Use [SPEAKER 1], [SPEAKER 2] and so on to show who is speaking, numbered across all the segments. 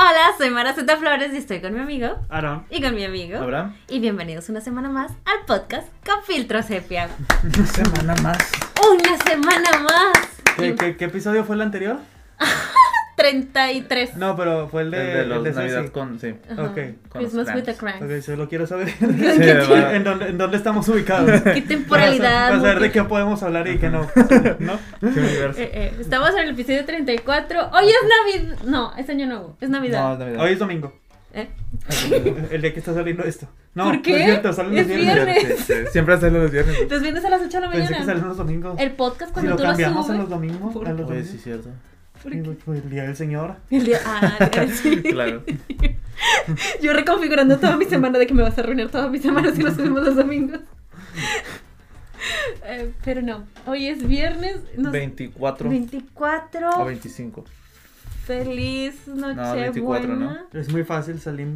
[SPEAKER 1] Hola, soy Mara Zeta Flores y estoy con mi amigo
[SPEAKER 2] Aaron.
[SPEAKER 1] y con mi amigo.
[SPEAKER 2] Abraham.
[SPEAKER 1] Y bienvenidos una semana más al podcast con filtro sepia.
[SPEAKER 3] Una semana más.
[SPEAKER 1] Una semana más.
[SPEAKER 2] ¿Qué, qué, qué episodio fue el anterior?
[SPEAKER 1] 33.
[SPEAKER 2] No, pero fue el de,
[SPEAKER 3] El de los
[SPEAKER 2] el de Ceci.
[SPEAKER 3] Navidad con. Sí.
[SPEAKER 1] Ajá.
[SPEAKER 2] ok,
[SPEAKER 3] con
[SPEAKER 1] Christmas
[SPEAKER 3] los
[SPEAKER 1] with a
[SPEAKER 3] cranks.
[SPEAKER 1] Crank.
[SPEAKER 2] Ok, solo quiero saber
[SPEAKER 3] Sí, va.
[SPEAKER 2] en, dónde, en dónde estamos ubicados.
[SPEAKER 1] ¿Qué temporalidad?
[SPEAKER 2] Para sa- para saber
[SPEAKER 1] multi-
[SPEAKER 2] de qué podemos hablar y qué no. ¿No? ¿Qué universo?
[SPEAKER 1] Eh, eh, estamos en el episodio 34. Hoy es Navidad. No, es Año Nuevo. Es
[SPEAKER 3] No,
[SPEAKER 1] Navidad.
[SPEAKER 3] es Navidad.
[SPEAKER 2] Hoy es domingo.
[SPEAKER 1] Eh,
[SPEAKER 2] El día que está saliendo esto. No,
[SPEAKER 1] ¿Por
[SPEAKER 2] no
[SPEAKER 1] qué?
[SPEAKER 2] es cierto, salen los
[SPEAKER 1] Es
[SPEAKER 2] viernes.
[SPEAKER 1] viernes.
[SPEAKER 3] Sí, sí, Siempre hacerlo los viernes.
[SPEAKER 1] Los viernes a las 8 de la
[SPEAKER 2] Pensé que
[SPEAKER 1] mañana.
[SPEAKER 2] salían los domingos.
[SPEAKER 1] El podcast
[SPEAKER 2] Si
[SPEAKER 1] cuando
[SPEAKER 2] lo
[SPEAKER 1] tú lo
[SPEAKER 2] cambiamos
[SPEAKER 1] subes.
[SPEAKER 2] a los domingos.
[SPEAKER 1] ¿Por
[SPEAKER 2] A los
[SPEAKER 3] Oye,
[SPEAKER 2] domingos.
[SPEAKER 3] Pues sí, cierto.
[SPEAKER 1] ¿Por qué?
[SPEAKER 2] Fue El día del señor.
[SPEAKER 1] El día- ah, sí.
[SPEAKER 3] Claro.
[SPEAKER 1] Yo reconfigurando toda mi semana de que me vas a arruinar toda mi semana si lo subimos los domingos. Eh, pero no, hoy es viernes. nos-
[SPEAKER 3] 24
[SPEAKER 1] 24.
[SPEAKER 3] o 25.
[SPEAKER 1] Feliz noche
[SPEAKER 3] No, 24, ¿no?
[SPEAKER 1] buena.
[SPEAKER 2] Es muy fácil salir.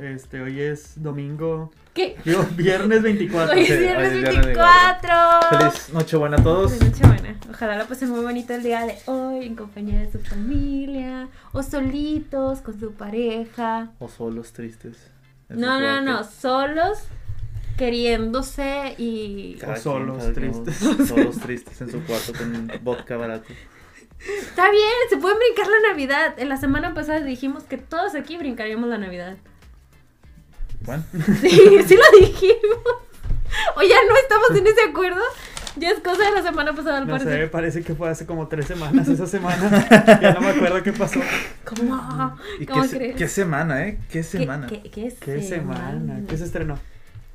[SPEAKER 2] Este, hoy es domingo.
[SPEAKER 1] ¿Qué?
[SPEAKER 2] Digo, viernes 24.
[SPEAKER 1] Hoy es
[SPEAKER 3] sí,
[SPEAKER 1] viernes
[SPEAKER 3] hoy es viernes
[SPEAKER 1] 24.
[SPEAKER 3] Feliz Nochebuena a todos.
[SPEAKER 1] Feliz noche buena. Ojalá la pasen muy bonito el día de hoy en compañía de su familia o solitos con su pareja.
[SPEAKER 3] O solos tristes. en su
[SPEAKER 1] No, no, no,
[SPEAKER 3] cuarto.
[SPEAKER 1] solos queriéndose y
[SPEAKER 3] Cada
[SPEAKER 2] O
[SPEAKER 3] quien,
[SPEAKER 2] solos
[SPEAKER 3] cada quien,
[SPEAKER 2] tristes.
[SPEAKER 3] Solos tristes en su cuarto con vodka barato.
[SPEAKER 1] Está bien, se pueden brincar la Navidad. En la semana pasada dijimos que todos aquí brincaríamos la Navidad.
[SPEAKER 3] Bueno,
[SPEAKER 1] Sí, sí lo dijimos. O ya no estamos en ese acuerdo. Ya es cosa de la semana pasada, al
[SPEAKER 2] No sé,
[SPEAKER 1] parecer.
[SPEAKER 2] parece que fue hace como tres semanas esa semana. ya no me acuerdo qué pasó.
[SPEAKER 1] ¿Cómo?
[SPEAKER 3] ¿y qué,
[SPEAKER 1] ¿Cómo
[SPEAKER 3] se-
[SPEAKER 1] crees?
[SPEAKER 3] qué semana, eh? ¿Qué semana?
[SPEAKER 1] ¿Qué, qué,
[SPEAKER 2] ¿Qué semana? ¿Qué se estrenó?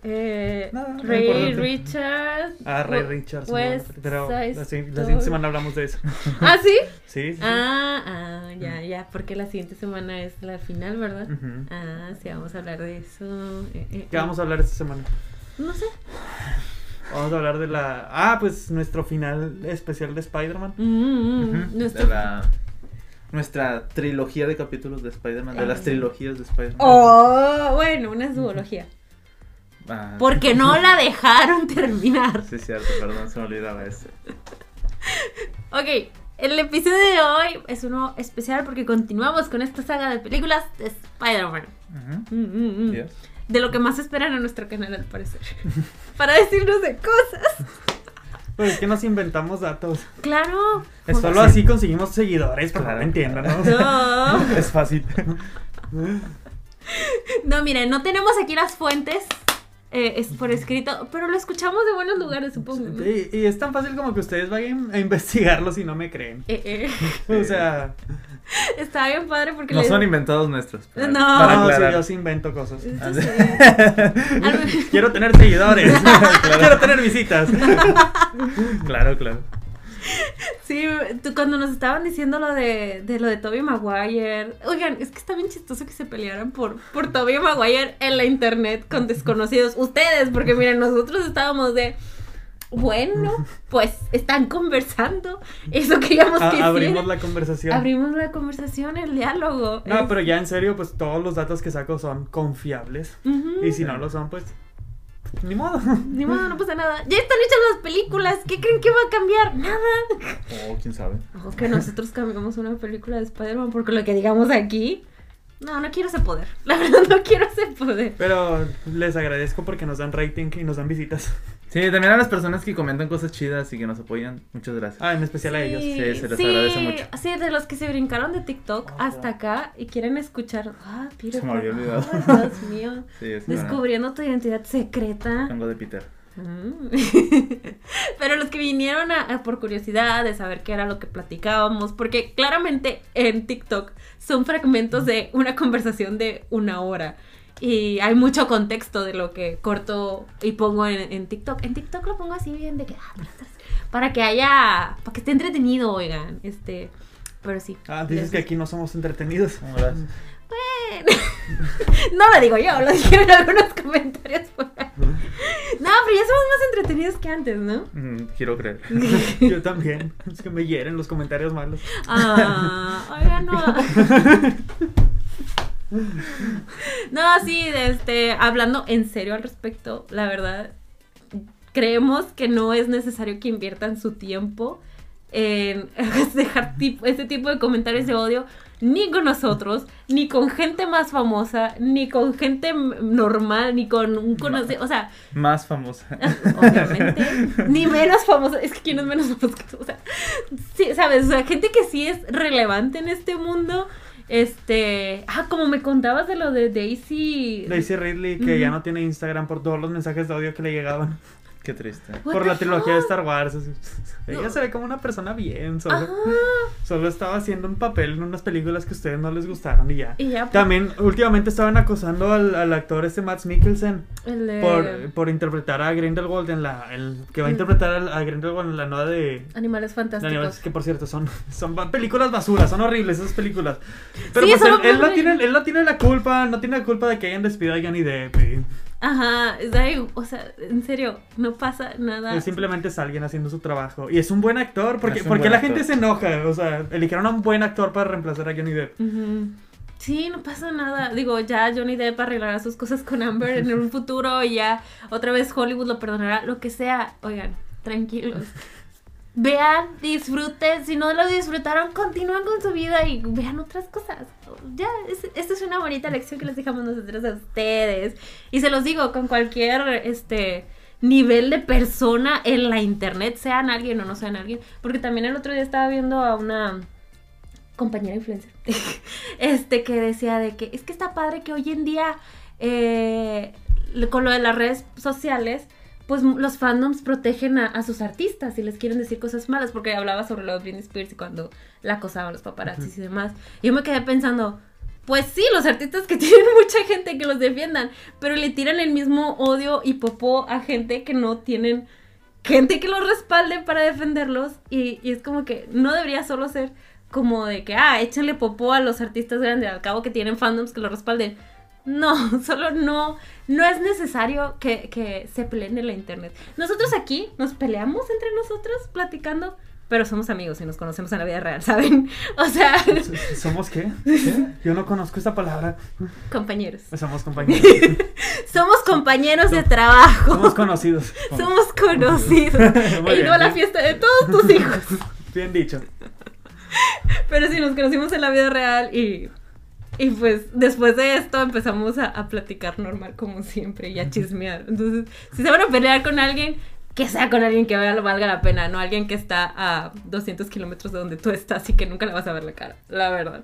[SPEAKER 1] Eh,
[SPEAKER 2] Nada, no
[SPEAKER 1] Ray
[SPEAKER 2] importante.
[SPEAKER 1] Richard.
[SPEAKER 2] Ah, Ray
[SPEAKER 1] Wo-
[SPEAKER 2] Richards.
[SPEAKER 1] West
[SPEAKER 2] no, pero
[SPEAKER 1] Side
[SPEAKER 2] la, si- la
[SPEAKER 1] Story.
[SPEAKER 2] siguiente semana hablamos de eso.
[SPEAKER 1] ¿Ah, sí?
[SPEAKER 2] Sí, sí, sí.
[SPEAKER 1] Ah, ah, ya, ya, porque la siguiente semana es la final, ¿verdad?
[SPEAKER 2] Ujú.
[SPEAKER 1] Ah, sí, vamos a hablar de eso. Eh, eh,
[SPEAKER 2] ¿Qué vamos a hablar esta semana?
[SPEAKER 1] No sé.
[SPEAKER 2] Vamos a hablar de la. Ah, pues nuestro final especial de Spider-Man.
[SPEAKER 1] Mm, mm,
[SPEAKER 3] Ujú,
[SPEAKER 1] nuestro-
[SPEAKER 3] de la- nuestra trilogía de capítulos de Spider-Man, de las
[SPEAKER 1] Ah.
[SPEAKER 3] trilogías de Spider-Man.
[SPEAKER 1] Oh, bueno, una zoología.
[SPEAKER 3] Ah,
[SPEAKER 1] Porque no la dejaron terminar.
[SPEAKER 3] Sí, cierto, perdón, se me olvidaba ese.
[SPEAKER 1] Ok, el episodio de hoy es uno especial porque continuamos con esta saga de películas de Spider-Man.
[SPEAKER 3] Ujú.
[SPEAKER 1] Mm, mm, mm.
[SPEAKER 3] Yes.
[SPEAKER 1] De lo que más esperan a nuestro canal, al parecer. Para decirnos de cosas.
[SPEAKER 2] Pues es que nos inventamos datos.
[SPEAKER 1] Claro.
[SPEAKER 2] Solo
[SPEAKER 3] sí.
[SPEAKER 2] así conseguimos seguidores, claro,
[SPEAKER 3] Claro.
[SPEAKER 2] entiendan, ¿no?
[SPEAKER 1] No.
[SPEAKER 3] Es fácil.
[SPEAKER 1] No, miren, no tenemos aquí las fuentes. eh, es por escrito, pero lo escuchamos de buenos lugares, supongo. ¿no? Eh,
[SPEAKER 2] Y, y es tan fácil como que ustedes vayan a investigarlo si no me creen.
[SPEAKER 1] eh,
[SPEAKER 2] O sea,
[SPEAKER 1] Está bien padre porque
[SPEAKER 3] No
[SPEAKER 1] le-
[SPEAKER 3] son inventados nuestros. para-
[SPEAKER 1] No.
[SPEAKER 3] para
[SPEAKER 2] no, sí,
[SPEAKER 3] aclarar.
[SPEAKER 2] yo sí invento cosas. Ah,
[SPEAKER 1] Esto
[SPEAKER 3] Así-
[SPEAKER 1] sí. Al-
[SPEAKER 2] Quiero tener seguidores. Quiero tener visitas.
[SPEAKER 3] Claro, claro.
[SPEAKER 1] Sí, tú cuando nos estaban diciendo lo de, de lo de Toby Maguire. Oigan, es que está bien chistoso que se pelearan por, por Toby Maguire en la internet con desconocidos. Ustedes, porque miren, nosotros estábamos de. Bueno, pues están conversando. Eso queríamos que
[SPEAKER 2] A- abrimos
[SPEAKER 1] hicieran.
[SPEAKER 2] la conversación.
[SPEAKER 1] Abrimos la conversación, el diálogo.
[SPEAKER 2] no,
[SPEAKER 1] Es-
[SPEAKER 2] pero ya en serio, pues todos los datos que saco son confiables.
[SPEAKER 1] Ujú.
[SPEAKER 2] Y si no lo son, pues ni modo.
[SPEAKER 1] Ni modo, no pasa nada. Ya están hechas las películas. ¿Qué creen que va a cambiar? Nada.
[SPEAKER 3] O Oh, quién sabe.
[SPEAKER 1] Ojo que nosotros cambiamos una película de Spider-Man porque lo que digamos aquí. No, no quiero ese poder. La verdad, no quiero ese poder.
[SPEAKER 2] Pero les agradezco porque nos dan rating y nos dan visitas.
[SPEAKER 3] Sí, también a las personas que comentan cosas chidas y que nos apoyan. Muchas gracias.
[SPEAKER 2] Ah, en especial a ellos.
[SPEAKER 3] Sí, se les agradece mucho.
[SPEAKER 1] Sí, de los que se brincaron de TikTok
[SPEAKER 2] Ajá.
[SPEAKER 1] hasta acá y quieren escuchar. Ah, Peter
[SPEAKER 3] Se me había
[SPEAKER 1] Parker.
[SPEAKER 3] olvidado.
[SPEAKER 1] Ay, Dios mío.
[SPEAKER 3] Sí, es una-
[SPEAKER 1] Descubriendo tu identidad secreta.
[SPEAKER 3] Vengo de Peter.
[SPEAKER 1] Mm. Pero los que vinieron a, a por curiosidad de saber qué era lo que platicábamos, porque claramente en TikTok son fragmentos de una conversación de una hora. Y hay mucho contexto de lo que corto y pongo en, en TikTok. En TikTok lo pongo así bien de que... ah, tras, tras, Para que haya... Para que esté entretenido, oigan. Este... Pero sí.
[SPEAKER 2] Ah, dices que aquí no somos entretenidos.
[SPEAKER 3] Gracias.
[SPEAKER 1] No lo digo yo, lo dijeron algunos comentarios por ahí. No, pero ya somos más entretenidos que antes, ¿no?
[SPEAKER 3] Mm, quiero creer.
[SPEAKER 2] Yo también. Es que me hieren los comentarios malos.
[SPEAKER 1] Ah, oigan, no. No, sí, de este, hablando en serio al respecto, la verdad, creemos que no es necesario que inviertan su tiempo en dejar tip- este tipo de comentarios de odio ni con nosotros, ni con gente más famosa, ni con gente m- normal, ni con un conocido, o sea,
[SPEAKER 3] Más famosa.
[SPEAKER 1] obviamente, ni menos famosa, es que quién es menos famoso que tú, o sea, sí, sabes, o sea, gente que sí es relevante en este mundo, este, ah, como me contabas de lo de Daisy,
[SPEAKER 2] Daisy Ridley, que ya
[SPEAKER 1] Ujú.
[SPEAKER 2] no tiene Instagram por todos los mensajes de odio que le llegaban.
[SPEAKER 3] Qué triste.
[SPEAKER 1] What
[SPEAKER 2] por
[SPEAKER 1] the
[SPEAKER 2] la trilogía de
[SPEAKER 1] fuck?
[SPEAKER 2] Star Wars. así. Ella
[SPEAKER 1] No.
[SPEAKER 2] se ve como una persona bien, solo,
[SPEAKER 1] Ajá,
[SPEAKER 2] solo estaba haciendo un papel en unas películas que a ustedes no les gustaron y ya.
[SPEAKER 1] y ya, pues,
[SPEAKER 2] También últimamente estaban acosando al, al actor este Max Mikkelsen
[SPEAKER 1] el de
[SPEAKER 2] por, por interpretar a Grindelwald en la el, que va a
[SPEAKER 1] Mm.
[SPEAKER 2] interpretar al- a Grindelwald en la nueva de
[SPEAKER 1] Animales
[SPEAKER 2] de
[SPEAKER 1] Fantásticos.
[SPEAKER 2] animales, que por cierto son, son ba- películas basura, son horribles esas películas. Pero
[SPEAKER 1] Sí,
[SPEAKER 2] pues
[SPEAKER 1] son
[SPEAKER 2] él, él no
[SPEAKER 1] horribles.
[SPEAKER 2] tiene, él no tiene la culpa, no tiene la culpa de que hayan despedido a Johnny Depp. y-
[SPEAKER 1] Ajá, es ahí, o sea, en serio, no pasa nada.
[SPEAKER 2] Él simplemente es alguien haciendo su trabajo. Y es un buen actor, porque,
[SPEAKER 3] Es un
[SPEAKER 2] porque
[SPEAKER 3] buen
[SPEAKER 2] la
[SPEAKER 3] actor.
[SPEAKER 2] gente se enoja. O sea, eligieron a un buen actor para reemplazar a Johnny Depp.
[SPEAKER 1] Ujú. Sí, no pasa nada. Digo, ya Johnny Depp arreglará sus cosas con Amber en un futuro y ya otra vez Hollywood lo perdonará, lo que sea. Oigan, tranquilos. Vean, disfruten. Si no lo disfrutaron, continúen con su vida y vean otras cosas. Ya, es- esta es una bonita lección que les dejamos nosotros a ustedes. Y se los digo, con cualquier este nivel de persona en la internet, sean alguien o no sean alguien. Porque también el otro día estaba viendo a una compañera influencer, este que decía de que es que está padre que hoy en día eh, le- con lo de las redes sociales, pues m- los fandoms protegen a, a sus artistas y les quieren decir cosas malas, porque hablaba sobre lo de Britney Spears y cuando la acosaban los paparazzis y demás. Yo me quedé pensando, pues sí, los artistas que tienen mucha gente que los defiendan, pero le tiran el mismo odio y popó a gente que no tienen gente que los respalde para defenderlos y, y es como que no debería solo ser como de que, ah, échenle popó a los artistas grandes, al cabo que tienen fandoms que los respalden. No, solo no, no es necesario que, que se peleen en la internet. Nosotros aquí nos peleamos entre nosotros platicando, pero somos amigos y nos conocemos en la vida real, ¿saben? O sea,
[SPEAKER 2] S- ¿Somos qué? ¿Qué? Yo no conozco esa palabra.
[SPEAKER 1] compañeros.
[SPEAKER 2] Somos compañeros.
[SPEAKER 1] Somos compañeros de trabajo.
[SPEAKER 2] Somos conocidos.
[SPEAKER 1] Somos conocidos.
[SPEAKER 2] Muy
[SPEAKER 1] He ido a la fiesta de todos tus hijos.
[SPEAKER 2] Bien dicho.
[SPEAKER 1] Pero sí, nos conocimos en la vida real y, y pues después de esto empezamos a, a platicar normal como siempre y a chismear. Entonces, si se van a pelear con alguien, que sea con alguien que valga, valga la pena, no alguien que está a 200 kilómetros de donde tú estás y que nunca le vas a ver la cara, la verdad.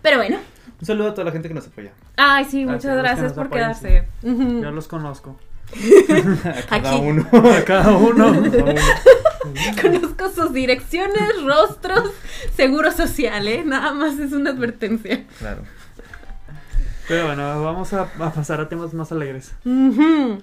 [SPEAKER 1] Pero bueno,
[SPEAKER 3] Un saludo a toda la gente que nos apoya.
[SPEAKER 1] ay sí,
[SPEAKER 2] Gracias,
[SPEAKER 1] muchas
[SPEAKER 2] los que
[SPEAKER 1] gracias
[SPEAKER 2] nos
[SPEAKER 1] por
[SPEAKER 2] apoyan, sí.
[SPEAKER 1] quedarse. Ujú.
[SPEAKER 2] Yo los conozco.
[SPEAKER 3] A cada
[SPEAKER 1] Aquí.
[SPEAKER 3] uno.
[SPEAKER 2] A cada uno.
[SPEAKER 3] A cada uno.
[SPEAKER 1] Conozco sus direcciones, rostros, seguro social, ¿eh? Nada más es una advertencia.
[SPEAKER 3] Claro.
[SPEAKER 2] Pero bueno, vamos a, a pasar a temas más alegres.
[SPEAKER 1] Ujú.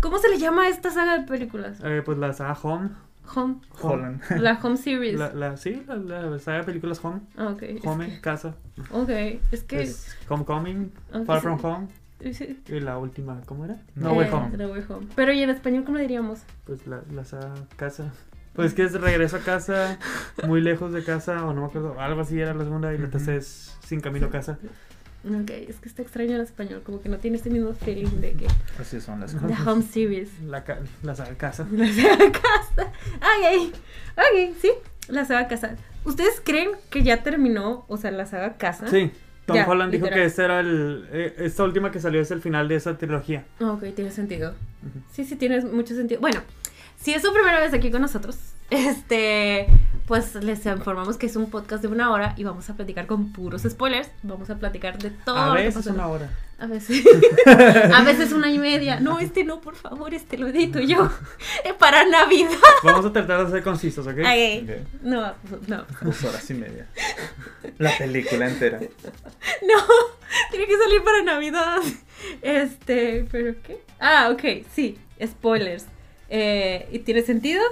[SPEAKER 1] ¿Cómo se le llama a esta saga de películas?
[SPEAKER 2] Eh, pues la saga Home.
[SPEAKER 1] Home.
[SPEAKER 3] Holland.
[SPEAKER 1] La home series.
[SPEAKER 2] La, la- sí, la, la saga de películas Home.
[SPEAKER 1] Ah, ok. Es
[SPEAKER 2] Home,
[SPEAKER 1] que-
[SPEAKER 2] casa.
[SPEAKER 1] ok, es que.
[SPEAKER 3] Es-
[SPEAKER 2] Homecoming.
[SPEAKER 1] Ok,
[SPEAKER 2] Far
[SPEAKER 1] Pues sí.
[SPEAKER 2] From Home.
[SPEAKER 1] sí,
[SPEAKER 2] Y la última, ¿cómo era? No Way
[SPEAKER 1] eh,
[SPEAKER 2] Home.
[SPEAKER 1] No Way Home. Pero, ¿y en español cómo le diríamos?
[SPEAKER 2] Pues la, la saga casa. Pues que es regreso a casa, muy lejos de casa, o no me acuerdo, algo así era la segunda, y la tercera es sin camino a casa.
[SPEAKER 1] Ok, es que está extraño el español, como que no tiene este mismo feeling de que.
[SPEAKER 3] Así son las cosas.
[SPEAKER 1] La home series.
[SPEAKER 2] La, ca- la saga casa.
[SPEAKER 1] La saga casa. Ay, ay. Ok, sí, la saga casa. ¿Ustedes creen que ya terminó, o sea, la saga casa?
[SPEAKER 2] Sí, Tom
[SPEAKER 1] Ya,
[SPEAKER 2] Holland dijo
[SPEAKER 1] literal.
[SPEAKER 2] que esta era el, eh, esta última que salió es el final de esa trilogía.
[SPEAKER 1] Ah, Ok, tiene sentido.
[SPEAKER 2] Ujú.
[SPEAKER 1] Sí, sí, tiene mucho sentido. Bueno, si es su primera vez aquí con nosotros, este, pues les informamos que es un podcast de una hora y vamos a platicar con puros spoilers. Vamos a platicar de todo.
[SPEAKER 2] A
[SPEAKER 1] lo que
[SPEAKER 2] veces
[SPEAKER 1] pasó.
[SPEAKER 2] una hora.
[SPEAKER 1] A veces. a veces una y media. No, este no, por favor, este lo edito yo. Eh, Para Navidad.
[SPEAKER 2] Vamos a tratar de ser concisos, ¿ok?
[SPEAKER 1] Ay,
[SPEAKER 3] Ok.
[SPEAKER 1] No, no.
[SPEAKER 3] Dos horas y media. La película entera.
[SPEAKER 1] No, tiene que salir para Navidad. Este, ¿pero qué? Ah, ok, sí, spoilers. Eh, y tiene sentido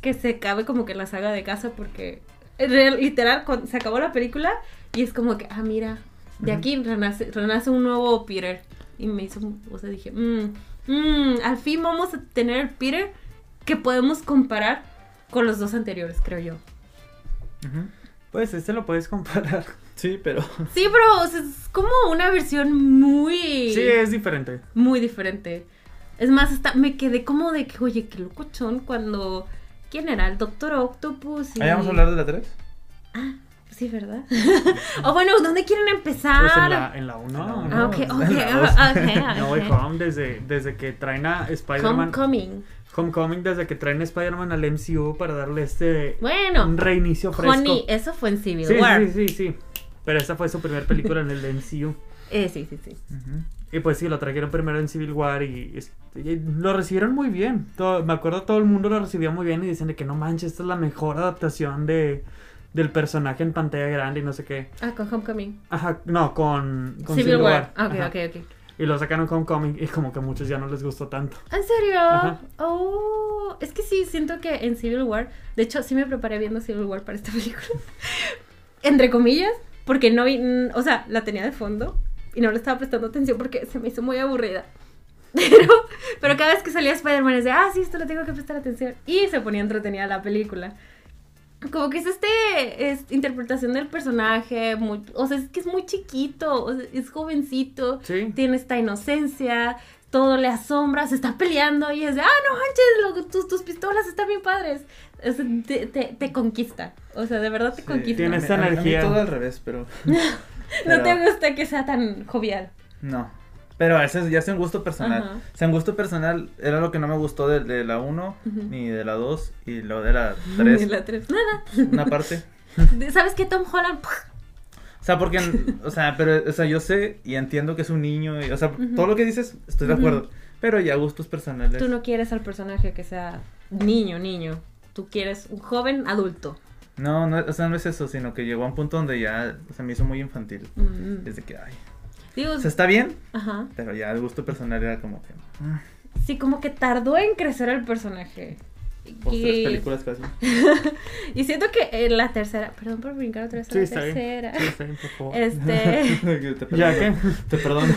[SPEAKER 1] que se acabe como que la saga de casa porque en real- literal cuando se acabó la película y es como que, ah, mira, de
[SPEAKER 2] Ujú.
[SPEAKER 1] aquí renace, renace un nuevo Peter. Y me hizo, o sea, dije, mmm, mmm, al fin vamos a tener el Peter que podemos comparar con los dos anteriores, creo yo.
[SPEAKER 3] Ujú.
[SPEAKER 2] Pues este lo puedes comparar.
[SPEAKER 3] Sí, pero.
[SPEAKER 1] Sí, pero o sea, es como una versión muy...
[SPEAKER 2] Sí, es diferente.
[SPEAKER 1] muy diferente. Es más, hasta me quedé como de que, oye, qué locochón cuando ¿Quién era? ¿El Doctor Octopus?
[SPEAKER 2] Ah,
[SPEAKER 1] y-
[SPEAKER 3] Ahí vamos a hablar de la 3.
[SPEAKER 1] Sí, ¿verdad? o bueno, ¿dónde quieren empezar?
[SPEAKER 2] Pues en la, en la 1.
[SPEAKER 3] Ah,
[SPEAKER 1] Ah,
[SPEAKER 2] ¿no?
[SPEAKER 1] ok, ok,
[SPEAKER 3] En la dos.
[SPEAKER 1] Ah, ok,
[SPEAKER 2] No
[SPEAKER 1] ok.
[SPEAKER 2] Way Home, desde, desde que traen a Spider-Man.
[SPEAKER 1] Homecoming.
[SPEAKER 2] Homecoming, desde que traen a Spider-Man al MCU para darle este.
[SPEAKER 1] Bueno,
[SPEAKER 2] Un reinicio fresco.
[SPEAKER 1] Honey, eso fue en Civil
[SPEAKER 2] sí,
[SPEAKER 1] War.
[SPEAKER 2] sí, sí, sí. Pero esta fue su primera película en el MCU.
[SPEAKER 1] Eh, sí, sí, sí.
[SPEAKER 2] Y pues sí, lo trajeron primero en Civil War y, este, y lo recibieron muy bien. Todo- me acuerdo todo el mundo lo recibía muy bien y dicen de que no manches, esta es la mejor adaptación de, del personaje en pantalla grande y no sé qué.
[SPEAKER 1] Ah, con Homecoming.
[SPEAKER 2] Ajá, no, con, con
[SPEAKER 1] Civil, War. Ah,
[SPEAKER 2] Ajá.
[SPEAKER 1] Ok, ok, ok.
[SPEAKER 2] Y lo sacaron con Homecoming y como que a muchos ya no les gustó tanto.
[SPEAKER 1] ¿En serio?
[SPEAKER 2] Ajá.
[SPEAKER 1] Oh, es que sí, siento que en Civil War, de hecho, sí me preparé viendo Civil War para esta película. Entre comillas, porque no vi, mm, o sea, la tenía de fondo y no le estaba prestando atención porque se me hizo muy aburrida. Pero, pero cada vez que salía Spider-Man es de, ah, sí, esto le tengo que prestar atención. Y se ponía entretenida la película. Como que es este, es interpretación del personaje, muy- o sea, es que es muy chiquito, o sea, es jovencito
[SPEAKER 2] Sí.
[SPEAKER 1] tiene esta inocencia, todo le asombra, se está peleando y es de, ah, no manches, lo- tus, tus pistolas están bien padres. Es- te, te- te conquista, o sea, de verdad te
[SPEAKER 3] Sí,
[SPEAKER 1] conquista.
[SPEAKER 2] tiene
[SPEAKER 3] A
[SPEAKER 2] esa
[SPEAKER 3] mí- a mí
[SPEAKER 2] energía.
[SPEAKER 3] todo al revés, pero.
[SPEAKER 1] No te gusta que sea tan jovial.
[SPEAKER 3] No. Pero ese es- ya es un gusto personal.
[SPEAKER 1] Ajá.
[SPEAKER 3] O sea, un gusto personal era lo que no me gustó de, de la 1,
[SPEAKER 1] Ujú.
[SPEAKER 3] ni de la 2, y lo de la
[SPEAKER 1] Y
[SPEAKER 3] 3,
[SPEAKER 1] la tres, Nada.
[SPEAKER 3] una parte.
[SPEAKER 1] De- ¿Sabes qué? Tom Holland.
[SPEAKER 3] O sea, porque, o sea, pero, o sea, yo sé y entiendo que es un niño, y, o sea,
[SPEAKER 1] Ujú.
[SPEAKER 3] todo lo que dices, estoy de
[SPEAKER 1] Ujú.
[SPEAKER 3] acuerdo. Pero ya gustos personales.
[SPEAKER 1] Tú no quieres al personaje que sea niño, niño. Tú quieres un joven adulto.
[SPEAKER 3] No, no, o sea, no es eso, sino que llegó a un punto donde ya se me hizo muy infantil.
[SPEAKER 1] Mm.
[SPEAKER 3] Desde que, ay.
[SPEAKER 1] Digo,
[SPEAKER 3] O sea, está bien,
[SPEAKER 1] ajá.
[SPEAKER 3] pero ya el gusto personal era como que. mm,
[SPEAKER 1] Sí, como que tardó en crecer el personaje.
[SPEAKER 3] Pues
[SPEAKER 1] Y-
[SPEAKER 3] tres películas casi.
[SPEAKER 1] Y siento que en la tercera, perdón por brincar otra vez a
[SPEAKER 2] Sí,
[SPEAKER 1] la
[SPEAKER 2] está bien.
[SPEAKER 1] tercera.
[SPEAKER 2] Sí, está bien, por favor.
[SPEAKER 1] Este,
[SPEAKER 3] te perdono.
[SPEAKER 2] Ya que.
[SPEAKER 3] Te perdono.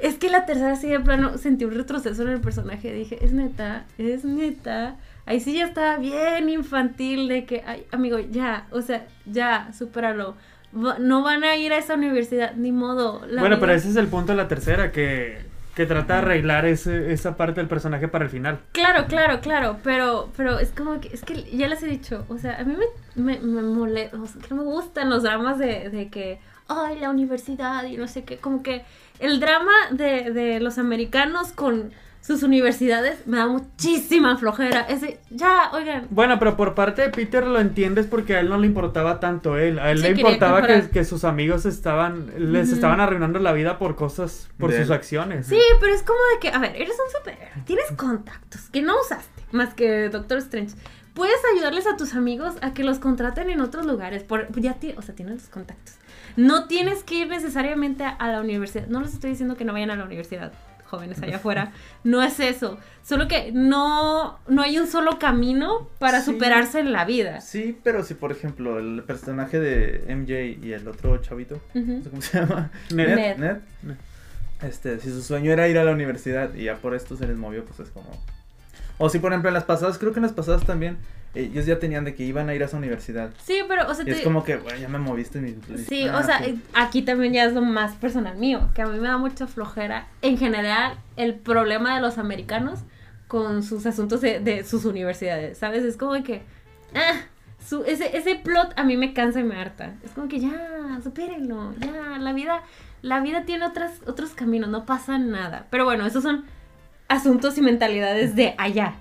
[SPEAKER 1] es que la tercera sí de plano sentí un retroceso en el personaje. Dije, es neta, es neta. Ahí sí ya estaba bien infantil de que, ay, amigo, ya, o sea, ya, supéralo. Va- No van a ir a esa universidad, ni modo. la
[SPEAKER 2] Bueno,
[SPEAKER 1] vida-
[SPEAKER 2] pero ese es el punto de la tercera, que, que trata de arreglar ese- esa parte del personaje para el final.
[SPEAKER 1] Claro, claro, claro, pero, pero es como que, es que ya les he dicho, o sea, a mí me, me, me molesta, que no me gustan los dramas de, de que, ay, la universidad y no sé qué, como que el drama de, de los americanos con sus universidades me da muchísima flojera, ese, ya, oigan,
[SPEAKER 2] Bueno, pero por parte de Peter lo entiendes porque a él no le importaba tanto él. A él
[SPEAKER 1] Sí,
[SPEAKER 2] le
[SPEAKER 1] quería
[SPEAKER 2] importaba que,
[SPEAKER 1] comparar.
[SPEAKER 2] que sus amigos estaban, les
[SPEAKER 1] Ujú.
[SPEAKER 2] estaban arruinando la vida por cosas, por
[SPEAKER 3] De
[SPEAKER 2] sus
[SPEAKER 3] él.
[SPEAKER 2] acciones.
[SPEAKER 1] sí, pero es como de que, a ver, eres un superhéroe, tienes contactos que no usaste, más que Doctor Strange. Puedes ayudarles a tus amigos a que los contraten en otros lugares. Por, ya ti- o sea, tienes los contactos. No tienes que ir necesariamente a, a la universidad. No les estoy diciendo que no vayan a la universidad, jóvenes allá afuera. No es eso. Solo que no, no hay un solo camino para
[SPEAKER 3] Sí.
[SPEAKER 1] superarse en la vida.
[SPEAKER 3] Sí, pero si por ejemplo el personaje de MJ y el otro chavito, no sé
[SPEAKER 1] Ujú.
[SPEAKER 3] ¿cómo se llama?
[SPEAKER 2] Ned.
[SPEAKER 1] Ned.
[SPEAKER 3] Ned. Este, si su sueño era ir a la universidad y ya por esto se les movió, pues es como. O si por ejemplo en las pasadas, creo que en las pasadas también, ellos ya tenían de que iban a ir a esa universidad.
[SPEAKER 1] Sí, pero, o sea, te-
[SPEAKER 3] Y es como que, bueno, ya me moviste mi.
[SPEAKER 1] Sí,
[SPEAKER 3] Ah,
[SPEAKER 1] o sea,
[SPEAKER 3] ok.
[SPEAKER 1] eh, aquí también ya es lo más personal mío, que a mí me da mucha flojera en general el problema de los americanos con sus asuntos de, de sus universidades, ¿sabes? Es como que, ah, su- ese, ese plot a mí me cansa y me harta. Es como que ya, supérenlo, ya, la vida, la vida tiene otras, otros caminos, no pasa nada. Pero bueno, esos son asuntos y mentalidades de allá,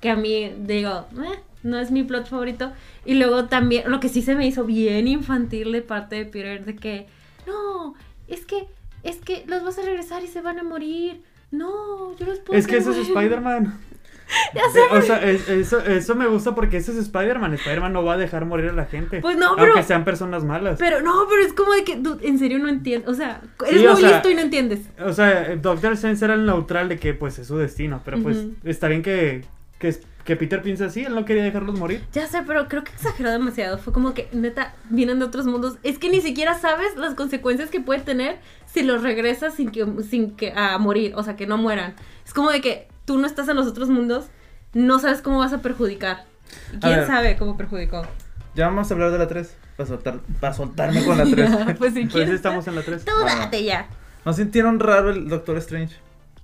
[SPEAKER 1] que a mí digo, "Eh, no es mi plot favorito. Y luego también, lo que sí se me hizo bien infantil de parte de Peter, de que, no, es que, es que los vas a regresar y se van a morir. No, yo los puedo
[SPEAKER 2] Es que eso es
[SPEAKER 1] salvar".
[SPEAKER 2] Spider-Man. Eh, O sea, es- eso, eso me gusta porque eso es Spider-Man. Spider-Man no va a dejar morir a la gente.
[SPEAKER 1] Pues no,
[SPEAKER 2] aunque
[SPEAKER 1] pero-
[SPEAKER 2] sean personas malas.
[SPEAKER 1] Pero no, pero es como de que, dude, en serio no entiendo. O sea, eres
[SPEAKER 2] Sí, o
[SPEAKER 1] muy
[SPEAKER 2] sea,
[SPEAKER 1] listo y no entiendes.
[SPEAKER 2] O sea, Doctor Strange era el neutral de que pues es su destino. Pero pues
[SPEAKER 1] Ujú.
[SPEAKER 2] está bien que, que, que Peter piensa así. Él no quería dejarlos morir.
[SPEAKER 1] Ya sé, pero creo que exageró demasiado. Fue como que, neta, vienen de otros mundos. Es que ni siquiera sabes las consecuencias que puede tener si los regresas sin que, sin que a morir, o sea, que no mueran. Es como de que tú no estás en los otros mundos, no sabes cómo vas a perjudicar. ¿Y
[SPEAKER 3] A
[SPEAKER 1] ¿Quién
[SPEAKER 3] ver.
[SPEAKER 1] sabe cómo perjudicó?
[SPEAKER 3] Ya vamos a hablar de la 3. Para, soltar, para soltarme con la 3.
[SPEAKER 1] pues si
[SPEAKER 2] Pues
[SPEAKER 1] quieres.
[SPEAKER 2] estamos en la 3.
[SPEAKER 1] Tú
[SPEAKER 3] Ah.
[SPEAKER 1] date ya.
[SPEAKER 3] ¿No sintieron raro el Doctor Strange?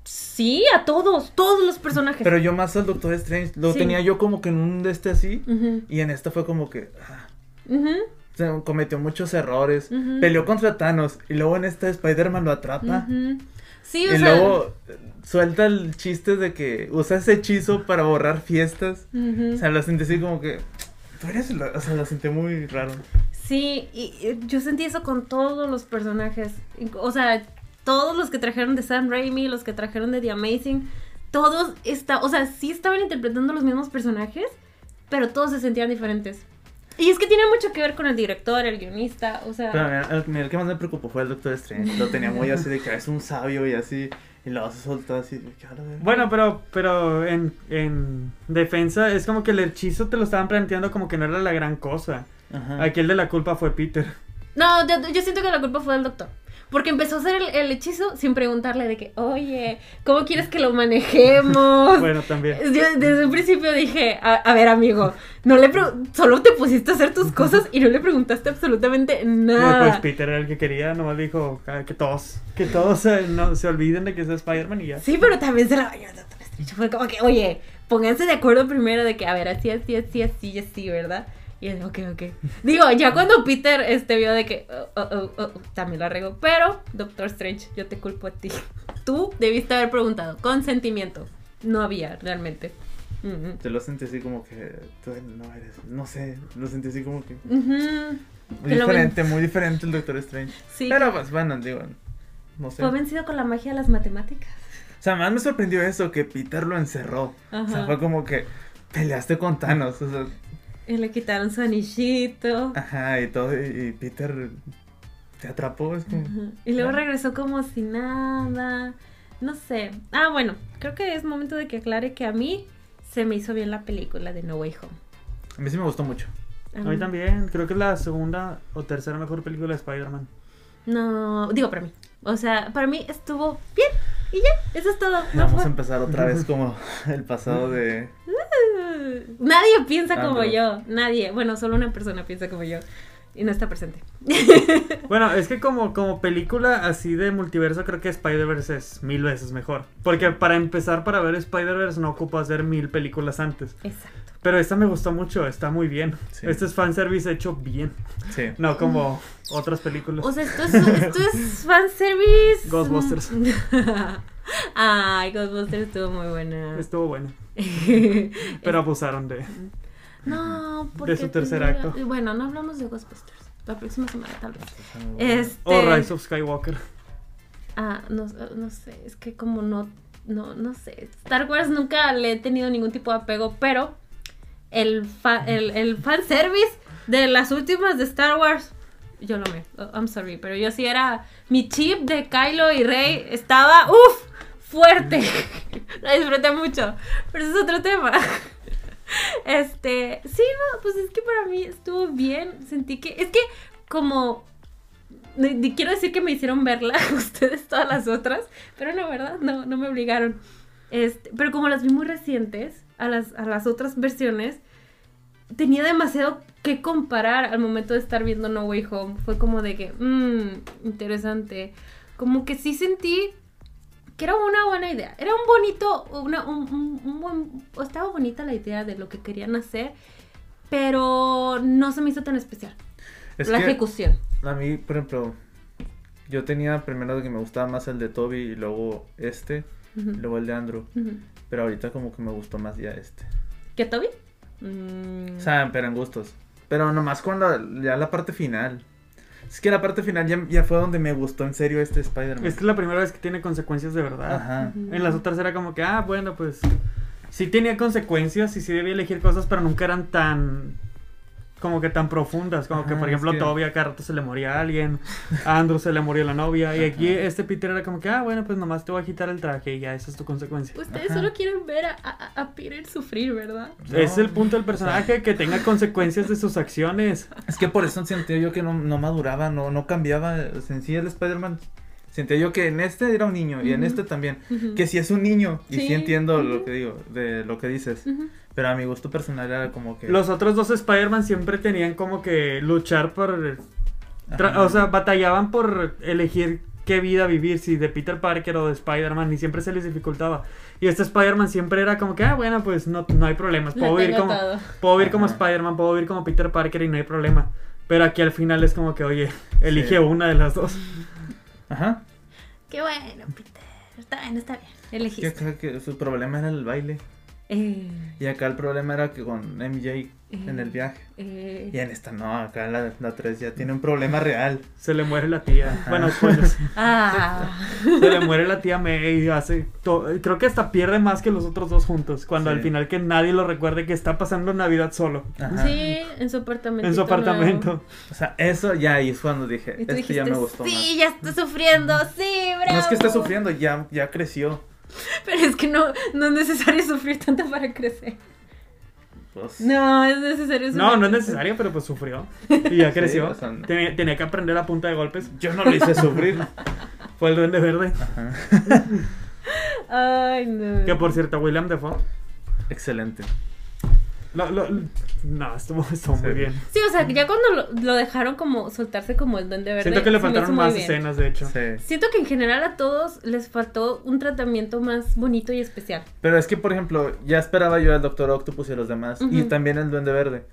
[SPEAKER 1] Sí, a todos, todos los personajes.
[SPEAKER 3] Pero yo más al Doctor Strange lo
[SPEAKER 1] Sí.
[SPEAKER 3] tenía yo como que en un de este así.
[SPEAKER 1] Ujú,
[SPEAKER 3] Y en esta fue como que. ah,
[SPEAKER 1] ujú.
[SPEAKER 3] se cometió muchos errores.
[SPEAKER 1] Ujú.
[SPEAKER 3] Peleó contra Thanos. Y luego en esta Spider-Man lo atrapa.
[SPEAKER 1] Ujú. Sí, o
[SPEAKER 3] Ah.
[SPEAKER 1] sea.
[SPEAKER 3] Y luego eh, suelta el chiste de que usa ese hechizo para borrar fiestas.
[SPEAKER 1] ujú.
[SPEAKER 3] O sea, lo sentí así como que. Tú eres. la-" O sea, lo sentí muy raro.
[SPEAKER 1] Sí, y, y yo sentí eso con todos los personajes. Inc- O sea, todos los que trajeron de Sam Raimi, los que trajeron de The Amazing, todos está, o sea, sí estaban interpretando los mismos personajes, pero todos se sentían diferentes. Y es que tiene mucho que ver con el director, el guionista, o sea,
[SPEAKER 3] Pero a mí- a mí el que más me preocupó fue el Doctor Strange. Lo tenía muy así de que es un sabio y así. Y lo hace soltar así. de que, "A la verga".
[SPEAKER 2] Bueno, pero, pero en, en defensa es como que el hechizo te lo estaban planteando como que no era la gran cosa.
[SPEAKER 3] Ajá.
[SPEAKER 2] Aquí el de la culpa fue Peter.
[SPEAKER 1] no, yo, yo siento que la culpa fue del doctor. Porque empezó a hacer el, el hechizo sin preguntarle de que, oye, ¿cómo quieres que lo manejemos?
[SPEAKER 2] Bueno, también.
[SPEAKER 1] Yo desde un principio dije, a, a ver amigo, no le pregu- solo te pusiste a hacer tus cosas y no le preguntaste absolutamente
[SPEAKER 2] Pues
[SPEAKER 1] nada.
[SPEAKER 2] Peter era el que quería, nomás dijo ah, que todos, que todos eh, no, se olviden de que es Spider-Man y ya.
[SPEAKER 1] Sí, pero también se la bañó el Doctor Strange. Fue como que, oye, pónganse de acuerdo primero de que, a ver, así, así, así, así, así, ¿verdad? Y él, ok, ok. Digo, ya cuando Peter este, vio de que, oh, oh, oh, oh, oh, también la regó. Pero, Doctor Strange, yo te culpo a ti. Tú debiste haber preguntado, consentimiento. No había, realmente. Mm, mm.
[SPEAKER 3] Te lo sentí así como que tú no eres, no sé, lo sentí así como que
[SPEAKER 1] Ujú.
[SPEAKER 3] muy
[SPEAKER 1] Te lo ven-
[SPEAKER 3] diferente, muy diferente el Doctor Strange.
[SPEAKER 1] Sí. Pues,
[SPEAKER 3] Pero pues bueno, digo, no sé.
[SPEAKER 1] Fue vencido con la magia de las matemáticas.
[SPEAKER 3] O sea, más me sorprendió eso, que Peter lo encerró. O sea,
[SPEAKER 1] Ajá.
[SPEAKER 3] fue como que peleaste con Thanos, o sea,
[SPEAKER 1] Y le quitaron su anillito.
[SPEAKER 2] Ah.
[SPEAKER 3] ajá, y todo, y, y Peter te atrapó, es como...
[SPEAKER 1] Ajá. Y luego regresó como si nada. No sé. Ah, bueno, creo que es momento de que aclare que a mí se me hizo bien la película de No Way Home.
[SPEAKER 3] A mí sí me gustó mucho.
[SPEAKER 2] A mí también, creo que es la segunda o tercera mejor película de Spider-Man.
[SPEAKER 1] No, digo para mí. O sea, para mí estuvo bien. Y ya, eso es todo. No pues.
[SPEAKER 3] Vamos
[SPEAKER 1] fue-
[SPEAKER 3] a empezar otra vez como el pasado de...
[SPEAKER 1] Nadie piensa
[SPEAKER 3] Ah,
[SPEAKER 1] como
[SPEAKER 3] no.
[SPEAKER 1] yo. Nadie. Bueno, solo una persona piensa como yo. Y no está presente.
[SPEAKER 2] Bueno, es que como, como película así de multiverso, creo que Spider-Verse es mil veces mejor. Porque para empezar, para ver Spider-Verse no ocupas ver mil películas antes.
[SPEAKER 1] Exacto.
[SPEAKER 2] Pero esta me gustó mucho, está muy bien.
[SPEAKER 3] Sí.
[SPEAKER 2] Este es fanservice hecho bien.
[SPEAKER 3] Sí.
[SPEAKER 2] No como otras películas.
[SPEAKER 1] Mm. O sea, esto es, esto es fanservice.
[SPEAKER 2] Ghostbusters.
[SPEAKER 1] Ay, Ghostbusters estuvo muy buena.
[SPEAKER 2] Estuvo bueno. Pero abusaron de.
[SPEAKER 1] no, porque.
[SPEAKER 2] su tercer
[SPEAKER 1] tendría-
[SPEAKER 2] acto.
[SPEAKER 1] Bueno, no hablamos de Ghostbusters. La próxima semana, tal vez.
[SPEAKER 2] Oh,
[SPEAKER 1] Este.
[SPEAKER 2] O Rise of Skywalker.
[SPEAKER 1] Ah, no, no sé. Es que como no. No, no sé. Star Wars nunca le he tenido ningún tipo de apego, pero. El, fa- el, el fanservice de las últimas de Star Wars. Yo lo amé. Oh, I'm sorry, pero yo sí era. Mi chip de Kylo y Rey estaba. ¡Uf! Fuerte. La disfruté mucho. Pero ese es otro tema. Este. Sí, no, pues es que para mí estuvo bien. Sentí que. Es que, como. ni- ni Quiero decir que me hicieron verla ustedes todas las otras, pero no, ¿verdad? No, no me obligaron. Este, pero como las vi muy recientes, a las, a las otras versiones, tenía demasiado que comparar al momento de estar viendo No Way Home. Fue como de que, mmm, interesante. Como que sí sentí que era una buena idea. Era un bonito, una, un, un- un buen- estaba bonita la idea de lo que querían hacer, pero no se me hizo tan especial.
[SPEAKER 3] Es
[SPEAKER 1] la
[SPEAKER 3] que-
[SPEAKER 1] ejecución.
[SPEAKER 3] A mí, por ejemplo, yo tenía primero que me gustaba más el de Toby y luego este,
[SPEAKER 1] Ujú,
[SPEAKER 3] y luego el de Andrew.
[SPEAKER 1] ujú.
[SPEAKER 3] Pero ahorita como que me gustó más ya este.
[SPEAKER 1] ¿Qué, Toby? Mm,
[SPEAKER 3] O sea, pero en gustos. Pero nomás cuando ya la parte final. Es que la parte final ya, ya fue donde me gustó en serio este Spider-Man.
[SPEAKER 2] Esta es la primera vez que tiene consecuencias de verdad.
[SPEAKER 3] Ajá.
[SPEAKER 1] ujú.
[SPEAKER 2] En las otras era como que, ah, bueno, pues. Sí tenía consecuencias y sí debía elegir cosas, pero nunca eran tan. Como que tan profundas. Como que,
[SPEAKER 3] Ajá,
[SPEAKER 2] por ejemplo,
[SPEAKER 3] es que-
[SPEAKER 2] Toby a cada rato se le moría a alguien. A Andrew se le murió la novia. Y aquí este Peter era como que, ah, bueno, pues nomás te voy a quitar el traje y ya, esa es tu consecuencia.
[SPEAKER 1] Ustedes
[SPEAKER 3] Ajá.
[SPEAKER 1] solo quieren ver a, a, a Peter sufrir, ¿verdad?
[SPEAKER 3] No.
[SPEAKER 2] Es el punto del personaje que tenga consecuencias de sus acciones.
[SPEAKER 3] Es que por eso sentía yo que no, no maduraba, no, no cambiaba. O sea, en sí el Spider-Man. Sentía yo que en este era un niño y en
[SPEAKER 1] Ujú.
[SPEAKER 3] este también.
[SPEAKER 1] Ujú.
[SPEAKER 3] Que si es un niño. Y sí,
[SPEAKER 1] Sí.
[SPEAKER 3] entiendo
[SPEAKER 1] Ujú.
[SPEAKER 3] lo que digo, de lo que dices.
[SPEAKER 1] Ujú.
[SPEAKER 3] Pero a mi gusto personal era como que.
[SPEAKER 2] Los otros dos Spider-Man siempre tenían como que luchar por... tra-
[SPEAKER 3] Ajá.
[SPEAKER 2] O sea, batallaban por elegir qué vida vivir, si de Peter Parker o de Spider-Man, y siempre se les dificultaba. Y este Spider-Man siempre era como que, ah, bueno, pues no, no hay problemas,
[SPEAKER 1] Lo
[SPEAKER 2] puedo vivir
[SPEAKER 1] tengo
[SPEAKER 2] como,
[SPEAKER 1] todo.
[SPEAKER 2] puedo vivir como
[SPEAKER 3] Ajá.
[SPEAKER 2] Spider-Man, puedo vivir como Peter Parker y no hay problema. Pero aquí al final es como que, oye, elige
[SPEAKER 3] Sí.
[SPEAKER 2] una de las dos.
[SPEAKER 3] Ajá.
[SPEAKER 1] Qué bueno, Peter. Está bien, está bien.
[SPEAKER 3] Que
[SPEAKER 1] Elegiste.
[SPEAKER 3] acá que su problema era el baile.
[SPEAKER 1] Eh,
[SPEAKER 3] Y acá el problema era que con MJ en el viaje.
[SPEAKER 1] eh,
[SPEAKER 3] Y en esta no, acá la, la 3 ya tiene un problema real.
[SPEAKER 2] Se le muere la tía. Bueno, spoilers.
[SPEAKER 1] Ah.
[SPEAKER 2] Se le muere la tía May y hace to- creo que hasta pierde más que los otros dos juntos cuando
[SPEAKER 3] Sí.
[SPEAKER 2] al final que nadie lo recuerde que está pasando Navidad solo
[SPEAKER 3] Ajá.
[SPEAKER 1] Sí, en su apartamento.
[SPEAKER 2] en su apartamento.
[SPEAKER 3] O sea, eso ya ahí es cuando dije,
[SPEAKER 1] Y tú
[SPEAKER 3] esto
[SPEAKER 1] dijiste,
[SPEAKER 3] Este ya me gustó
[SPEAKER 1] sí, ya está sufriendo, sí,
[SPEAKER 3] más.
[SPEAKER 1] bravo.
[SPEAKER 3] No es que esté sufriendo, ya, ya creció.
[SPEAKER 1] Pero es que no, no es necesario sufrir tanto para crecer.
[SPEAKER 3] Pues,
[SPEAKER 1] No, es necesario sufrir.
[SPEAKER 2] No, no es
[SPEAKER 1] tanto.
[SPEAKER 2] necesario, pero pues sufrió y ya
[SPEAKER 3] Sí,
[SPEAKER 2] creció.
[SPEAKER 3] o sea, no.
[SPEAKER 2] tenía, tenía que aprender a punta de golpes.
[SPEAKER 3] pues, Yo no lo hice sufrir.
[SPEAKER 2] Fue el duende verde.
[SPEAKER 1] Ay, no.
[SPEAKER 2] Que por cierto, William Defoe.
[SPEAKER 3] Excelente.
[SPEAKER 2] lo- lo- no, estuvo, estuvo muy
[SPEAKER 3] Sí.
[SPEAKER 2] bien.
[SPEAKER 1] Sí, o sea, que ya cuando lo, lo dejaron como soltarse como el duende verde.
[SPEAKER 2] Siento que le
[SPEAKER 1] se me hizo
[SPEAKER 2] faltaron
[SPEAKER 1] muy
[SPEAKER 2] más
[SPEAKER 1] bien.
[SPEAKER 2] escenas, de hecho.
[SPEAKER 3] Sí.
[SPEAKER 1] Siento que en general a todos les faltó un tratamiento más bonito y especial.
[SPEAKER 3] Pero es que, por ejemplo, ya esperaba yo al Doctor Octopus y a los demás. Y
[SPEAKER 1] Ujú.
[SPEAKER 3] también el Duende Verde.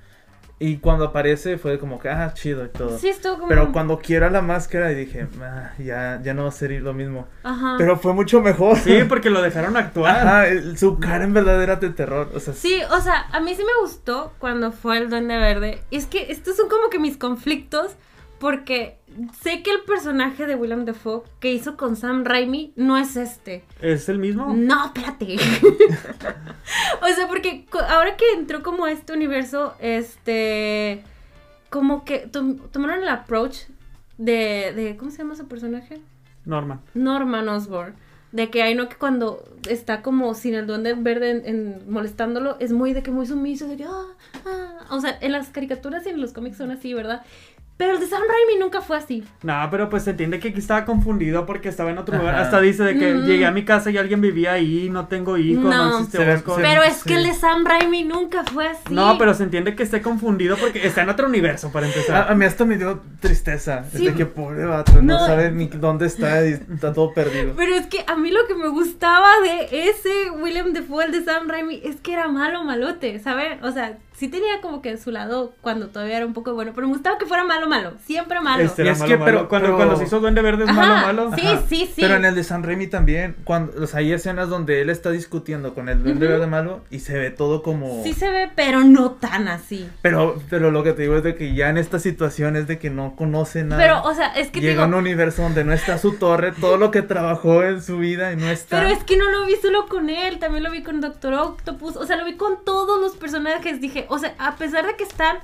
[SPEAKER 3] Y cuando aparece fue como que, ah, chido y todo.
[SPEAKER 1] Sí, estuvo como.
[SPEAKER 3] Pero cuando quiera la máscara y dije, "Ah, ya, ya no va a ser lo mismo.
[SPEAKER 1] Ajá.
[SPEAKER 3] Pero fue mucho mejor.
[SPEAKER 2] Sí, porque lo dejaron actuar.
[SPEAKER 3] Ajá, el- su cara en verdad era de terror. O sea,
[SPEAKER 1] pues, Sí, o sea, a mí sí me gustó cuando fue el Duende Verde. Es que estos son como que mis conflictos porque sé que el personaje de Willem Dafoe que hizo con Sam Raimi no es este.
[SPEAKER 2] ¿Es el mismo?
[SPEAKER 1] No, espérate. o sea, porque co- ahora que entró como a este universo, este, como que tom- tomaron el approach de, de, ¿cómo se llama su personaje?
[SPEAKER 2] Norman.
[SPEAKER 1] Norman Osborn. De que hay no que cuando está como sin el duende verde en, en- molestándolo, es muy de que muy sumiso, de que, "Ah, ah". O sea, en las caricaturas y en los cómics son así, ¿verdad? Pero el de Sam Raimi nunca fue así.
[SPEAKER 2] No, pero pues se entiende que aquí estaba confundido porque estaba en otro lugar.
[SPEAKER 3] Ajá.
[SPEAKER 2] Hasta dice de que
[SPEAKER 1] Mm.
[SPEAKER 2] llegué a mi casa y alguien vivía ahí, no tengo hijos, no,
[SPEAKER 1] No.
[SPEAKER 2] existe
[SPEAKER 3] Se ve-
[SPEAKER 2] Oscorp.
[SPEAKER 3] se ve-
[SPEAKER 1] Pero es que
[SPEAKER 3] sí.
[SPEAKER 1] el de Sam Raimi nunca fue así.
[SPEAKER 2] No, pero se entiende que esté confundido porque está en otro universo para
[SPEAKER 3] a,
[SPEAKER 2] empezar.
[SPEAKER 3] a mí hasta me dio tristeza. Es
[SPEAKER 1] Sí.
[SPEAKER 3] de que pobre vato, no,
[SPEAKER 1] No. Pues,
[SPEAKER 3] sabe ni dónde está y está todo perdido.
[SPEAKER 1] Pero es que a mí lo que me gustaba de ese William Defoe, el de Sam Raimi, es que era malo, malote, ¿sabes? O sea, sí tenía como que su lado cuando todavía era un poco bueno, pero me gustaba que fuera malo, malo, siempre malo.
[SPEAKER 2] Este era
[SPEAKER 3] Y es
[SPEAKER 2] malo,
[SPEAKER 3] que,
[SPEAKER 2] malo.
[SPEAKER 3] pero-
[SPEAKER 2] cuando,
[SPEAKER 3] pero-
[SPEAKER 2] cuando se hizo Duende Verde es malo,
[SPEAKER 1] Ajá,
[SPEAKER 2] malo.
[SPEAKER 1] Sí,
[SPEAKER 3] Ajá.
[SPEAKER 1] sí, sí.
[SPEAKER 3] Pero en el de San Remy también, cuando, o sea, hay escenas donde él está discutiendo con el duende
[SPEAKER 1] Ujú.
[SPEAKER 3] verde malo y se ve todo como...
[SPEAKER 1] Sí se ve, pero no tan así.
[SPEAKER 3] Pero, pero lo que te digo es de que ya en esta situación es de que no conoce nada.
[SPEAKER 1] Pero, o sea, es que te
[SPEAKER 3] Llega a
[SPEAKER 1] digo,
[SPEAKER 3] un universo donde no está su torre, todo lo que trabajó en su vida y no está.
[SPEAKER 1] pero es que no lo vi solo con él, también lo vi con Doctor Octopus, o sea, lo vi con todos los personajes, dije, o sea, a pesar de que están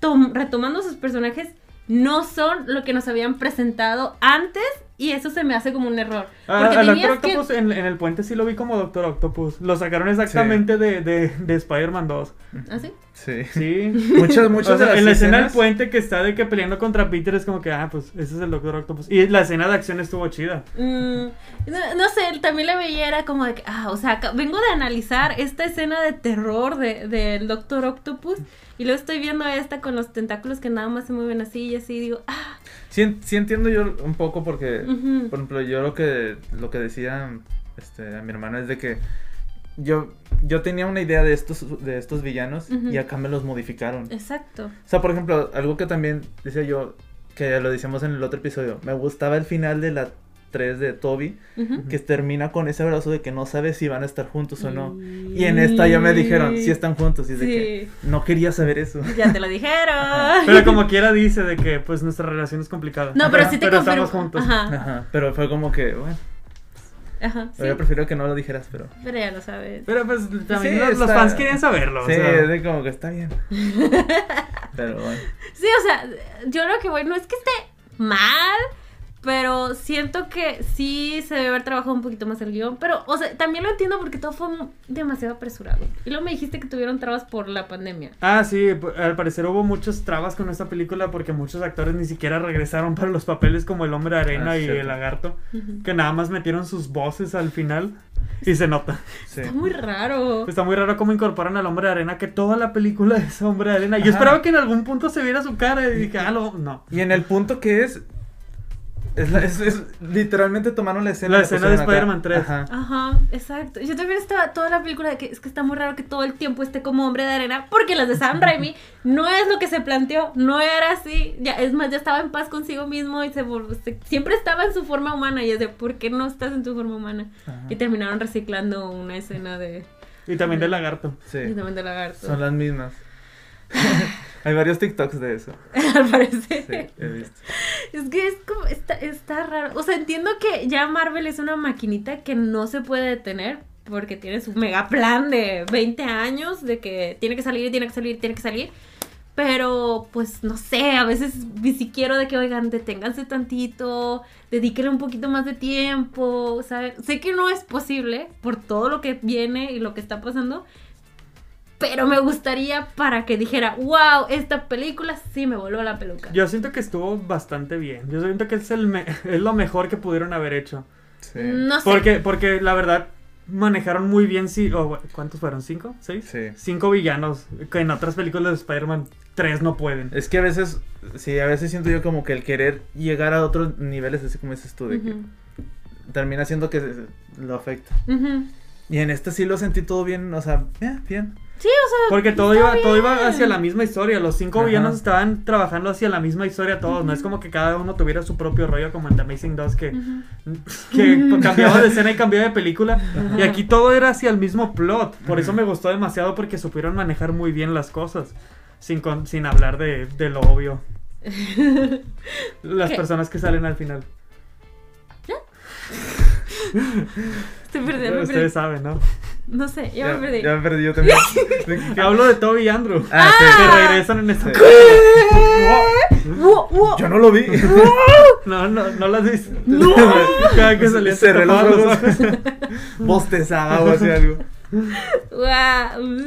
[SPEAKER 1] tom- retomando sus personajes, no son lo que nos habían presentado antes y eso se me hace como un error.
[SPEAKER 2] Ah,
[SPEAKER 1] Porque
[SPEAKER 2] al Doctor
[SPEAKER 1] tenías que...
[SPEAKER 2] Octopus en, en el puente sí lo vi como Doctor Octopus. Lo sacaron exactamente de, de, de Spider-Man 2.
[SPEAKER 1] ¿Ah, sí?
[SPEAKER 3] Sí.
[SPEAKER 2] Sí.
[SPEAKER 3] Muchas, muchas
[SPEAKER 2] O sea,
[SPEAKER 3] de las
[SPEAKER 2] en la escena del
[SPEAKER 3] escenas-
[SPEAKER 2] puente que está de que peleando contra Peter es como que, ah, pues ese es el Doctor Octopus. Y la escena de acción estuvo chida.
[SPEAKER 1] Mm, no, no sé, también la veía era como de que, ah, o sea, acá- vengo de analizar esta escena de terror de- del Doctor Octopus y luego estoy viendo esta con los tentáculos que nada más se mueven así y así digo, ah,
[SPEAKER 3] Sí, en- sí entiendo yo un poco porque,
[SPEAKER 1] ujú.
[SPEAKER 3] por ejemplo, yo lo que, lo que decía este, a mi hermana es de que yo, yo tenía una idea de estos, de estos villanos
[SPEAKER 1] Ujú.
[SPEAKER 3] y acá me los modificaron.
[SPEAKER 1] exacto.
[SPEAKER 3] O sea, por ejemplo, algo que también decía yo, que lo decíamos en el otro episodio, me gustaba el final de la 3 de Toby,
[SPEAKER 1] ujú.
[SPEAKER 3] que termina con ese abrazo de que no sabe si van a estar juntos pues, o no. Y en esta ya me dijeron, sí están juntos, y es de que
[SPEAKER 1] Sí,
[SPEAKER 3] no quería saber eso.
[SPEAKER 1] ya te lo dijeron.
[SPEAKER 2] Pero como quiera dice de que pues nuestra relación es complicada.
[SPEAKER 1] No, pero sí te
[SPEAKER 2] Pero
[SPEAKER 1] confirmo.
[SPEAKER 2] estamos juntos.
[SPEAKER 1] Ajá,
[SPEAKER 3] Ajá, pero fue como que, bueno,
[SPEAKER 1] ajá, Ah. sí,
[SPEAKER 3] yo prefiero que no lo dijeras, pero...
[SPEAKER 1] pero ya lo sabes.
[SPEAKER 2] Pero pues también
[SPEAKER 3] Sí,
[SPEAKER 2] los, los
[SPEAKER 3] está-
[SPEAKER 2] fans querían saberlo. o
[SPEAKER 3] Sí,
[SPEAKER 2] sea.
[SPEAKER 3] es de como que está bien. Pero bueno.
[SPEAKER 1] Sí, o sea, yo lo que voy, no es que esté mal, pero siento que sí se debe haber trabajado un poquito más el guión. Pero, o sea, también lo entiendo porque todo fue demasiado apresurado. Y luego me dijiste que tuvieron trabas por la pandemia.
[SPEAKER 2] Ah, sí, p- al parecer hubo muchas trabas con esta película porque muchos actores ni siquiera regresaron para los papeles como el hombre de arena
[SPEAKER 3] Ah,
[SPEAKER 2] y
[SPEAKER 3] cierto.
[SPEAKER 2] el lagarto,
[SPEAKER 1] Ujú.
[SPEAKER 2] que nada más metieron sus voces al final y se nota.
[SPEAKER 3] Sí.
[SPEAKER 1] Está muy raro.
[SPEAKER 2] Está muy raro cómo incorporan al hombre de arena, que toda la película es hombre de arena. Yo
[SPEAKER 3] Ajá.
[SPEAKER 2] esperaba que en algún punto se viera su cara y dije, ah, lo- no.
[SPEAKER 3] Y en el punto que es, Es, la- es- es- literalmente tomaron la escena.
[SPEAKER 2] La
[SPEAKER 3] y
[SPEAKER 2] escena de
[SPEAKER 3] pusieron acá.
[SPEAKER 2] Spider-Man 3.
[SPEAKER 3] Ajá.
[SPEAKER 1] Ajá, exacto. Yo también estaba toda la película de que es que está muy raro que todo el tiempo esté como hombre de arena, porque las de Sam Raimi no es lo que se planteó, no era así. Ya, es más, ya estaba en paz consigo mismo y se, vol- se- siempre estaba en su forma humana. Y es de, ¿por qué no estás en tu forma humana?
[SPEAKER 3] Ajá.
[SPEAKER 1] Y terminaron reciclando una escena de,
[SPEAKER 2] Y también del lagarto.
[SPEAKER 1] de
[SPEAKER 3] Sí,
[SPEAKER 1] Dame de Lagarto.
[SPEAKER 3] son las mismas. Hay varios TikToks de eso.
[SPEAKER 1] Al parecer.
[SPEAKER 3] Sí, he visto.
[SPEAKER 1] Es que es como, está, está raro. O sea, entiendo que ya Marvel es una maquinita que no se puede detener porque tiene su mega plan de 20 años de que tiene que salir, tiene que salir, tiene que salir. Pero, pues, no sé, a veces ni siquiera de que, oigan, deténganse tantito, dedíquenle un poquito más de tiempo, ¿saben? Sé que no es posible por todo lo que viene y lo que está pasando, pero me gustaría para que dijera, wow, esta película sí me voló la peluca.
[SPEAKER 2] Yo siento que estuvo bastante bien. Yo siento que es, el me- es lo mejor que pudieron haber hecho.
[SPEAKER 3] Sí.
[SPEAKER 1] No sé.
[SPEAKER 2] Porque, porque la verdad manejaron muy bien. Si, o, bueno, ¿Cuántos fueron? ¿Cinco? ¿Seis?
[SPEAKER 3] Sí.
[SPEAKER 2] Cinco villanos. Que en otras películas de Spider-Man, tres no pueden.
[SPEAKER 3] Es que a veces, sí, a veces siento yo como que el querer llegar a otros niveles, así como dices tú, de que
[SPEAKER 1] Ujú.
[SPEAKER 3] termina siendo que se- lo afecta.
[SPEAKER 1] Ujú.
[SPEAKER 3] Y en este sí lo sentí todo bien, o sea, eh, bien.
[SPEAKER 1] Sí, o sea.
[SPEAKER 2] Porque todo
[SPEAKER 1] está
[SPEAKER 2] iba, todo iba
[SPEAKER 1] bien.
[SPEAKER 2] hacia la misma historia. Los cinco
[SPEAKER 3] Ajá.
[SPEAKER 2] villanos estaban trabajando hacia la misma historia todos. No es como que cada uno tuviera su propio rollo como en The Amazing 2 que,
[SPEAKER 1] Ujú.
[SPEAKER 2] que cambiaba de escena y cambiaba de película. Y aquí todo era hacia el mismo plot. Por eso me gustó demasiado porque supieron manejar muy bien las cosas. Sin, con- sin hablar de, de lo obvio. Las
[SPEAKER 1] ¿Qué?
[SPEAKER 2] personas que salen al final.
[SPEAKER 1] Estoy perdida, me perdí.
[SPEAKER 2] Ustedes saben, ¿no?
[SPEAKER 1] No sé, ya, me perdí.
[SPEAKER 3] Ya me perdí yo también. ¿De qué-
[SPEAKER 2] Hablo de Toby y Andrew.
[SPEAKER 3] Ah, sí.
[SPEAKER 2] Que regresan en esta.
[SPEAKER 3] Sí.
[SPEAKER 1] Wow, wow.
[SPEAKER 3] Yo no lo vi.
[SPEAKER 2] No, no, no las viste.
[SPEAKER 1] No.
[SPEAKER 2] Cada que salía
[SPEAKER 3] Cerré los
[SPEAKER 2] tapaban
[SPEAKER 3] ojos.
[SPEAKER 2] ojos.
[SPEAKER 3] Bostezaba o así algo.
[SPEAKER 1] Guau. uh,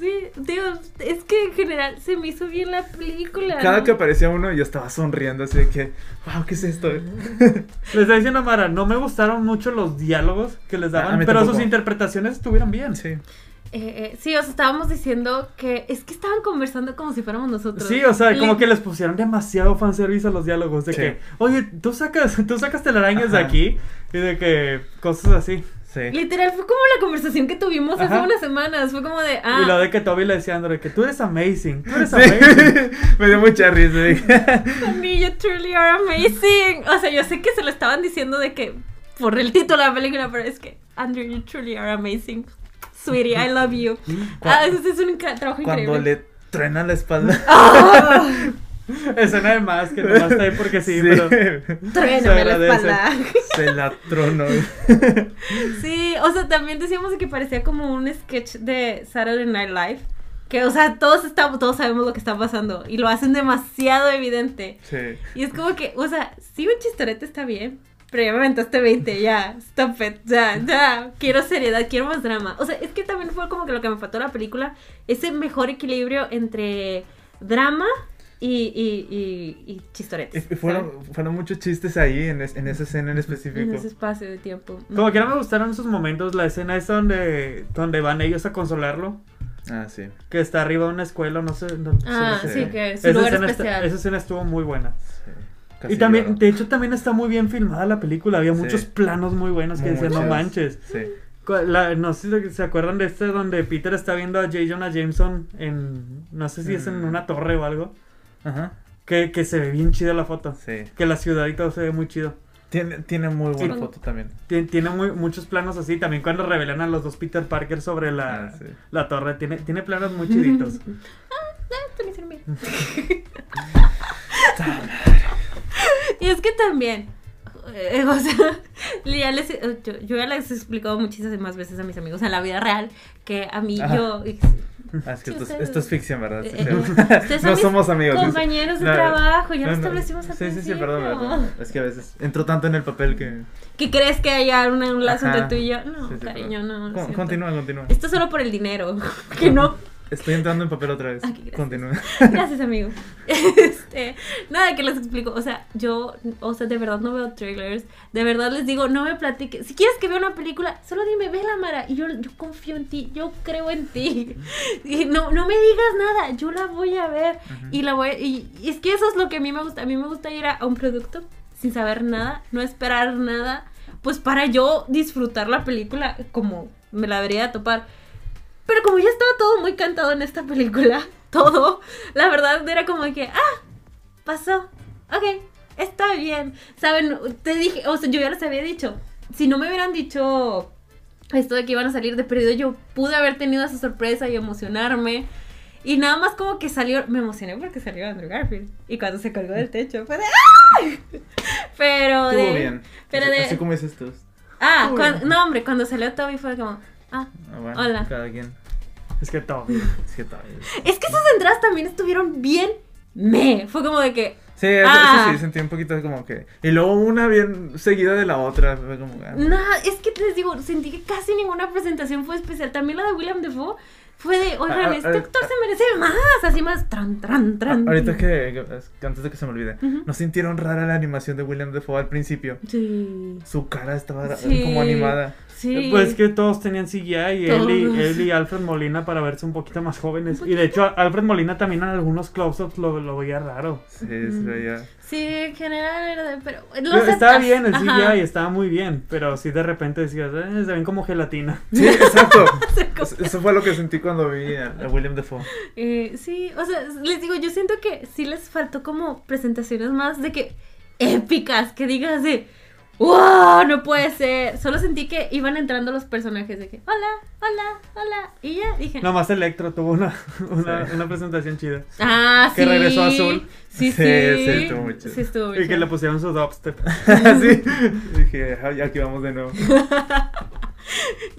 [SPEAKER 1] Sí, Dios, es que en general se me hizo bien la película.
[SPEAKER 3] Cada
[SPEAKER 1] ¿no?
[SPEAKER 3] que aparecía uno yo estaba sonriendo así de que, wow, ¿qué es esto?
[SPEAKER 2] Les está diciendo a Mara, no me gustaron mucho los diálogos que les
[SPEAKER 3] Ah, A
[SPEAKER 2] daban,
[SPEAKER 3] mí
[SPEAKER 2] pero
[SPEAKER 3] tampoco.
[SPEAKER 2] sus interpretaciones estuvieron bien.
[SPEAKER 3] Sí.
[SPEAKER 1] Eh, eh, sí, o sea, estábamos diciendo que es que estaban conversando como si fuéramos nosotros.
[SPEAKER 2] Sí, o sea, como
[SPEAKER 1] Le-
[SPEAKER 2] que les pusieron demasiado fanservice a los diálogos. De
[SPEAKER 3] Sí.
[SPEAKER 2] que, oye, tú sacas, tú sacas telarañas de
[SPEAKER 3] Ajá.
[SPEAKER 2] aquí. Y de que cosas así.
[SPEAKER 3] Sí.
[SPEAKER 1] Literal, fue como la conversación que tuvimos
[SPEAKER 2] Ajá.
[SPEAKER 1] hace unas semanas. Fue como de, ah,
[SPEAKER 2] Y lo de que Toby le decía a Andrew, que tú eres amazing, tú eres
[SPEAKER 3] Sí.
[SPEAKER 2] amazing.
[SPEAKER 3] Me dio mucha risa. dije.
[SPEAKER 1] Honey, you truly are amazing. O sea, yo sé que se lo estaban diciendo de que por el título de la película, pero es que Andrew, you truly are amazing. Sweetie, I love you. Ah, ese es un ca- trabajo
[SPEAKER 3] Cuando
[SPEAKER 1] increíble.
[SPEAKER 3] le truena la espalda.
[SPEAKER 1] ¡Ah!
[SPEAKER 2] Escena de más que nomás está ahí porque sí, pero.
[SPEAKER 1] Truéname la
[SPEAKER 2] agradece.
[SPEAKER 1] espalda.
[SPEAKER 3] Se la tronó.
[SPEAKER 1] Sí, o sea, también decíamos que parecía como un sketch de Saturday Night Live. Que, o sea, todos, estamos, todos sabemos lo que está pasando y lo hacen demasiado evidente.
[SPEAKER 3] Sí.
[SPEAKER 1] Y es como que, o sea, sí un chistorete está bien, pero ya me aventaste 20, ya, stop it, ya, ya, quiero seriedad, quiero más drama. O sea, es que también fue como que lo que me faltó la película, ese mejor equilibrio entre drama y, y, y, y chistoretes.
[SPEAKER 3] Y- y
[SPEAKER 1] ¿sabes?
[SPEAKER 3] Eh, Fueron, fueron muchos chistes ahí en, es- en esa escena en
[SPEAKER 1] En
[SPEAKER 3] específico.
[SPEAKER 1] ese espacio de tiempo.
[SPEAKER 2] Como que no me gustaron esos momentos. La escena es donde, donde van ellos a consolarlo.
[SPEAKER 3] Ah, sí.
[SPEAKER 2] Que está arriba de una escuela, no sé. no-
[SPEAKER 1] Ah,
[SPEAKER 2] se me-
[SPEAKER 1] sí,
[SPEAKER 3] sí.
[SPEAKER 1] que su
[SPEAKER 2] Esa
[SPEAKER 1] lugar
[SPEAKER 2] escena está-
[SPEAKER 1] especial.
[SPEAKER 2] esa escena estuvo muy buena.
[SPEAKER 3] sí. Casi
[SPEAKER 2] Y también,
[SPEAKER 3] lloro.
[SPEAKER 2] de hecho, también está muy bien filmada la película. Había
[SPEAKER 3] Sí.
[SPEAKER 2] muchos planos muy buenos que
[SPEAKER 3] Muy
[SPEAKER 2] decían, no
[SPEAKER 3] chidos.
[SPEAKER 2] manches.
[SPEAKER 3] Sí.
[SPEAKER 2] Cu- la- no sé si se acuerdan de este donde Peter está viendo a J. Jonah Jameson en, no sé si es en
[SPEAKER 3] Mm.
[SPEAKER 2] una torre o algo,
[SPEAKER 3] Ajá.
[SPEAKER 2] que, que se ve bien chida la foto.
[SPEAKER 3] Sí.
[SPEAKER 2] Que la ciudad y todo se ve muy chido.
[SPEAKER 3] Tiene, tiene muy buena
[SPEAKER 1] Sí.
[SPEAKER 3] foto también.
[SPEAKER 2] Tien- tiene muy- muchos planos así. También cuando revelan a los dos Peter Parker sobre la,
[SPEAKER 3] Ah, sí.
[SPEAKER 2] la torre, tiene, tiene planos muy chiditos.
[SPEAKER 1] Tony Sermín. y es que también. eh, O sea, ya les, eh, yo, yo ya les he explicado muchísimas veces a mis amigos en la vida real que a mí
[SPEAKER 3] Ajá.
[SPEAKER 1] yo
[SPEAKER 3] Ah, es
[SPEAKER 1] Sí,
[SPEAKER 3] que esto, es-
[SPEAKER 1] ustedes-
[SPEAKER 3] esto es ficción, ¿verdad? Sí,
[SPEAKER 1] Eh,
[SPEAKER 3] claro.
[SPEAKER 1] eh, ustedes son
[SPEAKER 3] no
[SPEAKER 1] mis
[SPEAKER 3] somos amigos. sí, sí.
[SPEAKER 1] compañeros de
[SPEAKER 3] No,
[SPEAKER 1] trabajo, ya
[SPEAKER 3] no,
[SPEAKER 1] lo
[SPEAKER 3] no.
[SPEAKER 1] establecimos al
[SPEAKER 3] Sí, sí, sí,
[SPEAKER 1] principio.
[SPEAKER 3] perdón, perdón. Es que a veces entro tanto en el papel que.
[SPEAKER 1] que crees que haya un, un lazo
[SPEAKER 3] Ajá.
[SPEAKER 1] entre tú y yo. No,
[SPEAKER 3] Sí, sí,
[SPEAKER 1] cariño,
[SPEAKER 3] perdón.
[SPEAKER 1] no. lo
[SPEAKER 3] Con-
[SPEAKER 1] siento.
[SPEAKER 3] continúa, continúa.
[SPEAKER 1] Esto es solo por el dinero, que no
[SPEAKER 3] Estoy entrando en papel otra vez.
[SPEAKER 1] Ay, qué gracias.
[SPEAKER 3] continúa.
[SPEAKER 1] Gracias, amigo. Este, nada, que les explico. O sea, yo, o sea, de verdad no veo trailers. De verdad les digo, no me platiques. Si quieres que vea una película, solo dime, ve la Mara. Y yo, yo confío en ti, yo creo en ti. Y no, no me digas nada, yo la voy a ver. Y la voy y, y es que eso es lo que a mí me gusta. A mí me gusta ir a, a un producto. sin saber nada, no esperar nada, pues para yo disfrutar la película como me la debería de topar. Pero como ya estaba todo muy cantado en esta película, todo, la verdad era como que, ah, pasó, ok, está bien. Saben, te dije, o sea, yo ya les había dicho, si no me hubieran dicho esto de que iban a salir de perdido, yo pude haber tenido esa sorpresa y emocionarme. Y nada más como que salió, me emocioné porque salió Andrew Garfield. Y cuando se colgó del techo fue de ¡ah! Pero de...
[SPEAKER 3] Estuvo bien.
[SPEAKER 1] pero
[SPEAKER 3] así,
[SPEAKER 1] de-
[SPEAKER 3] así como dices tú.
[SPEAKER 1] Ah,
[SPEAKER 3] Estuvo
[SPEAKER 1] cuan-
[SPEAKER 3] bien.
[SPEAKER 1] no hombre, cuando salió Toby fue como, ah.
[SPEAKER 3] Ah, bueno,
[SPEAKER 1] Hola.
[SPEAKER 3] Cada quien.
[SPEAKER 2] Es que todo.
[SPEAKER 3] Es que todavía-
[SPEAKER 1] Es que esas entradas también estuvieron bien me. Fue como de que,
[SPEAKER 3] Sí, eso-
[SPEAKER 1] Ah.
[SPEAKER 3] eso sí, sentí un poquito como que. Y luego una bien seguida de la otra. Fue como. ah,
[SPEAKER 1] nada, es que les digo, sentí que casi ninguna presentación fue especial. También la de William Defoe fue de,
[SPEAKER 3] Ah,
[SPEAKER 1] oigan,
[SPEAKER 3] ah,
[SPEAKER 1] este
[SPEAKER 3] ah,
[SPEAKER 1] actor se merece más, así más tran, tran, tran.
[SPEAKER 3] Ah, Ahorita que, que- antes de que se me olvide,
[SPEAKER 1] Ujú.
[SPEAKER 3] ¿no sintieron rara la animación de William Defoe al principio?
[SPEAKER 1] Sí.
[SPEAKER 3] Su cara estaba ra-
[SPEAKER 1] Sí.
[SPEAKER 3] como animada.
[SPEAKER 1] Sí.
[SPEAKER 2] Pues que todos tenían CGI y él,
[SPEAKER 1] Todos.
[SPEAKER 2] y él y Alfred Molina para verse un poquito más jóvenes. Y de hecho, Alfred Molina también en algunos close-ups lo, lo veía raro.
[SPEAKER 3] Sí,
[SPEAKER 1] Ujú.
[SPEAKER 3] se veía.
[SPEAKER 1] Sí, en general era de, pero los
[SPEAKER 2] Pero estaba
[SPEAKER 1] atas-
[SPEAKER 2] bien el CGI,
[SPEAKER 1] ajá.
[SPEAKER 2] estaba muy bien, pero sí de repente decías, "Eh, se ven como gelatina.
[SPEAKER 3] Sí, exacto.
[SPEAKER 1] Se co-
[SPEAKER 3] Es- Eso fue lo que sentí cuando vi a, a William Defoe.
[SPEAKER 1] Eh, sí, o sea, les digo, yo siento que sí les faltó como presentaciones más de que épicas, que digas de wow, no puede ser. Solo sentí que iban entrando los personajes de que hola, hola, hola y ya dije.
[SPEAKER 2] Nomás Electro tuvo una, una,
[SPEAKER 3] Sí.
[SPEAKER 2] una presentación chida.
[SPEAKER 1] Ah, sí.
[SPEAKER 3] Que regresó azul.
[SPEAKER 1] Sí, sí.
[SPEAKER 3] Sí, sí, estuvo muy chido.
[SPEAKER 1] Sí, estuvo muy
[SPEAKER 2] Y que
[SPEAKER 1] chido.
[SPEAKER 2] le pusieron su dubstep.
[SPEAKER 3] sí. Dije, "Ay, aquí vamos de nuevo.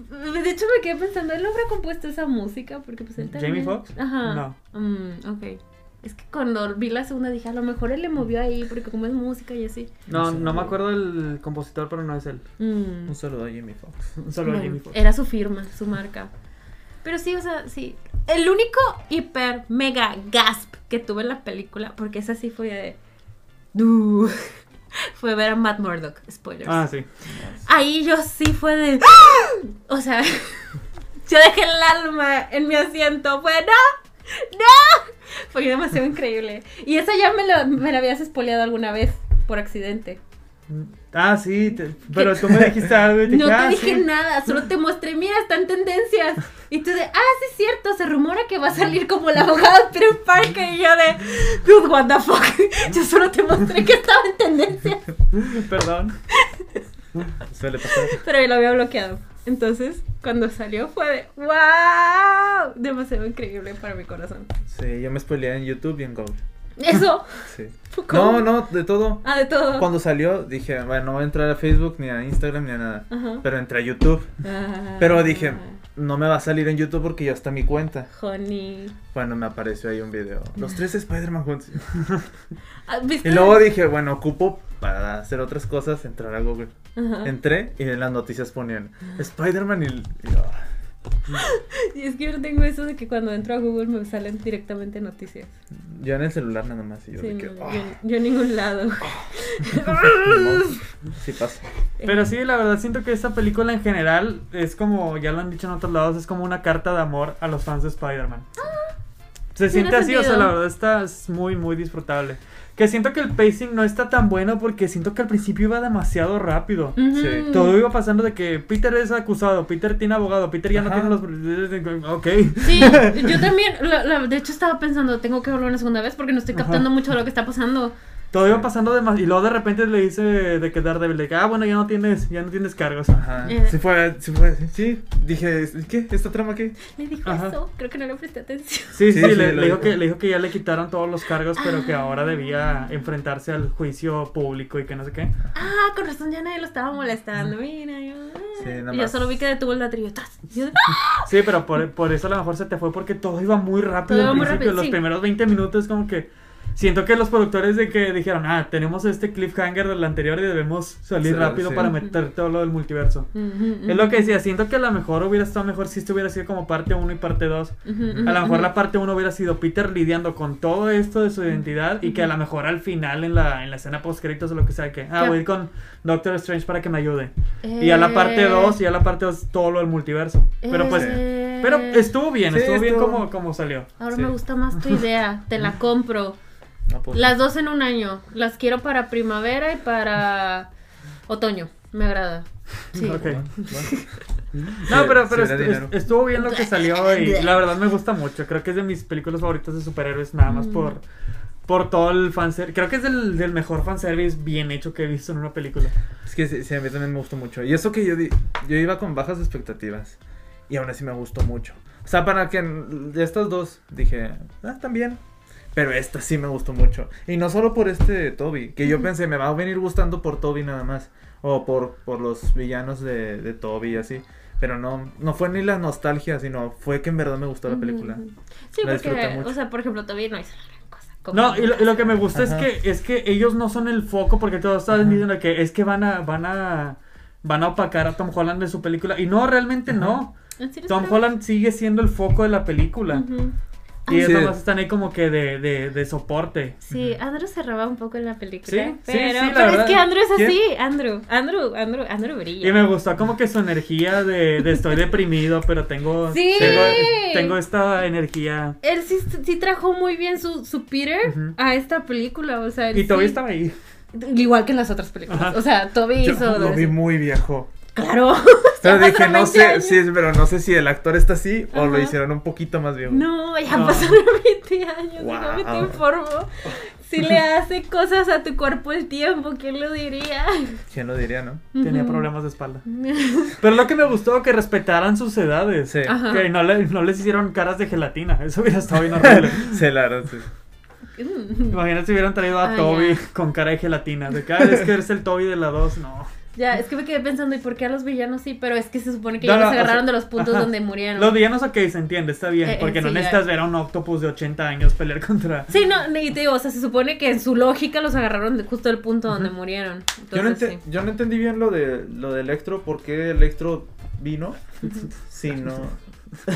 [SPEAKER 1] De hecho me quedé pensando, ¿él habrá compuesto esa música? Porque pues él
[SPEAKER 2] ¿Jamie
[SPEAKER 1] también...
[SPEAKER 2] Foxx?
[SPEAKER 1] Ajá.
[SPEAKER 2] No.
[SPEAKER 1] Mm, ok. Es que cuando vi la segunda dije, a lo mejor él le movió ahí porque como es música y así.
[SPEAKER 2] No,
[SPEAKER 3] No sé.
[SPEAKER 2] no me acuerdo del compositor, pero no es él.
[SPEAKER 1] Mm.
[SPEAKER 3] Un saludo a Jimmy Fox.
[SPEAKER 2] Solo
[SPEAKER 1] Bueno,
[SPEAKER 2] Jimmy Fox.
[SPEAKER 1] Era su firma, su marca. Pero sí, o sea, sí. El único hiper mega gasp que tuve en la película, porque esa sí fue de. "Du", Fue ver a Matt Murdock, spoilers.
[SPEAKER 2] Ah, sí.
[SPEAKER 1] Ahí yo sí fue de. "¡Ah!". O sea, yo dejé el alma en mi asiento. Fue, ¡no! ¡No! Fue demasiado increíble. Y esa ya me la, me la habías spoileado alguna vez, por accidente.
[SPEAKER 2] Ah, sí, te- pero tú me dijiste algo y te
[SPEAKER 1] No
[SPEAKER 2] dije,
[SPEAKER 1] te
[SPEAKER 2] "Ah,
[SPEAKER 1] dije
[SPEAKER 3] ¿eh?
[SPEAKER 2] sí".
[SPEAKER 1] nada, solo te mostré, mira, están tendencias. Y tú de, ah, sí es cierto, se rumora que va a salir como la abogada de Peter Parker. Y yo de, dude, what the fuck. Yo solo te mostré que estaba en tendencia.
[SPEAKER 2] Perdón.
[SPEAKER 3] Suele pasar.
[SPEAKER 1] Pero yo lo había bloqueado. Entonces, cuando salió fue de, wow, demasiado increíble para mi corazón.
[SPEAKER 3] Sí, yo me spoileé en YouTube y en Google.
[SPEAKER 1] Eso,
[SPEAKER 3] Sí.
[SPEAKER 1] ¿Cómo?
[SPEAKER 3] No, no, de todo.
[SPEAKER 1] ah, de todo.
[SPEAKER 3] Cuando salió, dije, bueno, no voy a entrar a Facebook, ni a Instagram, ni a nada.
[SPEAKER 1] Ajá.
[SPEAKER 3] Pero entré a YouTube.
[SPEAKER 1] Ah,
[SPEAKER 3] Pero dije, no me va a salir en YouTube porque ya está mi cuenta.
[SPEAKER 1] Honey.
[SPEAKER 3] Bueno, me apareció ahí un video. Los tres Spider-Man juntos.
[SPEAKER 1] Ah, ¿viste?
[SPEAKER 3] Y luego dije, bueno, ocupo para hacer otras cosas, entrar a Google.
[SPEAKER 1] Ajá.
[SPEAKER 3] Entré y en las noticias ponían Spider-Man y... y, ah,
[SPEAKER 1] Y es que yo no tengo eso de que cuando entro a Google me salen directamente noticias.
[SPEAKER 3] yo en el celular nada más. Y yo
[SPEAKER 1] Sí,
[SPEAKER 3] de que,
[SPEAKER 1] no,
[SPEAKER 3] ah,
[SPEAKER 1] yo, yo en ningún lado.
[SPEAKER 3] ni modo. sí pasa.
[SPEAKER 2] Pero sí, la verdad siento que esta película en general es como, ya lo han dicho en otros lados, es como una carta de amor a los fans de Spider-Man.
[SPEAKER 1] tiene
[SPEAKER 2] Se siente así, o sea,
[SPEAKER 1] sentido.
[SPEAKER 2] la verdad está es muy, muy disfrutable. Que siento que el pacing no está tan bueno porque siento que al principio iba demasiado rápido.
[SPEAKER 1] Ujú.
[SPEAKER 3] Sí.
[SPEAKER 2] Todo iba pasando de que Peter es acusado, Peter tiene abogado, Peter ya
[SPEAKER 3] Ajá.
[SPEAKER 2] no tiene los... Ok.
[SPEAKER 1] Sí, yo también, la- la- de hecho estaba pensando, tengo que verlo una segunda vez porque no estoy captando
[SPEAKER 2] Ajá.
[SPEAKER 1] mucho de lo que está pasando.
[SPEAKER 2] Todo iba pasando demasiado. Y luego de repente le dice de que Daredevil, de que, ah, bueno, ya no tienes, ya no tienes cargos.
[SPEAKER 3] Ajá.
[SPEAKER 1] Eh.
[SPEAKER 3] Sí fue, sí fue, sí. Dije, ¿qué? ¿Esta trama qué?
[SPEAKER 1] Le dijo
[SPEAKER 2] Ajá.
[SPEAKER 1] eso, creo que no le presté atención.
[SPEAKER 2] Sí,
[SPEAKER 3] Sí,
[SPEAKER 2] sí,
[SPEAKER 3] sí,
[SPEAKER 2] le,
[SPEAKER 3] lo
[SPEAKER 2] le dijo
[SPEAKER 3] dijo.
[SPEAKER 2] que, le dijo que ya le quitaron todos los cargos, pero que
[SPEAKER 1] Ah.
[SPEAKER 2] ahora debía enfrentarse al juicio público y que no sé qué.
[SPEAKER 1] Ah, con razón ya nadie lo estaba molestando, mira. Yo, ah.
[SPEAKER 3] Sí, nada
[SPEAKER 1] Y yo
[SPEAKER 3] más.
[SPEAKER 1] solo vi que detuvo el ladrillo atrás. Yo,
[SPEAKER 2] Sí, pero por, por eso a lo mejor se te fue porque todo iba muy rápido.
[SPEAKER 1] Todo iba
[SPEAKER 2] al
[SPEAKER 1] muy
[SPEAKER 2] principio,
[SPEAKER 1] rápido,
[SPEAKER 2] los
[SPEAKER 1] sí.
[SPEAKER 2] primeros 20 minutos como que... Siento que los productores de que dijeron, ah, tenemos este cliffhanger del anterior y debemos salir
[SPEAKER 3] Sí,
[SPEAKER 2] rápido
[SPEAKER 3] sí.
[SPEAKER 2] para meter todo lo del multiverso. Es lo que decía, siento que a lo mejor hubiera estado mejor si esto hubiera sido como parte 1 y parte 2. A lo mejor la parte 1 hubiera sido Peter lidiando con todo esto de su identidad y que a lo mejor al final en la, en la escena post créditos o lo que sea que, ah,
[SPEAKER 1] Ya.
[SPEAKER 2] voy a ir con Doctor Strange para que me ayude. Y a la
[SPEAKER 1] Eh.
[SPEAKER 2] parte 2, y a la parte 2 todo lo del multiverso. Pero pues, pero estuvo bien,
[SPEAKER 3] Sí,
[SPEAKER 2] estuvo bien
[SPEAKER 3] estuvo-
[SPEAKER 2] como, como salió.
[SPEAKER 1] Eh, Ahora
[SPEAKER 3] sí.
[SPEAKER 1] me gusta más tu idea, te la compro.
[SPEAKER 3] No, pues,
[SPEAKER 1] Las dos en un año. Las quiero para primavera y para otoño. Me agrada. Sí.
[SPEAKER 2] Ok.
[SPEAKER 3] bueno, bueno.
[SPEAKER 2] No,
[SPEAKER 3] Sí,
[SPEAKER 2] pero,
[SPEAKER 3] sí
[SPEAKER 2] pero
[SPEAKER 3] era
[SPEAKER 2] est-
[SPEAKER 3] dinero.
[SPEAKER 2] est- estuvo bien lo que salió y la verdad me gusta mucho. Creo que es de mis películas favoritas de superhéroes, nada más
[SPEAKER 1] Mm.
[SPEAKER 2] por, por todo el fanservice. Creo que es del, del mejor fanservice bien hecho que he visto en una película.
[SPEAKER 3] Es que sí, sí, a mí también me gustó mucho. Y eso que yo, di- yo iba con bajas expectativas. Y aún así me gustó mucho. O sea, para que de estas dos dije, ah, también. Pero esta sí me gustó mucho. Y no solo por este de Toby, que yo pensé, me va a venir gustando por Toby nada más. O por, por los villanos de, de Toby y así. Pero no, no fue ni la nostalgia, sino fue que en verdad me gustó la película.
[SPEAKER 1] Ujú. Sí,
[SPEAKER 3] La disfruté
[SPEAKER 1] porque,
[SPEAKER 3] mucho.
[SPEAKER 1] o sea, por ejemplo, todavía no hizo la gran cosa. Como-
[SPEAKER 2] No, y lo, y lo que me gusta
[SPEAKER 3] Ajá.
[SPEAKER 2] es que es que ellos no son el foco porque todos están
[SPEAKER 3] Ajá.
[SPEAKER 2] diciendo que es que van a van a van a opacar a Tom Holland de su película y no realmente
[SPEAKER 3] Ajá.
[SPEAKER 2] no.
[SPEAKER 1] ¿En serio
[SPEAKER 2] Tom
[SPEAKER 1] está?
[SPEAKER 2] Holland sigue siendo el foco de la película
[SPEAKER 1] Ujú.
[SPEAKER 2] y
[SPEAKER 3] Ah,
[SPEAKER 2] ellos
[SPEAKER 3] sí.
[SPEAKER 2] nomás están ahí como que de, de, de soporte.
[SPEAKER 1] Sí, Andrew se roba un poco en la película.
[SPEAKER 2] Sí, sí,
[SPEAKER 1] pero
[SPEAKER 2] sí, la
[SPEAKER 1] pero
[SPEAKER 2] verdad.
[SPEAKER 1] es que Andrew es
[SPEAKER 2] ¿Quién?
[SPEAKER 1] así. Andrew, Andrew, Andrew, Andrew brilla.
[SPEAKER 2] Y me gustó como que su energía de, de estoy deprimido, pero tengo,
[SPEAKER 1] Sí.
[SPEAKER 2] tengo tengo esta energía.
[SPEAKER 1] Él sí, sí trajo muy bien su, su Peter
[SPEAKER 2] Ujú.
[SPEAKER 1] a esta película. O sea, él
[SPEAKER 2] Y todavía
[SPEAKER 1] sí-
[SPEAKER 2] estaba ahí.
[SPEAKER 1] Igual que en las otras películas.
[SPEAKER 2] Ajá.
[SPEAKER 1] O sea, Toby
[SPEAKER 3] Yo
[SPEAKER 1] hizo.
[SPEAKER 3] lo vi muy viejo.
[SPEAKER 1] Claro.
[SPEAKER 3] Pero
[SPEAKER 1] Ya
[SPEAKER 3] dije,
[SPEAKER 1] pasaron
[SPEAKER 3] no
[SPEAKER 1] 20
[SPEAKER 3] sé,
[SPEAKER 1] años.
[SPEAKER 3] sí, pero no sé si el actor está así o lo
[SPEAKER 1] Ajá.
[SPEAKER 3] hicieron un poquito más viejo.
[SPEAKER 1] No, ya
[SPEAKER 2] No.
[SPEAKER 1] pasaron 20 años.
[SPEAKER 3] Wow.
[SPEAKER 1] Déjame te informo. Si le hace cosas a tu cuerpo el tiempo, ¿quién lo diría?
[SPEAKER 3] ¿Quién lo diría, no?
[SPEAKER 2] Tenía
[SPEAKER 1] Ujú.
[SPEAKER 2] problemas de espalda. Pero lo que me gustó que respetaran sus edades.
[SPEAKER 3] Sí.
[SPEAKER 1] Ajá.
[SPEAKER 2] Que no, le- no les hicieron caras de gelatina. Eso hubiera estado bien horrible.
[SPEAKER 3] Sí, la verdad, sí.
[SPEAKER 1] Mm.
[SPEAKER 2] Imagínate si hubieran traído a
[SPEAKER 1] Ah,
[SPEAKER 2] Toby con cara de gelatina. De cada vez que eres el Toby de la 2, no.
[SPEAKER 1] Ya, es que me quedé pensando, ¿y por qué a los villanos sí? Pero es que se supone que
[SPEAKER 2] No,
[SPEAKER 1] ya
[SPEAKER 2] no,
[SPEAKER 1] los
[SPEAKER 2] o
[SPEAKER 1] agarraron
[SPEAKER 2] sea,
[SPEAKER 1] de los puntos
[SPEAKER 2] ajá.
[SPEAKER 1] donde murieron.
[SPEAKER 2] Los villanos, ok, se entiende, está bien.
[SPEAKER 1] Eh, eh,
[SPEAKER 2] porque no
[SPEAKER 1] sí,
[SPEAKER 2] necesitas
[SPEAKER 1] ya.
[SPEAKER 2] ver a un octopus de 80 años pelear contra.
[SPEAKER 1] Sí, no, y te digo, o sea, se supone que en su lógica los agarraron de justo el punto donde
[SPEAKER 2] Ujú.
[SPEAKER 1] murieron.
[SPEAKER 3] Yo no,
[SPEAKER 1] Entonces,
[SPEAKER 3] ente- yo no entendí bien lo de lo de Electro, por qué Electro vino. Sí, no.
[SPEAKER 1] sí.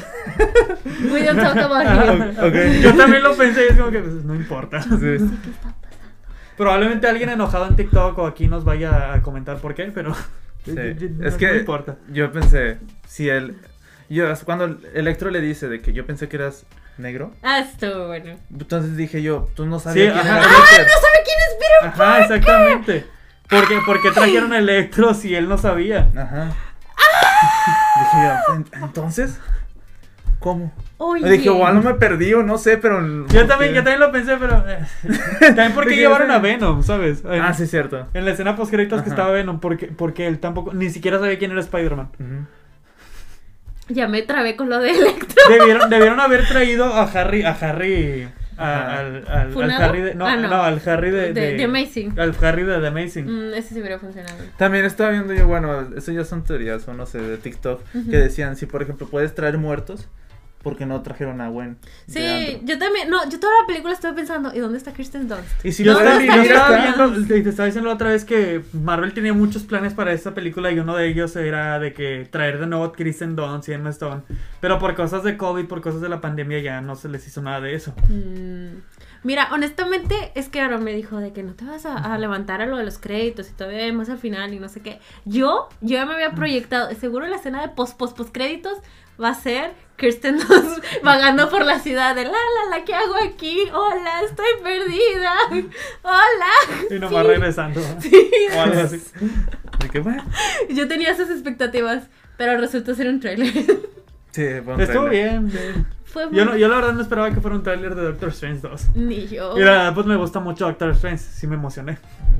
[SPEAKER 1] We don't talk about him.
[SPEAKER 3] O- ok.
[SPEAKER 2] Ah, Yo también lo pensé y es como que pues, no importa.
[SPEAKER 3] Sí.
[SPEAKER 2] Probablemente alguien enojado en TikTok o aquí nos vaya a comentar por qué, pero.
[SPEAKER 3] Sí.
[SPEAKER 2] no-
[SPEAKER 3] Es que
[SPEAKER 2] No importa.
[SPEAKER 3] yo pensé, si él. Yo, cuando Electro le dice de que yo pensé que eras negro,
[SPEAKER 1] Ah, estuvo bueno.
[SPEAKER 3] entonces dije yo, tú no
[SPEAKER 2] Sí,
[SPEAKER 3] sabías quién
[SPEAKER 2] ajá.
[SPEAKER 3] era
[SPEAKER 2] ¡Ah,
[SPEAKER 3] Electro.
[SPEAKER 1] ¿No sabe quién es Peter?
[SPEAKER 2] Ajá, exactamente. Porque, porque trajeron a Electro si él no ¡Ah! sabía.
[SPEAKER 3] Ajá. Dije yo, "En- entonces, ¿cómo?
[SPEAKER 1] Oye.
[SPEAKER 3] Dije, igual no me perdí o no sé, pero.
[SPEAKER 2] Yo también, yo también lo pensé, pero. eh, También porque
[SPEAKER 3] Dije,
[SPEAKER 2] llevaron
[SPEAKER 3] "Ese-
[SPEAKER 2] a Venom, ¿sabes? En-
[SPEAKER 3] Ah, sí, cierto.
[SPEAKER 2] En la escena post créditos
[SPEAKER 3] Ajá.
[SPEAKER 2] que estaba Venom, porque, porque él tampoco, ni siquiera sabía quién era Spider-Man.
[SPEAKER 3] Ujú.
[SPEAKER 1] Ya me trabé con lo de Electro.
[SPEAKER 2] Debieron, debieron haber traído a Harry, a Harry, a-
[SPEAKER 3] Ajá.
[SPEAKER 2] al, al- al
[SPEAKER 1] ¿Funado?
[SPEAKER 2] Harry de, no,
[SPEAKER 1] Ah,
[SPEAKER 2] no.
[SPEAKER 1] no.
[SPEAKER 2] al Harry
[SPEAKER 1] De,
[SPEAKER 2] de, de-
[SPEAKER 1] de Amazing.
[SPEAKER 2] al Harry de The Amazing.
[SPEAKER 1] Mm, ese sí hubiera funcionado.
[SPEAKER 3] También estaba viendo yo, bueno, eso ya son teorías, o no sé, de TikTok,
[SPEAKER 1] Ujú.
[SPEAKER 3] que decían, si por ejemplo puedes traer muertos, porque no trajeron a Gwen. de
[SPEAKER 1] Sí,
[SPEAKER 3] Andrew?
[SPEAKER 1] yo también. No, yo toda la película estuve pensando, ¿y dónde está Kristen Dunst?
[SPEAKER 3] Y si
[SPEAKER 2] yo
[SPEAKER 3] no
[SPEAKER 2] estaba,
[SPEAKER 3] puedes
[SPEAKER 2] yo
[SPEAKER 3] vivir
[SPEAKER 2] estaba
[SPEAKER 3] hasta-
[SPEAKER 2] viendo, te, te estaba diciendo la otra vez que Marvel tenía muchos planes para esta película y uno de ellos era de que traer de nuevo a Kristen Dunst y Emma Stone, pero por cosas de COVID, por cosas de la pandemia ya no se les hizo nada de eso.
[SPEAKER 1] Mm, Mira, honestamente, es que Aaron me dijo de que no te vas a, a levantar a lo de los créditos y todavía hay más al final y no sé qué. Yo, yo ya me había proyectado, seguro la escena de post, post, post créditos va a ser Kirsten Dunst vagando por la ciudad de la, la, la, ¿qué hago aquí? Hola, estoy perdida. Hola.
[SPEAKER 2] Y nomás regresando.
[SPEAKER 1] Sí.
[SPEAKER 2] O algo así.
[SPEAKER 3] De que, bueno,
[SPEAKER 1] Yo tenía esas expectativas, pero resultó ser un trailer.
[SPEAKER 3] sí, fue un
[SPEAKER 2] Estuvo
[SPEAKER 3] trailer.
[SPEAKER 2] bien. bien.
[SPEAKER 1] Fue muy...
[SPEAKER 2] Yo, no- yo la verdad no esperaba que fuera un tráiler de Doctor Strange 2.
[SPEAKER 1] Ni yo.
[SPEAKER 2] Y la verdad, pues me gusta mucho Doctor Strange, sí me emocioné.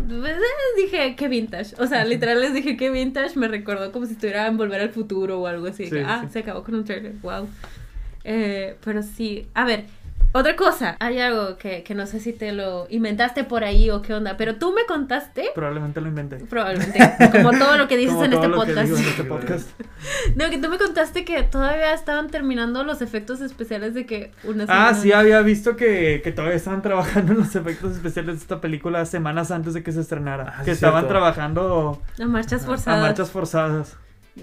[SPEAKER 1] Pues, eh, dije, qué vintage. O sea, literal les dije, qué vintage. Me recordó como si estuviera en Volver al Futuro o algo así.
[SPEAKER 2] Sí,
[SPEAKER 1] que, ah,
[SPEAKER 2] sí.
[SPEAKER 1] se acabó con un trailer. Wow. Eh, pero sí, a ver. Otra cosa, hay algo que, que no sé si te lo inventaste por ahí o qué onda, pero tú me contaste,
[SPEAKER 2] Probablemente lo inventé.
[SPEAKER 1] probablemente, como todo lo que dices
[SPEAKER 2] Como
[SPEAKER 1] en
[SPEAKER 2] todo
[SPEAKER 1] este
[SPEAKER 2] lo que
[SPEAKER 1] podcast.
[SPEAKER 2] digo en este podcast.
[SPEAKER 1] No, que tú me contaste que todavía estaban terminando los efectos especiales de que una
[SPEAKER 2] Ah, sí,
[SPEAKER 1] semana-
[SPEAKER 2] había visto que, que todavía estaban trabajando en los efectos especiales de esta película semanas antes de que se estrenara.
[SPEAKER 3] Ah,
[SPEAKER 2] que
[SPEAKER 3] sí,
[SPEAKER 2] estaban
[SPEAKER 3] cierto.
[SPEAKER 2] trabajando
[SPEAKER 1] a marchas
[SPEAKER 2] a
[SPEAKER 1] forzadas.
[SPEAKER 2] marchas forzadas.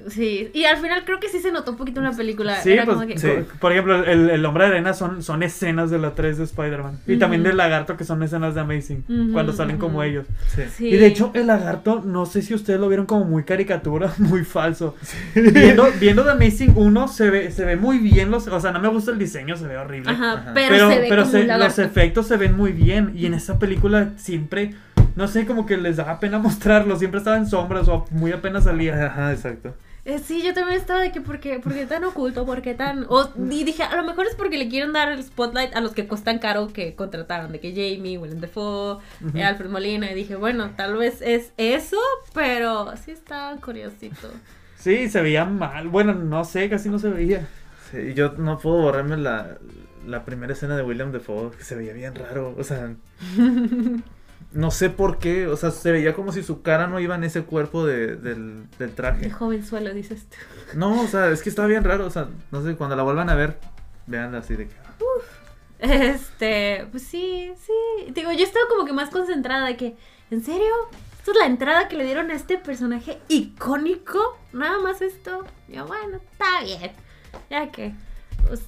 [SPEAKER 1] Sí, y al final creo que sí se notó un poquito en la película.
[SPEAKER 2] Sí,
[SPEAKER 1] Era
[SPEAKER 2] pues,
[SPEAKER 1] como que-
[SPEAKER 3] sí.
[SPEAKER 2] por- Por ejemplo, el, el hombre de arena son, son escenas de la 3 de Spider-Man. Y
[SPEAKER 1] Ujú.
[SPEAKER 2] también del lagarto, que son escenas de Amazing.
[SPEAKER 1] Ujú,
[SPEAKER 2] cuando salen como
[SPEAKER 1] ujú.
[SPEAKER 2] ellos.
[SPEAKER 3] Sí.
[SPEAKER 1] Sí.
[SPEAKER 2] Y de hecho, el lagarto, no sé si ustedes lo vieron como muy caricatura, muy falso. Viendo, viendo The Amazing 1, se ve, se ve muy bien. Los, o sea, no me gusta el diseño, se ve horrible.
[SPEAKER 1] Ajá,
[SPEAKER 3] Ajá.
[SPEAKER 1] pero, se ve como
[SPEAKER 2] se-
[SPEAKER 1] un
[SPEAKER 2] los
[SPEAKER 1] lagarto.
[SPEAKER 2] efectos se ven muy bien. Y en esa película siempre, no sé, como que les daba pena mostrarlo. Siempre estaba en sombras o muy apenas salía.
[SPEAKER 3] Ajá, exacto.
[SPEAKER 1] Eh, sí, yo también estaba de que ¿por qué, por qué tan oculto? ¿Por qué tan...? O, y dije, a lo mejor es porque le quieren dar el spotlight a los que cuestan caro que contrataron, de que Jamie, Willem Dafoe,
[SPEAKER 2] Ujú.
[SPEAKER 1] eh, Alfred Molina. Y dije, bueno, tal vez es eso, pero sí estaba curiosito.
[SPEAKER 2] Sí, se veía mal. Bueno, no sé, casi no se veía.
[SPEAKER 3] Sí, y yo no puedo borrarme la, la primera escena de William Defoe, que se veía bien raro. O sea, no sé por qué. O sea, se veía como si su cara no iba en ese cuerpo de- del, del
[SPEAKER 1] El
[SPEAKER 3] traje.
[SPEAKER 1] jovenzuelo, dices tú.
[SPEAKER 3] No, o sea, es que estaba bien raro. O sea, no sé, cuando la vuelvan a ver, veanla así de que.
[SPEAKER 1] Este, pues sí, sí. Digo, yo estaba como que más concentrada de que, ¿en serio? Esta es la entrada que le dieron a este personaje icónico. Nada más esto. Yo, bueno, está bien. Ya que. pues,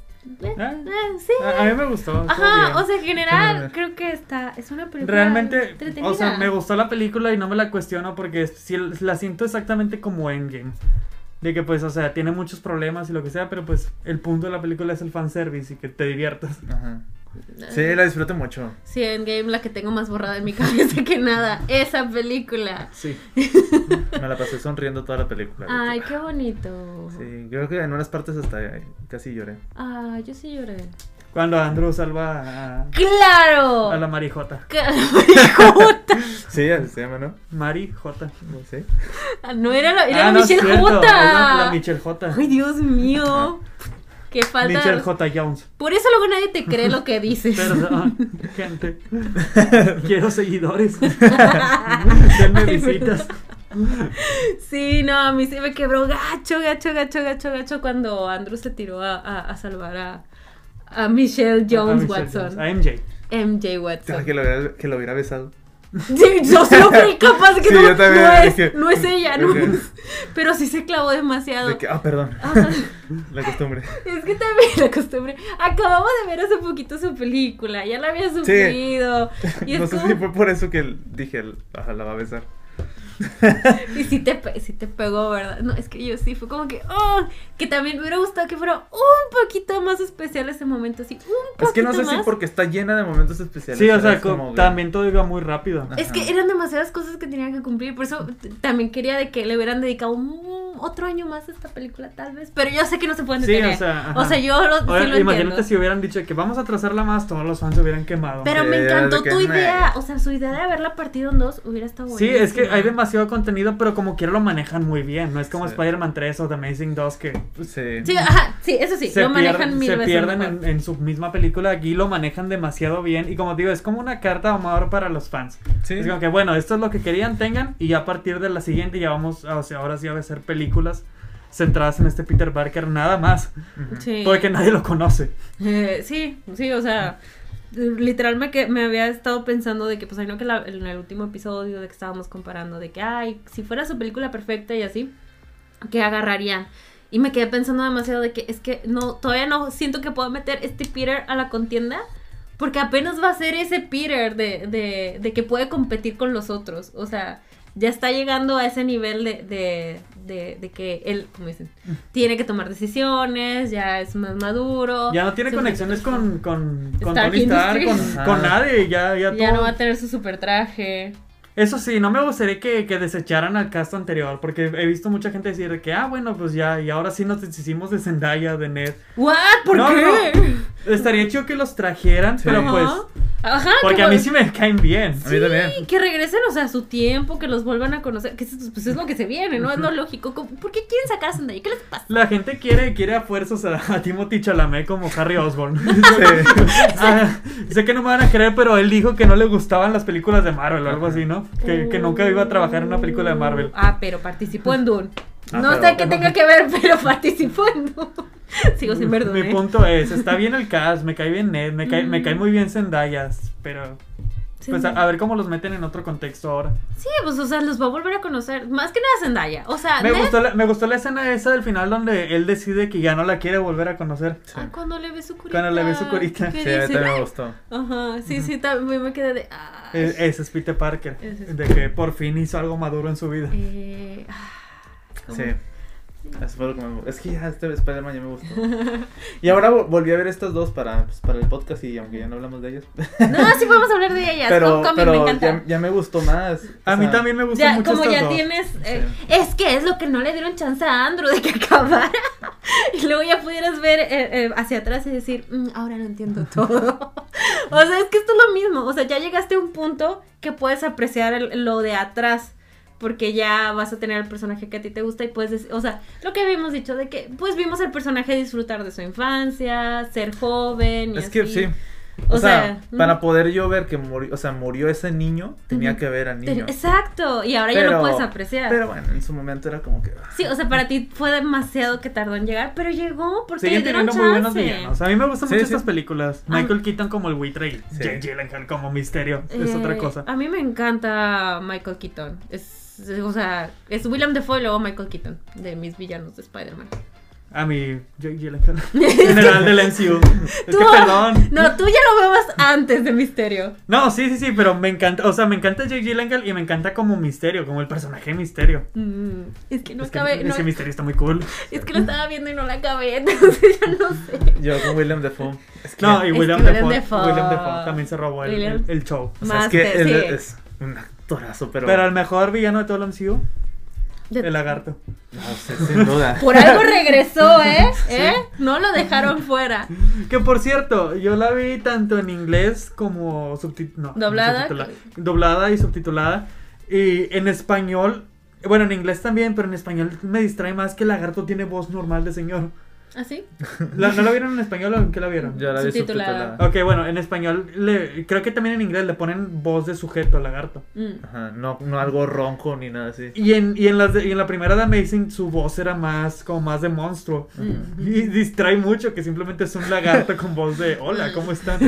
[SPEAKER 1] eh,
[SPEAKER 2] Ah.
[SPEAKER 1] eh, sí.
[SPEAKER 2] A, a mí me gustó. estuvo bien.
[SPEAKER 1] Ajá, o sea, en general,
[SPEAKER 3] ver.
[SPEAKER 1] creo que está. Es una película.
[SPEAKER 2] Realmente,
[SPEAKER 1] entretenida.
[SPEAKER 2] o sea, me gustó la película y no me la cuestiono porque es- sí la siento exactamente como Endgame. De que, pues, o sea, tiene muchos problemas y lo que sea, pero pues el punto de la película es el fanservice y que te diviertas.
[SPEAKER 3] Ajá. Sí, la disfruté mucho.
[SPEAKER 1] Sí, Endgame, la que tengo más borrada en mi cabeza que nada. Esa película.
[SPEAKER 2] Sí.
[SPEAKER 3] Me la pasé sonriendo toda la película. de
[SPEAKER 1] Ay,
[SPEAKER 3] que-
[SPEAKER 1] qué bonito.
[SPEAKER 3] Sí, creo que en unas partes hasta eh, casi lloré.
[SPEAKER 1] Ay, yo sí lloré.
[SPEAKER 2] Cuando Andrew salva a,
[SPEAKER 1] ¡Claro!
[SPEAKER 2] a la Marijota.
[SPEAKER 1] Ca- Jota.
[SPEAKER 3] Sí, así se llama, ¿no?
[SPEAKER 2] Marijota.
[SPEAKER 3] Sí.
[SPEAKER 1] Ah, No era la, era
[SPEAKER 2] Ah,
[SPEAKER 1] la
[SPEAKER 2] no, es
[SPEAKER 1] Michelle
[SPEAKER 2] cierto,
[SPEAKER 1] Jota.
[SPEAKER 2] es La, la Michelle Jota.
[SPEAKER 1] Ay, Dios mío. Qué falta.
[SPEAKER 2] Michelle J. Jones.
[SPEAKER 1] Por eso luego nadie te cree lo que dices.
[SPEAKER 2] Perdón, gente. Quiero seguidores. Denme
[SPEAKER 1] Ay,
[SPEAKER 2] visitas.
[SPEAKER 1] Sí, no, a mí sí me quebró gacho, gacho, gacho, gacho, gacho cuando Andrew se tiró a, a- a salvar a, a Michelle
[SPEAKER 2] A
[SPEAKER 1] Jones
[SPEAKER 2] Michelle
[SPEAKER 1] Watson.
[SPEAKER 2] Jones, A MJ.
[SPEAKER 1] MJ
[SPEAKER 3] Ah,
[SPEAKER 1] Watson.
[SPEAKER 3] Que lo hubiera, que lo hubiera besado.
[SPEAKER 1] Sí, yo se lo creí capaz que
[SPEAKER 3] Sí,
[SPEAKER 1] no,
[SPEAKER 3] yo también
[SPEAKER 1] no es,
[SPEAKER 3] dije-
[SPEAKER 1] no es ella, no
[SPEAKER 3] dije-
[SPEAKER 1] es. Pero sí se clavó demasiado.
[SPEAKER 3] De que, ah, perdón,
[SPEAKER 1] Ajá.
[SPEAKER 3] la costumbre.
[SPEAKER 1] Es que también la costumbre. Acabamos de ver hace poquito su película, ya la había sufrido. Y es
[SPEAKER 3] No sé
[SPEAKER 1] como-
[SPEAKER 3] si fue por eso que el- dije, el- ah, la va a besar.
[SPEAKER 1] Y sí te, pe- sí te pegó, ¿verdad? No, es que yo sí, fue como que, oh, que también me hubiera gustado que fuera un poquito más especial ese momento, así, un poquito
[SPEAKER 3] Es que no sé si
[SPEAKER 1] más.
[SPEAKER 3] porque está llena de momentos especiales.
[SPEAKER 2] Sí, o
[SPEAKER 3] ¿sabes?
[SPEAKER 2] sea, co-
[SPEAKER 3] Como que-
[SPEAKER 2] también todo iba muy rápido.
[SPEAKER 1] Es que
[SPEAKER 3] Ajá.
[SPEAKER 1] eran demasiadas cosas que tenían que cumplir, por eso t- también quería de que le hubieran dedicado un- otro año más a esta película, tal vez, pero yo sé que no se pueden
[SPEAKER 2] Sí,
[SPEAKER 1] detener.
[SPEAKER 2] o sea, ajá.
[SPEAKER 1] O sea, yo lo, sí
[SPEAKER 2] Ahora,
[SPEAKER 1] lo
[SPEAKER 2] imagínate
[SPEAKER 1] entiendo.
[SPEAKER 2] si hubieran dicho que vamos a trazarla más, todos los fans se hubieran quemado.
[SPEAKER 1] Pero me
[SPEAKER 3] Sí,
[SPEAKER 1] encantó
[SPEAKER 3] de que
[SPEAKER 1] tu
[SPEAKER 3] me-
[SPEAKER 1] idea, o sea, su idea de haberla partido en dos hubiera estado buena.
[SPEAKER 2] Sí, es que hay demasiado contenido, pero como quiera lo manejan muy bien. No es como
[SPEAKER 3] Sí.
[SPEAKER 2] Spider-Man 3 o The Amazing 2 que
[SPEAKER 3] Sí.
[SPEAKER 1] Sí, ajá, sí, eso sí,
[SPEAKER 2] se,
[SPEAKER 1] lo manejan
[SPEAKER 2] pierden-
[SPEAKER 1] mil
[SPEAKER 2] se
[SPEAKER 1] veces
[SPEAKER 2] pierden
[SPEAKER 1] mejor.
[SPEAKER 2] en, en su misma película. Aquí lo manejan demasiado bien. Y como digo, es como una carta de amor para los fans.
[SPEAKER 3] Sí.
[SPEAKER 2] Es como que, bueno, esto es lo que querían, tengan. Y ya a partir de la siguiente ya vamos, a- o sea, ahora sí va a ser películas centradas en este Peter Parker nada más.
[SPEAKER 3] Ujú.
[SPEAKER 1] Sí.
[SPEAKER 2] Porque nadie lo conoce.
[SPEAKER 1] Eh, sí, sí, o sea, literal me, que, me había estado pensando de que, pues, ay, no que la- en el último episodio de que estábamos comparando, de que, ay, si fuera su película perfecta y así, ¿qué agarrarían? Y me quedé pensando demasiado de que es que no, todavía no siento que puedo meter este Peter a la contienda. Porque apenas va a ser ese Peter de, de, de que puede competir con los otros. O sea, ya está llegando a ese nivel de, de, de, de que él, como dicen,
[SPEAKER 2] Mm.
[SPEAKER 1] tiene que tomar decisiones, ya es más maduro.
[SPEAKER 2] Ya no tiene
[SPEAKER 1] su-
[SPEAKER 2] conexiones con, con, con
[SPEAKER 1] Stark
[SPEAKER 2] Tony Stark,
[SPEAKER 1] Industries.
[SPEAKER 2] con, con
[SPEAKER 3] Ajá.
[SPEAKER 2] nadie. Ya, ya,
[SPEAKER 1] Ya
[SPEAKER 2] todo-
[SPEAKER 1] no va a tener su super traje.
[SPEAKER 2] Eso sí, no me gustaría que, que desecharan al cast anterior, porque he visto mucha gente decir que, ah, bueno, pues ya, y ahora sí nos deshicimos de Zendaya, de Ned.
[SPEAKER 1] ¿What? ¿Por
[SPEAKER 2] No,
[SPEAKER 1] qué?
[SPEAKER 2] Estaría chido que los trajeran,
[SPEAKER 3] Sí.
[SPEAKER 2] pero
[SPEAKER 1] Ajá. pues
[SPEAKER 2] pues,
[SPEAKER 1] Ajá,
[SPEAKER 2] porque
[SPEAKER 1] que
[SPEAKER 2] a mí
[SPEAKER 1] vol-
[SPEAKER 2] sí me caen bien.
[SPEAKER 3] A mí también.
[SPEAKER 1] Sí, que regresen, o sea, a su tiempo, que los vuelvan a conocer. Que es, pues es lo que se viene, ¿no? Es lo lógico. ¿Cómo- ¿Por qué quieren sacar a Zendaya? ¿Qué les pasa?
[SPEAKER 2] La gente quiere, quiere a fuerzas a, a Timothy Chalamet como Harry Osborn. Ah, sé que no me van a creer, pero él dijo que no le gustaban las películas de Marvel o algo así, ¿no? Que, que nunca iba a trabajar en una película de Marvel.
[SPEAKER 1] Ah, pero participó en Dune.
[SPEAKER 3] Ah,
[SPEAKER 1] no
[SPEAKER 3] pero-
[SPEAKER 1] sé qué tenga que ver, pero participó en Dune. Sigo sin perdón.
[SPEAKER 2] Mi
[SPEAKER 1] ¿eh?
[SPEAKER 2] punto es, está bien el cast, me cae bien Ned, me cae, me cae muy bien Zendaya, pero
[SPEAKER 1] Sí,
[SPEAKER 2] Pues a,
[SPEAKER 1] sí.
[SPEAKER 2] a ver cómo los meten en otro contexto ahora.
[SPEAKER 1] Sí, pues, o sea, los va a volver a conocer. Más que nada Zendaya. O sea,
[SPEAKER 2] Me
[SPEAKER 1] Ned-
[SPEAKER 2] gustó, la, me gustó la escena esa del final donde él decide que ya no la quiere volver a conocer.
[SPEAKER 1] Ah, cuando le ve su curita.
[SPEAKER 2] Cuando le ve su curita.
[SPEAKER 1] ¿Qué
[SPEAKER 3] Sí, a mí
[SPEAKER 1] dice?
[SPEAKER 3] también me gustó.
[SPEAKER 1] Ajá, sí, sí, también me quedé de... ay.
[SPEAKER 2] Eh, Ese es Peter Parker.
[SPEAKER 1] Ese es-
[SPEAKER 2] De que por fin hizo algo maduro en su vida.
[SPEAKER 1] Eh, ah, ¿cómo?
[SPEAKER 3] Sí. Eso fue lo que me gustó. Es que ya este Spider-Man ya me gustó. Y ahora vol- volví a ver estas dos para, pues, para el podcast y aunque ya no hablamos de ellas.
[SPEAKER 1] No, sí podemos hablar de ellas.
[SPEAKER 3] Pero,
[SPEAKER 1] Homecoming me
[SPEAKER 3] pero
[SPEAKER 1] encanta.
[SPEAKER 3] ya, ya me gustó más. O
[SPEAKER 2] A mí
[SPEAKER 3] sea,
[SPEAKER 2] también me gustan
[SPEAKER 1] Ya,
[SPEAKER 2] mucho
[SPEAKER 1] como
[SPEAKER 2] estas
[SPEAKER 1] ya
[SPEAKER 2] dos.
[SPEAKER 1] tienes. eh, Es que es lo que no le dieron chance a Andrew de que acabara. Y luego ya pudieras ver eh, eh, hacia atrás y decir, "Mm, ahora lo entiendo todo. o sea, es que esto es lo mismo. O sea, ya llegaste a un punto que puedes apreciar el- lo de atrás. Porque ya vas a tener el personaje que a ti te gusta y puedes decir, o sea, lo que habíamos dicho de que, pues vimos al personaje disfrutar de su infancia, ser joven. Y
[SPEAKER 3] Es que
[SPEAKER 1] así.
[SPEAKER 3] sí.
[SPEAKER 1] O,
[SPEAKER 3] O, sea,
[SPEAKER 1] sea, ujú.
[SPEAKER 3] para poder yo ver que murió, o sea, murió ese niño, tenía
[SPEAKER 1] Ujú.
[SPEAKER 3] que ver al niño.
[SPEAKER 1] Exacto, y ahora ya lo
[SPEAKER 3] Pero-
[SPEAKER 1] puedes apreciar.
[SPEAKER 3] Pero bueno, en su momento era como que. ah,
[SPEAKER 1] Sí, o sea, para ti fue demasiado que tardó en llegar, pero llegó porque
[SPEAKER 2] Siguen
[SPEAKER 1] le dieron
[SPEAKER 2] teniendo
[SPEAKER 1] chance.
[SPEAKER 2] muy buenos villanos. A mí me gustan
[SPEAKER 3] Sí,
[SPEAKER 2] mucho
[SPEAKER 3] sí.
[SPEAKER 2] estas películas.
[SPEAKER 1] Ah.
[SPEAKER 2] Michael Keaton como el buitre y
[SPEAKER 3] Sí.
[SPEAKER 2] Jake Gyllenhaal como misterio. es
[SPEAKER 1] Eh,
[SPEAKER 2] otra cosa.
[SPEAKER 1] A mí me encanta Michael Keaton. Es, es- o sea, es William Defoe y luego Michael Keaton, de mis villanos de Spider-Man.
[SPEAKER 2] A mí, Jake Gyllenhaal. General del MCU. Es que
[SPEAKER 1] Tú-
[SPEAKER 2] perdón.
[SPEAKER 1] No, tú ya lo vemos antes de Misterio.
[SPEAKER 2] No, sí, sí, sí, pero me encanta. O sea, me encanta Jake Gyllenhaal y me encanta como misterio, como el personaje de misterio.
[SPEAKER 1] Mm, es que no
[SPEAKER 2] es, que,
[SPEAKER 1] acabé.
[SPEAKER 2] es
[SPEAKER 1] no-
[SPEAKER 2] que misterio está muy cool.
[SPEAKER 1] es que lo estaba viendo y no la acabé, entonces ya no sé.
[SPEAKER 3] Yo con William Defoe. Es que,
[SPEAKER 2] No,
[SPEAKER 3] o
[SPEAKER 2] y
[SPEAKER 1] Es que
[SPEAKER 2] William,
[SPEAKER 1] William
[SPEAKER 2] Defoe,
[SPEAKER 1] Dafoe.
[SPEAKER 2] William Dafoe también se robó el,
[SPEAKER 1] William-
[SPEAKER 2] el- el show.
[SPEAKER 3] sea, es
[SPEAKER 1] Más
[SPEAKER 3] que
[SPEAKER 1] te-
[SPEAKER 3] él
[SPEAKER 1] sí.
[SPEAKER 3] es un actorazo, pero.
[SPEAKER 2] Pero el mejor villano de todo el MCU,
[SPEAKER 1] De-
[SPEAKER 2] el lagarto.
[SPEAKER 3] No, sí, sin duda.
[SPEAKER 1] Por algo regresó, ¿eh? ¿Eh? No lo dejaron fuera.
[SPEAKER 2] Que por cierto, yo la vi tanto en inglés como subtit- no, como
[SPEAKER 1] Doblada.
[SPEAKER 2] subtitulada. doblada y subtitulada. Y en español, bueno, en inglés también, pero en español me distrae más que el lagarto tiene voz normal de señor.
[SPEAKER 1] ¿Así?
[SPEAKER 2] ¿La- ¿No la vieron en español o en qué la vieron?
[SPEAKER 3] Yo la vi
[SPEAKER 1] Subtitulada.
[SPEAKER 3] subtitulada.
[SPEAKER 2] Ok, bueno, en español, le, creo que también en inglés le ponen voz de sujeto al lagarto.
[SPEAKER 1] Mm.
[SPEAKER 3] Ajá, no, no algo ronco ni nada así.
[SPEAKER 2] Y en, y en, las de- y en la primera de Amazing su voz era más, como más de monstruo.
[SPEAKER 1] Mm.
[SPEAKER 2] Y distrae mucho que simplemente es un lagarto con voz de hola, ¿cómo están?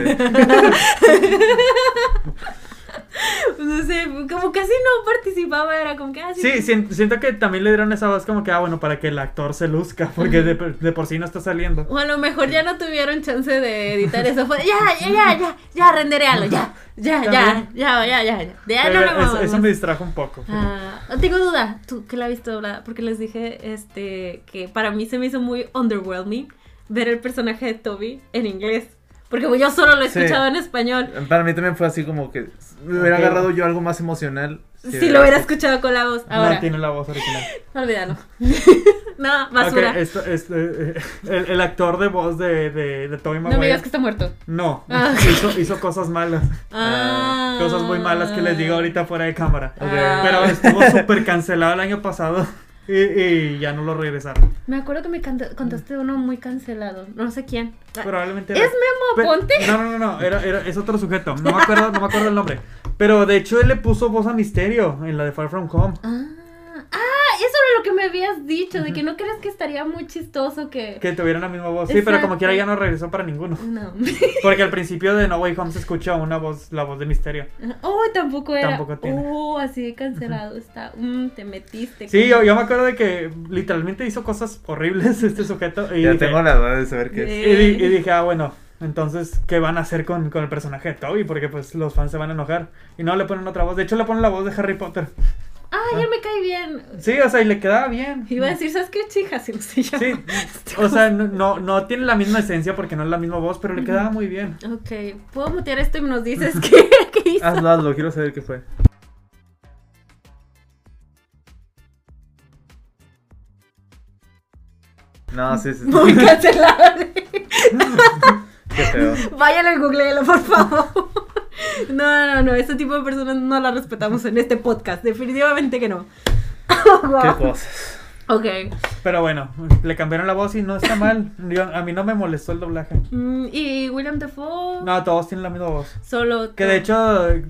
[SPEAKER 1] No sé, como casi no participaba, era como que ah, así.
[SPEAKER 2] Sí, sien- siento que también le dieron esa voz como que, ah, bueno, para que el actor se luzca, porque de, per- de por sí no está saliendo.
[SPEAKER 1] O a lo mejor ya no tuvieron chance de editar eso. Fue, ya, ya, ya, ya, ya, renderealo, ya, ya, ya,
[SPEAKER 2] También.
[SPEAKER 1] ya, ya, ya, ya. De ahí no
[SPEAKER 2] Pero
[SPEAKER 1] lo
[SPEAKER 2] eso,
[SPEAKER 1] vamos.
[SPEAKER 2] eso me distrajo un poco.
[SPEAKER 1] Ah, tengo duda, tú que la has visto doblada, porque les dije este que para mí se me hizo muy underwhelming ver el personaje de Toby en inglés, porque pues, yo solo lo he
[SPEAKER 3] Sí.
[SPEAKER 1] escuchado en español.
[SPEAKER 3] Para mí también fue así como que me hubiera
[SPEAKER 2] Ok.
[SPEAKER 3] agarrado yo algo más emocional.
[SPEAKER 1] Si lo hubiera escuchado con la voz,
[SPEAKER 2] No
[SPEAKER 1] ahora,
[SPEAKER 2] tiene la voz original.
[SPEAKER 1] olvídalo. no, basura.
[SPEAKER 2] Ok, esto- esto, eh, el, el actor de voz de, de, de Tobey
[SPEAKER 1] No me
[SPEAKER 2] Maguire.
[SPEAKER 1] digas que está muerto.
[SPEAKER 2] No,
[SPEAKER 1] Ah.
[SPEAKER 2] hizo, hizo cosas malas.
[SPEAKER 1] Ah.
[SPEAKER 2] Cosas muy malas que les digo ahorita fuera de cámara.
[SPEAKER 3] Ok.
[SPEAKER 1] Ah.
[SPEAKER 2] Pero estuvo súper cancelado el año pasado y, y ya no lo regresaron.
[SPEAKER 1] Me acuerdo que me canta- contaste uno muy cancelado. No sé quién.
[SPEAKER 2] Probablemente.
[SPEAKER 1] Ah, ¿Es
[SPEAKER 2] era-
[SPEAKER 1] Memo
[SPEAKER 2] Pe-
[SPEAKER 1] Ponte?
[SPEAKER 2] No, no, no, no, era, era- es otro sujeto. No me, acuerdo, no me acuerdo el nombre. Pero de hecho él le puso voz a Misterio en la de Far From Home.
[SPEAKER 1] Ah, ah, eso era lo que me habías dicho, de que no crees que estaría muy chistoso que...
[SPEAKER 2] Que tuvieron la misma voz. Sí, pero
[SPEAKER 1] Exacto.
[SPEAKER 2] como quiera ya no regresó para ninguno.
[SPEAKER 1] No.
[SPEAKER 2] Porque al principio de No Way Home se escuchó una voz, la voz de Misterio.
[SPEAKER 1] oh, tampoco era.
[SPEAKER 2] Tampoco tiene.
[SPEAKER 1] Oh, así de cancelado está. Mm, te metiste.
[SPEAKER 2] Sí,
[SPEAKER 1] con-
[SPEAKER 2] yo, yo me acuerdo de que literalmente hizo cosas horribles este sujeto. Y,
[SPEAKER 3] Ya
[SPEAKER 2] dije,
[SPEAKER 3] tengo la duda de saber qué es.
[SPEAKER 2] y di- y dije, ah, bueno, entonces, ¿qué van a hacer con, con el personaje de Toby? Porque pues los fans se van a enojar. Y no le ponen otra voz. De hecho, le ponen la voz de Harry Potter.
[SPEAKER 1] Ah, ya me cae bien.
[SPEAKER 2] Sí, o sea, y le quedaba bien.
[SPEAKER 1] Iba a decir, este ¿sabes qué chija? Si no se llama.
[SPEAKER 2] Sí, o sea, no, no, no tiene la misma esencia porque no es la misma voz, pero le quedaba muy bien.
[SPEAKER 1] Ok, ¿puedo mutear esto y nos dices qué, qué hizo?
[SPEAKER 3] Hazlo, hazlo, quiero saber qué fue. No, sí, sí.
[SPEAKER 1] Muy
[SPEAKER 3] sí.
[SPEAKER 1] cancelado.
[SPEAKER 3] Qué feo.
[SPEAKER 1] Váyanlo y googleelo, por favor. No, no, no, ese tipo de personas no las respetamos en este podcast, definitivamente que no.
[SPEAKER 3] Qué cosas.
[SPEAKER 1] Ok.
[SPEAKER 2] Pero bueno, le cambiaron la voz y no está mal. Yo- a mí no me molestó el doblaje.
[SPEAKER 1] Mm, ¿Y William Defoe?
[SPEAKER 2] No, todos tienen la misma voz.
[SPEAKER 1] Solo.
[SPEAKER 2] Que de hecho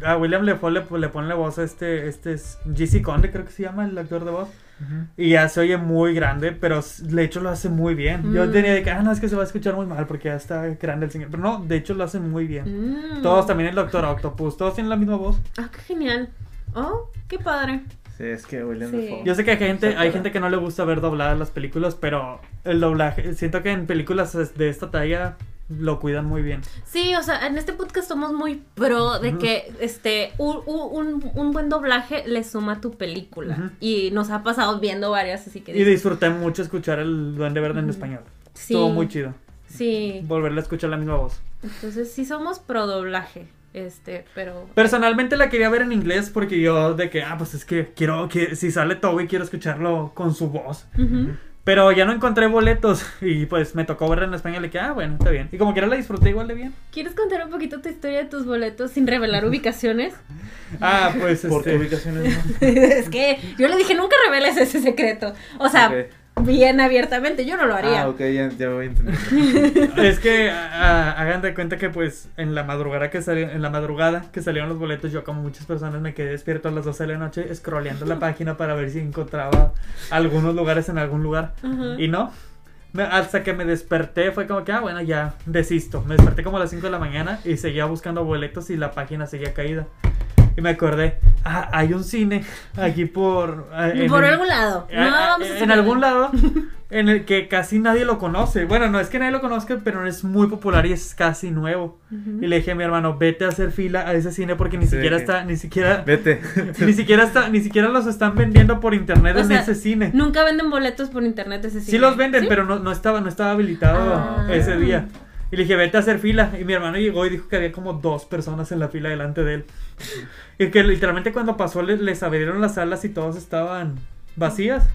[SPEAKER 2] a William Lefoe le, le pone la voz a este, este es JC Conde, creo que se llama el actor de voz.
[SPEAKER 3] Ujú.
[SPEAKER 2] Y ya se oye muy grande, pero s- de hecho lo hace muy bien. Yo
[SPEAKER 1] Mm.
[SPEAKER 2] tenía de que, ah, no, es que se va a escuchar muy mal porque ya está grande el señor. Pero no, de hecho lo hace muy bien.
[SPEAKER 1] Mm.
[SPEAKER 2] Todos también el Doctor Octopus, todos tienen la misma voz.
[SPEAKER 1] Ah, qué genial. Oh, qué padre.
[SPEAKER 3] Sí, es que William
[SPEAKER 1] Sí.
[SPEAKER 3] Dafoe.
[SPEAKER 2] Yo sé que hay gente, hay
[SPEAKER 3] Exacto.
[SPEAKER 2] gente que no le gusta ver dobladas las películas, pero el doblaje, siento que en películas es- de esta talla lo cuidan muy bien.
[SPEAKER 1] Sí, o sea, en este podcast somos muy pro de
[SPEAKER 2] Ujú.
[SPEAKER 1] que este un, un- un buen doblaje le suma a tu película.
[SPEAKER 2] Ujú.
[SPEAKER 1] Y nos ha pasado viendo varias, así que
[SPEAKER 2] Y disfruté mucho escuchar el Duende Verde en
[SPEAKER 1] Ujú.
[SPEAKER 2] español.
[SPEAKER 1] sí,
[SPEAKER 2] Estuvo muy chido.
[SPEAKER 1] Sí,
[SPEAKER 2] Volverle a escuchar la misma voz.
[SPEAKER 1] entonces sí somos pro doblaje, este, pero
[SPEAKER 2] Personalmente la quería ver en inglés porque yo de que, ah, pues es que quiero que si sale Toby quiero escucharlo con su voz.
[SPEAKER 1] Ujú.
[SPEAKER 2] Pero ya no encontré boletos y pues me tocó verla en español y que, ah, bueno, está bien. Y como quiera la disfruté igual de bien.
[SPEAKER 1] ¿Quieres contar un poquito tu historia de tus boletos sin revelar ubicaciones?
[SPEAKER 2] Ah, pues
[SPEAKER 3] ¿Por qué
[SPEAKER 2] este...
[SPEAKER 3] ubicaciones no?
[SPEAKER 1] es que yo le dije, nunca reveles ese secreto. O sea,
[SPEAKER 3] Ok.
[SPEAKER 1] bien abiertamente, yo no lo haría.
[SPEAKER 3] Ah, ok, ya, ya voy a entender.
[SPEAKER 2] Es que ah, ah, hagan de cuenta que pues en la madrugada que salió, en la madrugada que salieron los boletos, yo como muchas personas me quedé despierto a las 12 de la noche scrolleando la página para ver si encontraba algunos lugares en algún lugar.
[SPEAKER 1] Ajá.
[SPEAKER 2] Y no. Me- hasta que me desperté fue como que, ah, bueno, ya desisto. Me desperté como a las 5 de la mañana y seguía buscando boletos y la página seguía caída. Y me acordé, ah, hay un cine aquí por... ah, en
[SPEAKER 1] Por
[SPEAKER 2] el-
[SPEAKER 1] algún lado.
[SPEAKER 2] ah,
[SPEAKER 1] No,
[SPEAKER 2] ah,
[SPEAKER 1] vamos a
[SPEAKER 2] En
[SPEAKER 1] hacer-
[SPEAKER 2] algún lado en el que casi nadie lo conoce. Bueno, no es que nadie lo conozca, pero es muy popular y es casi nuevo.
[SPEAKER 1] Ujú.
[SPEAKER 2] Y le dije a mi hermano, vete a hacer fila a ese cine porque ni
[SPEAKER 3] Sí,
[SPEAKER 2] siquiera
[SPEAKER 3] que-
[SPEAKER 2] está, ni siquiera...
[SPEAKER 3] Vete.
[SPEAKER 2] Ni siquiera, está, ni siquiera los están vendiendo por internet
[SPEAKER 1] O
[SPEAKER 2] en
[SPEAKER 1] sea,
[SPEAKER 2] ese cine.
[SPEAKER 1] Nunca venden boletos por internet ese
[SPEAKER 2] Sí,
[SPEAKER 1] cine.
[SPEAKER 2] los venden,
[SPEAKER 1] ¿Sí?
[SPEAKER 2] pero no, no estaba, no estaba habilitado
[SPEAKER 1] Ah.
[SPEAKER 2] ese día. Y le dije, vete a hacer fila. Y mi hermano llegó y dijo que había como dos personas en la fila delante de él. Y que literalmente cuando pasó le- les abrieron las salas y todos estaban vacías.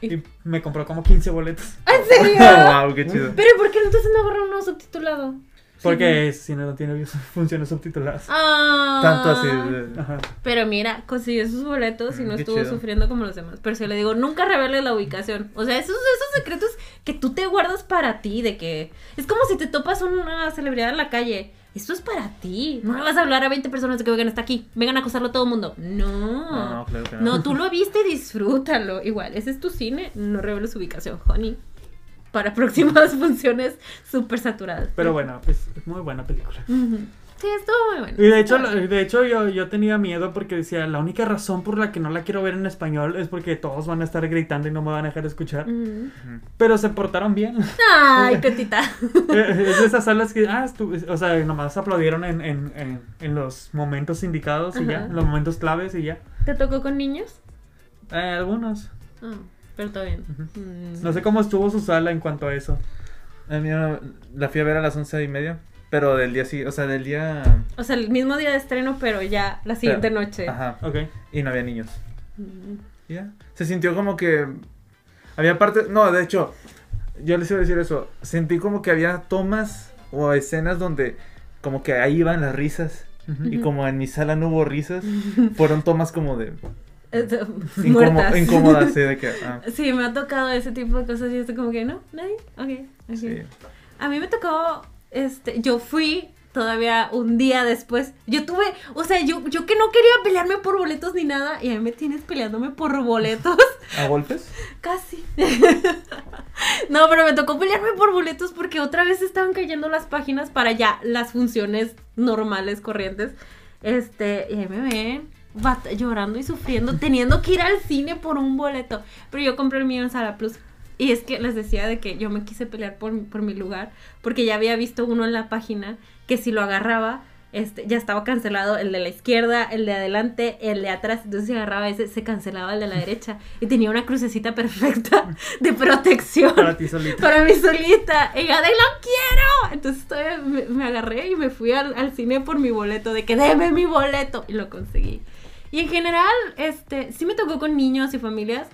[SPEAKER 1] ¿Y?
[SPEAKER 2] Y me compró como 15 boletos.
[SPEAKER 1] ¿Ah, ¿En serio?
[SPEAKER 3] wow, qué chido.
[SPEAKER 1] Pero ¿por qué entonces no agarran uno subtitulado?
[SPEAKER 2] Porque si no, no tiene views- funciones subtituladas.
[SPEAKER 1] Ah.
[SPEAKER 3] Tanto así. de-
[SPEAKER 2] Ajá.
[SPEAKER 1] Pero mira, consiguió sus boletos y no
[SPEAKER 3] Mm, qué
[SPEAKER 1] estuvo
[SPEAKER 3] chido.
[SPEAKER 1] sufriendo como los demás. Pero si le digo, nunca reveles la ubicación. O sea, esos, esos secretos que tú te guardas para ti, de que es como si te topas una celebridad en la calle. Esto es para ti. No le vas a hablar a 20 personas de que vengan hasta aquí. Vengan a acosarlo a todo el mundo.
[SPEAKER 3] No, no,
[SPEAKER 1] No.
[SPEAKER 3] claro que no.
[SPEAKER 1] No, tú lo viste, disfrútalo. Igual, ese es tu cine. No reveles su ubicación, honey. Para próximas funciones súper saturadas.
[SPEAKER 2] Pero bueno, pues, es muy buena película.
[SPEAKER 1] Ujú. Sí, estuvo muy bueno.
[SPEAKER 2] Y de hecho, lo- de hecho yo, yo tenía miedo porque decía, la única razón por la que no la quiero ver en español es porque todos van a estar gritando y no me van a dejar escuchar.
[SPEAKER 1] Ujú.
[SPEAKER 2] Pero se portaron bien.
[SPEAKER 1] Ay, Cotita.
[SPEAKER 2] Eh, es de esas salas que, ah, estu- o sea, nomás aplaudieron en, en, en, en los momentos indicados y ya,
[SPEAKER 1] Ajá.
[SPEAKER 2] en los momentos claves y ya.
[SPEAKER 1] ¿Te tocó con niños?
[SPEAKER 2] Eh, algunos.
[SPEAKER 1] Ah, pero todo bien.
[SPEAKER 2] Ujú.
[SPEAKER 1] Mm.
[SPEAKER 2] No sé cómo estuvo su sala en cuanto a eso.
[SPEAKER 3] A mí no- la fui a ver a las once y media, pero del día sí, o sea, del día...
[SPEAKER 1] O sea, el mismo día de estreno, pero ya la siguiente
[SPEAKER 3] Pero-
[SPEAKER 1] noche.
[SPEAKER 3] Ajá,
[SPEAKER 2] Ok.
[SPEAKER 3] y no había niños.
[SPEAKER 1] Mm.
[SPEAKER 3] Y ya. Se sintió como que... Había partes... No, de hecho, yo les iba a decir eso. Sentí como que había tomas o escenas donde como que ahí iban las risas.
[SPEAKER 2] Ujú.
[SPEAKER 3] Y
[SPEAKER 1] Ujú.
[SPEAKER 3] como en mi sala no hubo risas, fueron tomas como de...
[SPEAKER 1] Eh, eh,
[SPEAKER 3] incomo-
[SPEAKER 1] Muertas.
[SPEAKER 3] incómodas, sí, de que... ah,
[SPEAKER 1] Sí, me ha tocado ese tipo de cosas y estoy como que no, nadie. Ok, ok.
[SPEAKER 3] sí.
[SPEAKER 1] A mí me tocó, este, yo fui todavía un día después. Yo tuve, o sea, yo, yo que no quería pelearme por boletos ni nada, y a mí me tienes peleándome por boletos.
[SPEAKER 3] ¿A golpes?
[SPEAKER 1] Casi. no, pero me tocó pelearme por boletos porque otra vez estaban cayendo las páginas para ya las funciones normales, corrientes. Este, y ahí me ven bat- llorando y sufriendo, teniendo que ir al cine por un boleto. Pero yo compré el mío en Sala Plus. Y es que les decía de que yo me quise pelear por, mi- por mi lugar, porque ya había visto uno en la página que si lo agarraba, este, ya estaba cancelado el de la izquierda, el de adelante, el de atrás. Entonces si agarraba ese, se cancelaba el de la derecha. Y tenía una crucecita perfecta de protección
[SPEAKER 2] Para ti solita.
[SPEAKER 1] para mí solita. Y gané, lo quiero. Entonces todavía me, me agarré y me fui al, al cine por mi boleto, de que deme mi boleto. Y lo conseguí. Y en general, este, sí me tocó con niños y familias.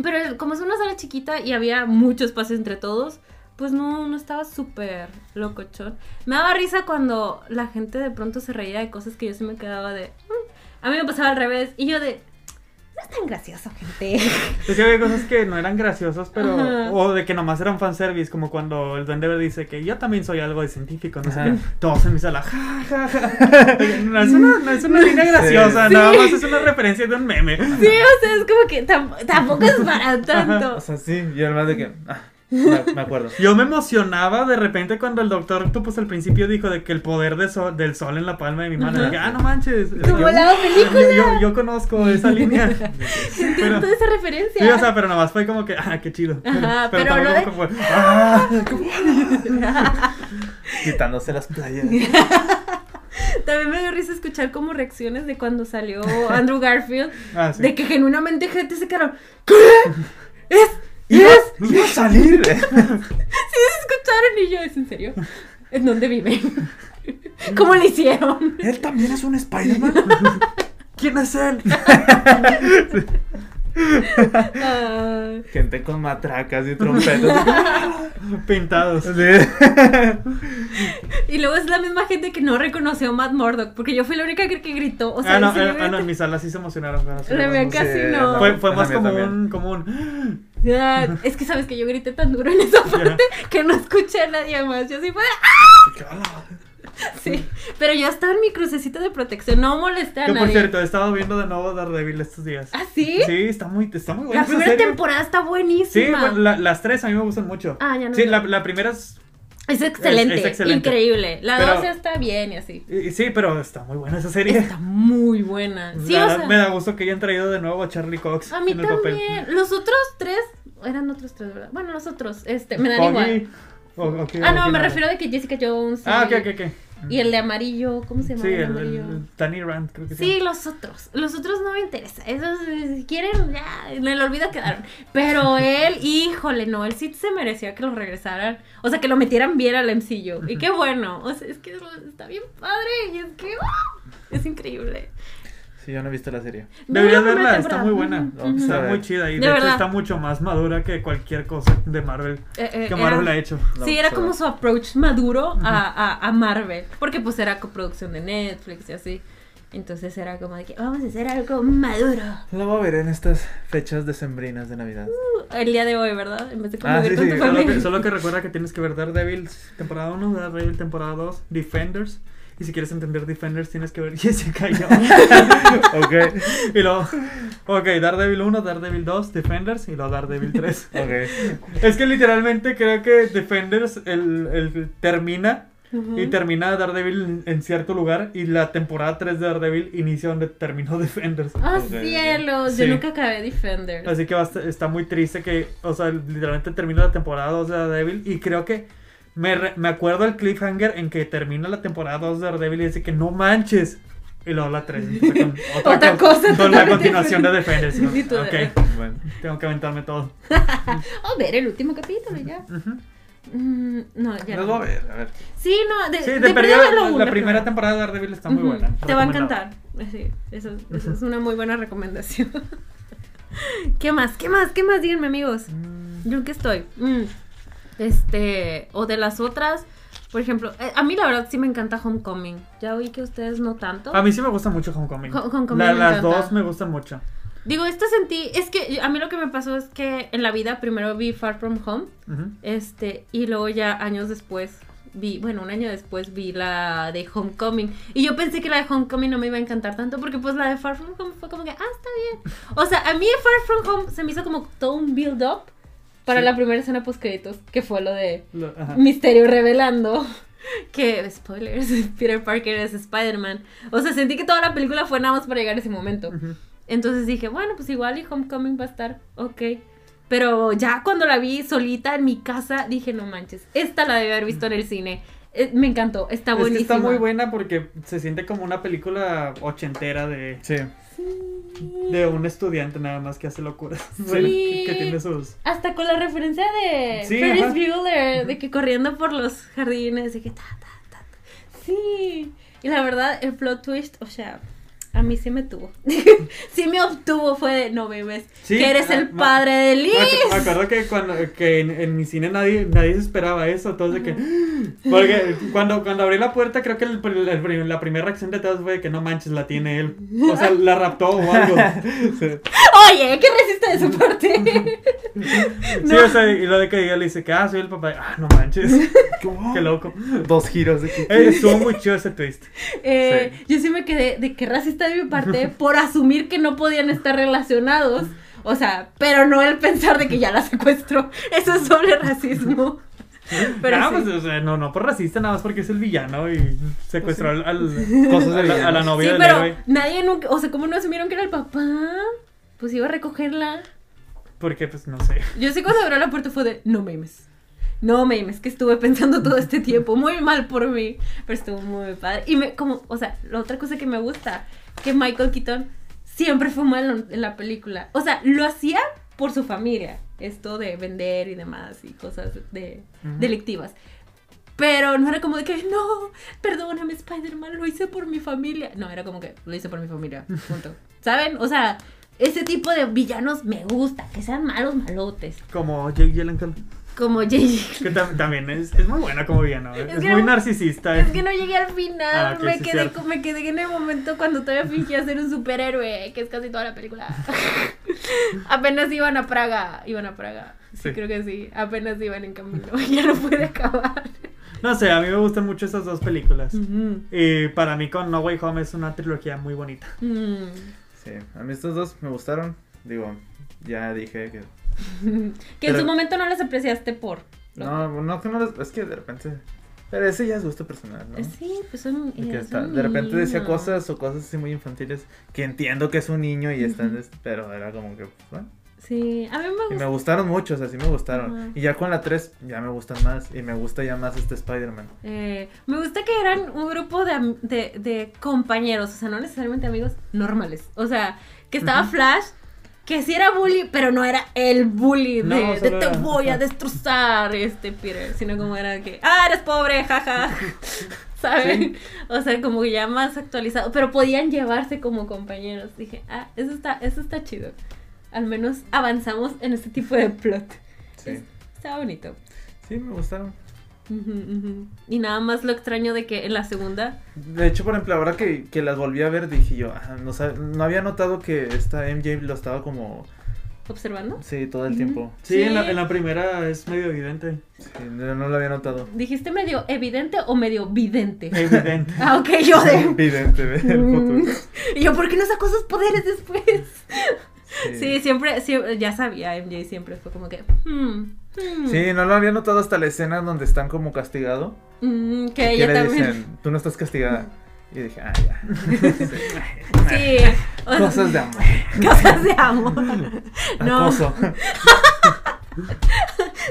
[SPEAKER 1] Pero el- como es una sala chiquita y había mucho espacio entre todos, pues no, no estaba súper locochón. Me daba risa cuando la gente de pronto se reía de cosas que yo sí me quedaba de... "Mm". A mí me pasaba al revés. Y yo de... No es tan gracioso, gente.
[SPEAKER 2] Es que había cosas que no eran graciosas, pero.
[SPEAKER 1] Ajá.
[SPEAKER 2] O de que nomás eran fanservice, como cuando el Duende Verde dice que yo también soy algo de científico, no sé
[SPEAKER 3] Ajá.
[SPEAKER 2] qué. Todos en mi sala. "Ja, ja, ja". No es una, no es una línea graciosa,
[SPEAKER 1] Sí.
[SPEAKER 2] nada más es una referencia de un meme.
[SPEAKER 1] Sí, o sea, es como que tam- tampoco es para tanto.
[SPEAKER 3] O sea, sí, yo además de que. ah, me, me acuerdo.
[SPEAKER 2] Yo me emocionaba de repente cuando el doctor Octopus al principio dijo de que el poder de sol- del sol en la palma de mi mano.
[SPEAKER 1] Ajá.
[SPEAKER 2] Dije, ah, no manches.
[SPEAKER 1] Como
[SPEAKER 2] yo-
[SPEAKER 1] la película.
[SPEAKER 2] Yo, yo- yo conozco esa línea.
[SPEAKER 1] Entiendo
[SPEAKER 2] pero-
[SPEAKER 1] toda esa referencia.
[SPEAKER 2] Sí, o sea, pero nomás fue como que, ah, qué chido.
[SPEAKER 1] Ajá, pero
[SPEAKER 2] tampoco
[SPEAKER 1] no de-
[SPEAKER 2] como fue, "Ah".
[SPEAKER 3] Quitándose las playas.
[SPEAKER 1] También me dio risa escuchar como reacciones de cuando salió Andrew Garfield.
[SPEAKER 2] Ah, sí.
[SPEAKER 1] De que genuinamente gente se quedaron. ¿Qué? ¿Es?
[SPEAKER 3] ¡Iba,
[SPEAKER 1] ¿Es?
[SPEAKER 3] iba a salir!
[SPEAKER 1] Sí, se escucharon y yo, ¿es en serio? ¿En dónde viven? ¿Cómo le hicieron?
[SPEAKER 3] Él también es un Spider-Man.
[SPEAKER 2] ¿Quién es él?
[SPEAKER 1] Ah,
[SPEAKER 3] Gente con matracas y trompetas.
[SPEAKER 2] Pintados.
[SPEAKER 1] y luego es la misma gente que no reconoció a Matt Murdock, porque yo fui la única que, que gritó. O sea,
[SPEAKER 2] ah, no,
[SPEAKER 1] sí,
[SPEAKER 2] eh,
[SPEAKER 1] yo-
[SPEAKER 2] ah, no, en mis salas sí se emocionaron. pero sí,
[SPEAKER 1] La
[SPEAKER 2] no,
[SPEAKER 1] mía
[SPEAKER 2] no sé.
[SPEAKER 1] casi no.
[SPEAKER 2] Fue,
[SPEAKER 3] Ah,
[SPEAKER 2] fue más como
[SPEAKER 3] común
[SPEAKER 2] un, como un.
[SPEAKER 1] Ah, es que sabes que yo grité tan duro en esa parte que no escuché a nadie más. Yo sí fue. ¡Ah! Sí, pero yo estaba en mi crucecita de protección, no molesté a
[SPEAKER 2] Que por
[SPEAKER 1] nadie.
[SPEAKER 2] cierto, he estado viendo de nuevo Daredevil estos días.
[SPEAKER 1] ¿Ah, sí?
[SPEAKER 2] Sí, está muy, está muy buena
[SPEAKER 1] La
[SPEAKER 2] esa
[SPEAKER 1] primera
[SPEAKER 2] serie.
[SPEAKER 1] temporada está
[SPEAKER 2] Sí,
[SPEAKER 1] buenísima.
[SPEAKER 2] bueno, la- las tres a mí me gustan mucho.
[SPEAKER 1] Ah, ya no
[SPEAKER 2] Sí,
[SPEAKER 1] vi.
[SPEAKER 2] la, la primera es.
[SPEAKER 1] es, excelente,
[SPEAKER 2] es- es excelente.
[SPEAKER 1] increíble. La
[SPEAKER 2] Pero-
[SPEAKER 1] 12 está bien y así.
[SPEAKER 2] y- y Sí, pero está muy buena esa serie.
[SPEAKER 1] Está muy buena. Sí,
[SPEAKER 2] La
[SPEAKER 1] o
[SPEAKER 2] verdad,
[SPEAKER 1] sea,
[SPEAKER 2] Me da gusto que hayan traído de nuevo a Charlie Cox
[SPEAKER 1] a mí
[SPEAKER 2] en el papel.
[SPEAKER 1] también. Los otros tres, eran otros tres, ¿verdad? Bueno, los otros, este, me dan igual.
[SPEAKER 2] Foggy, o- o qué-
[SPEAKER 1] Ah,
[SPEAKER 2] o
[SPEAKER 1] no,
[SPEAKER 2] quién
[SPEAKER 1] me
[SPEAKER 2] era.
[SPEAKER 1] refiero de que Jessica Jones. y-
[SPEAKER 2] Ah, ok, ok, ok.
[SPEAKER 1] Y el de amarillo, ¿cómo se llama?
[SPEAKER 2] Sí,
[SPEAKER 1] el, de
[SPEAKER 2] el,
[SPEAKER 1] amarillo?
[SPEAKER 2] el Danny Rand, creo que
[SPEAKER 1] Sí, los otros. Los otros no me interesa. Esos, eh, si quieren, ya, en el olvido quedaron. Pero él, híjole, no, él sí se merecía que lo regresaran. O sea, que lo metieran bien al MCU. Y qué bueno. O sea, es que está bien padre. Y es que, ¡ah! Es increíble.
[SPEAKER 3] Sí, yo no he visto la serie.
[SPEAKER 1] No,
[SPEAKER 2] Deberías
[SPEAKER 1] la primera
[SPEAKER 2] verla, está
[SPEAKER 1] temporada.
[SPEAKER 2] muy buena.
[SPEAKER 1] Ujú,
[SPEAKER 3] No,
[SPEAKER 1] ujú.
[SPEAKER 2] Está
[SPEAKER 3] Ujú.
[SPEAKER 2] muy chida y de,
[SPEAKER 1] De
[SPEAKER 2] hecho
[SPEAKER 1] verdad.
[SPEAKER 2] está mucho más madura que cualquier cosa de Marvel
[SPEAKER 1] Eh, eh,
[SPEAKER 2] que Marvel
[SPEAKER 1] era-
[SPEAKER 2] ha hecho.
[SPEAKER 3] La
[SPEAKER 1] Sí,
[SPEAKER 3] vamos
[SPEAKER 1] era
[SPEAKER 3] a
[SPEAKER 1] como
[SPEAKER 3] ver.
[SPEAKER 1] su approach maduro a, a, a Marvel. Porque pues era coproducción de Netflix y así. Entonces era como de que vamos a hacer algo maduro.
[SPEAKER 3] La voy a ver en estas fechas decembrinas de Navidad.
[SPEAKER 1] El día de hoy, ¿verdad? En vez de
[SPEAKER 3] Ah,
[SPEAKER 1] convivir
[SPEAKER 3] sí,
[SPEAKER 1] con
[SPEAKER 3] sí,
[SPEAKER 1] tu
[SPEAKER 2] Solo que,
[SPEAKER 1] familia.
[SPEAKER 2] solo que recuerda que tienes que ver Daredevil temporada 1, Daredevil temporada 2, Defenders. Y si quieres entender Defenders, tienes que ver Jessica Jones.
[SPEAKER 3] ok,
[SPEAKER 2] y luego, ok, Daredevil 1, Daredevil 2, Defenders y luego Daredevil 3.
[SPEAKER 3] ok.
[SPEAKER 2] es que literalmente creo que Defenders el, el termina
[SPEAKER 1] Ujú.
[SPEAKER 2] Y termina Daredevil en- en cierto lugar y la temporada 3 de Daredevil inicia donde terminó Defenders.
[SPEAKER 1] ¡Oh,
[SPEAKER 3] Ok, ok.
[SPEAKER 1] cielos! Yo
[SPEAKER 2] Sí.
[SPEAKER 1] nunca acabé Defenders.
[SPEAKER 2] Así que va a est- está muy triste que, o sea, literalmente termina la temporada 2 de Daredevil y creo que me, re- me acuerdo el cliffhanger en que termina la temporada 2 de Daredevil y dice que no manches. Y luego la 3 con otra,
[SPEAKER 1] Otra
[SPEAKER 2] co-
[SPEAKER 1] cosa
[SPEAKER 2] Con la
[SPEAKER 1] totalmente
[SPEAKER 2] continuación de Defenders. ¿no?
[SPEAKER 1] Y tú de-
[SPEAKER 2] Ok,
[SPEAKER 3] Bueno,
[SPEAKER 2] tengo que aventarme todo.
[SPEAKER 1] O ver el último capítulo ya.
[SPEAKER 2] Ujú.
[SPEAKER 1] Mm, no, ya.
[SPEAKER 3] las
[SPEAKER 1] no.
[SPEAKER 3] voy a ver, a ver.
[SPEAKER 1] Sí, no, de,
[SPEAKER 2] Sí,
[SPEAKER 1] Eh, de perdido
[SPEAKER 2] de perdido,
[SPEAKER 1] velo
[SPEAKER 2] la,
[SPEAKER 1] una
[SPEAKER 2] la primera
[SPEAKER 1] primero.
[SPEAKER 2] temporada de Daredevil está muy
[SPEAKER 1] Ujú,
[SPEAKER 2] buena.
[SPEAKER 1] Te va a
[SPEAKER 2] recomendada.
[SPEAKER 1] encantar. eh, Sí, eso, eso es una muy buena recomendación. ¿Qué más? ¿Qué más? ¿Qué más? Díganme, amigos.
[SPEAKER 3] Mm,
[SPEAKER 1] Yo en qué estoy. Mm, Este, o de las otras, por ejemplo, eh, a mí la verdad sí me encanta Homecoming. Ya oí que ustedes no tanto.
[SPEAKER 2] A mí sí me gusta mucho Homecoming.
[SPEAKER 1] Hom- Homecoming
[SPEAKER 2] La-
[SPEAKER 1] me
[SPEAKER 2] las
[SPEAKER 1] encanta.
[SPEAKER 2] dos me gustan mucho.
[SPEAKER 1] Digo, esto sentí, es que a mí lo que me pasó es que en la vida primero vi Far From Home,
[SPEAKER 2] Ujú.
[SPEAKER 1] este, y luego ya años después vi, bueno, un año después vi la de Homecoming. Y yo pensé que la de Homecoming no me iba a encantar tanto porque pues la de Far From Home fue como que, ah, está bien. O sea, a mí Far From Home se me hizo como todo un build up para
[SPEAKER 2] Sí.
[SPEAKER 1] la primera escena post créditos, que fue lo de
[SPEAKER 2] Lo- ajá.
[SPEAKER 1] Misterio revelando que, spoilers, Peter Parker es Spider-Man. O sea, sentí que toda la película fue nada más para llegar a ese momento.
[SPEAKER 2] Ujú.
[SPEAKER 1] Entonces dije, bueno, pues igual y Homecoming va a estar, ok. Pero ya cuando la vi solita en mi casa, dije, no manches, esta la debe haber visto en el cine. Eh, me encantó, está
[SPEAKER 2] Es que
[SPEAKER 1] buenísima.
[SPEAKER 2] está muy buena porque se siente como una película ochentera de,
[SPEAKER 3] Sí,
[SPEAKER 2] de un estudiante nada más que hace locuras.
[SPEAKER 1] Sí.
[SPEAKER 2] Bueno, que, que tiene sus...
[SPEAKER 1] Hasta con la referencia de
[SPEAKER 2] Sí,
[SPEAKER 1] Ferris
[SPEAKER 2] ajá.
[SPEAKER 1] Bueller, de que corriendo por los jardines, de que ta, ta, ta, ta. Sí. Y la verdad, el plot twist, o sea, a mí sí me tuvo. sí me obtuvo, fue de, no memes,
[SPEAKER 2] Sí,
[SPEAKER 1] que eres
[SPEAKER 2] ah,
[SPEAKER 1] el
[SPEAKER 2] ma-
[SPEAKER 1] padre de
[SPEAKER 2] Me ac- me
[SPEAKER 1] Liz.
[SPEAKER 2] acuerdo que, cuando, que en, en mi cine nadie, nadie se esperaba eso, todos de que... Porque cuando, cuando abrí la puerta creo que el pr- el pr- la primera reacción de todos fue de que no manches, la tiene él. O sea, la raptó o algo.
[SPEAKER 3] sí.
[SPEAKER 1] Oye, qué resiste de su parte.
[SPEAKER 2] Sí, o sea, y lo de que ella le dice que, ah, soy el papá. Ah, no manches, qué loco.
[SPEAKER 3] Dos giros de que-
[SPEAKER 2] Eh, estuvo muy chido ese twist.
[SPEAKER 1] Eh, Yo sí me quedé de que racista de mi parte por asumir que no podían estar relacionados. O sea, pero no el pensar de que ya la secuestró. Eso es doble racismo. Pero
[SPEAKER 2] Ah,
[SPEAKER 1] sí.
[SPEAKER 2] pues, o sea, no, no por racista, nada más porque es el villano y secuestró al, al-
[SPEAKER 3] Cosas de
[SPEAKER 2] a, la, a la
[SPEAKER 1] Pues
[SPEAKER 3] villanos.
[SPEAKER 1] Sí,
[SPEAKER 2] novia del
[SPEAKER 1] pero
[SPEAKER 2] héroe.
[SPEAKER 1] nadie nunca, o sea, ¿cómo no asumieron que era el papá? Pues iba a recogerla.
[SPEAKER 2] Porque, pues, no sé.
[SPEAKER 1] Yo sí cuando abrió la puerta fue de, no memes. No memes, que estuve pensando todo este tiempo, muy mal por mí, pero estuvo muy padre. Y me, como, o sea, la otra cosa que me gusta, que Michael Keaton siempre fue malo en la película. O sea, lo hacía por su familia, esto de vender y demás y cosas de,
[SPEAKER 2] Ujú.
[SPEAKER 1] delictivas. Pero no era como de que, no, perdóname Spider-Man, lo hice por mi familia. No, era como que lo hice por mi familia, punto. ¿Saben? O sea, ese tipo de villanos me gusta, que sean malos malotes.
[SPEAKER 2] Como Jake Gyllenhaal.
[SPEAKER 1] Como Jay.
[SPEAKER 2] Que tam- también es, es muy buena como villano. ¿eh?
[SPEAKER 1] Es
[SPEAKER 2] Es,
[SPEAKER 1] que
[SPEAKER 2] muy
[SPEAKER 1] no-
[SPEAKER 2] narcisista. ¿eh?
[SPEAKER 1] Es que no llegué al final,
[SPEAKER 2] Ah, ok,
[SPEAKER 1] me,
[SPEAKER 2] sí,
[SPEAKER 1] quedé,
[SPEAKER 2] cierto.
[SPEAKER 1] co- me quedé en el momento cuando todavía fingía ser un superhéroe, que es casi toda la película. apenas iban a Praga, iban a Praga. Sí,
[SPEAKER 2] Sí.
[SPEAKER 1] creo que sí, apenas iban en camino, ya no puede acabar.
[SPEAKER 2] No sé, a mí me gustan mucho esas dos películas.
[SPEAKER 1] Mm.
[SPEAKER 2] Y para mí con No Way Home es una trilogía muy bonita.
[SPEAKER 1] Mm.
[SPEAKER 3] Sí, a mí estos dos me gustaron. Digo, ya dije que.
[SPEAKER 1] Que en
[SPEAKER 3] Pero-
[SPEAKER 1] su momento no las apreciaste por...
[SPEAKER 3] No, no, que no les- Es que de repente. Pero ese ya es gusto personal, ¿no?
[SPEAKER 1] Eh, Sí, pues son...
[SPEAKER 3] De,
[SPEAKER 1] eh,
[SPEAKER 3] que
[SPEAKER 1] son
[SPEAKER 3] está- de repente decía
[SPEAKER 1] niños.
[SPEAKER 3] cosas o cosas así muy infantiles que entiendo que es un niño y están. des- Pero era como que. pues, bueno.
[SPEAKER 1] Sí, a mí me
[SPEAKER 3] Y me
[SPEAKER 1] gusta.
[SPEAKER 3] gustaron mucho, o sea, sí me gustaron.
[SPEAKER 1] Ajá.
[SPEAKER 3] Y ya con la 3 ya me gustan más. Y me gusta ya más este Spider-Man.
[SPEAKER 1] eh, me gusta que eran un grupo de, am- de, de compañeros, o sea, no necesariamente amigos normales. O sea, que estaba Flash, que sí era bully, pero no era el bully de,
[SPEAKER 2] No,
[SPEAKER 1] de
[SPEAKER 2] solo
[SPEAKER 1] te
[SPEAKER 2] era-
[SPEAKER 1] voy a
[SPEAKER 2] ajá.
[SPEAKER 1] destrozar este Peter, sino como era que, ah, eres pobre, jaja. ¿Saben? O sea, como que ya más actualizado, pero podían llevarse como compañeros. Dije, ah, eso está, eso está chido. Al menos avanzamos en este tipo de plot.
[SPEAKER 3] Sí,
[SPEAKER 1] Está bonito.
[SPEAKER 3] sí, me gustaron.
[SPEAKER 1] Ujú, ujú. Y nada más lo extraño de que en la segunda.
[SPEAKER 3] De hecho, por ejemplo, ahora que, que las volví a ver, dije yo, "Ah, no, sab- no había notado que esta MJ lo estaba como,
[SPEAKER 1] ¿Observando?
[SPEAKER 3] sí, todo el
[SPEAKER 1] Ujú.
[SPEAKER 3] tiempo.
[SPEAKER 2] Sí, En, la,
[SPEAKER 1] Sí.
[SPEAKER 2] en la primera es medio evidente.
[SPEAKER 3] Sí, no, no lo había notado.
[SPEAKER 1] ¿Dijiste medio evidente o medio vidente?
[SPEAKER 2] Evidente.
[SPEAKER 1] Ah, ok, yo de.
[SPEAKER 3] Evidente, ve, el
[SPEAKER 1] Mm.
[SPEAKER 3] futuro.
[SPEAKER 1] Y yo, ¿por qué no sacó sus poderes después?
[SPEAKER 3] Sí.
[SPEAKER 1] Sí, siempre, siempre- ya sabía, MJ siempre fue como que. hmm, hmm,
[SPEAKER 3] Sí, no lo había notado hasta la escena donde están como castigado.
[SPEAKER 1] mm, que
[SPEAKER 3] Que
[SPEAKER 1] ella
[SPEAKER 3] le
[SPEAKER 1] también.
[SPEAKER 3] dicen, tú no estás castigada. Y dije, ah, ya.
[SPEAKER 1] Sí, o-
[SPEAKER 3] Cosas de amor.
[SPEAKER 1] cosas de amor. No.
[SPEAKER 3] Acoso.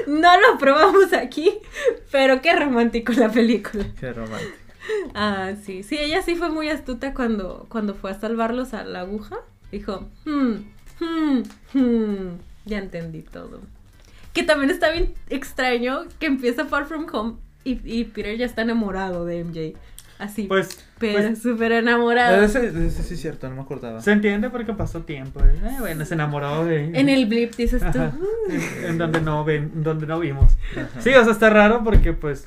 [SPEAKER 1] No lo probamos aquí, pero qué romántico la película.
[SPEAKER 3] Qué romántico.
[SPEAKER 1] Ah, sí, sí, ella sí fue muy astuta cuando, cuando fue a salvarlos a la aguja. Dijo, hmm, hmm, hmm, ya entendí todo. Que también está bien extraño que empieza Far From Home y, y Peter ya está enamorado de MJ. Así,
[SPEAKER 2] Pues,
[SPEAKER 1] pero
[SPEAKER 2] pues,
[SPEAKER 1] súper
[SPEAKER 3] Ah,
[SPEAKER 1] enamorado.
[SPEAKER 3] ese- ese sí es cierto, no me acordaba.
[SPEAKER 2] se entiende porque pasó tiempo. ¿eh? Eh, bueno, se enamoró de...
[SPEAKER 1] En el blip dices tú,
[SPEAKER 2] Ajá.
[SPEAKER 1] "Mm,
[SPEAKER 2] en, en donde no ven, donde no vimos.
[SPEAKER 3] Ajá.
[SPEAKER 2] Sí, o sea, está raro porque pues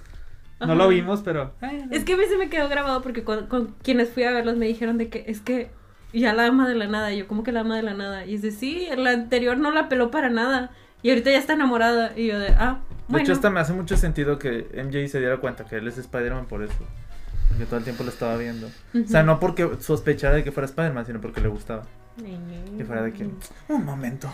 [SPEAKER 2] no
[SPEAKER 1] Ajá.
[SPEAKER 2] lo vimos, pero
[SPEAKER 1] Es que a mí se me quedó grabado porque con, con quienes fui a verlos me dijeron de que es que ya la ama de la nada. Y yo, como que la ama de la nada? Y dice, sí, la anterior no la peló para nada. Y ahorita ya está enamorada. Y yo de, ah,
[SPEAKER 3] De
[SPEAKER 1] bueno.
[SPEAKER 3] hecho, hasta me hace mucho sentido que MJ se diera cuenta que él es Spider-Man por eso. Yo todo el tiempo lo estaba viendo. O sea,
[SPEAKER 1] Ujú.
[SPEAKER 3] no porque sospechara de que fuera Spider-Man, sino porque le gustaba. Y fuera de que, un momento.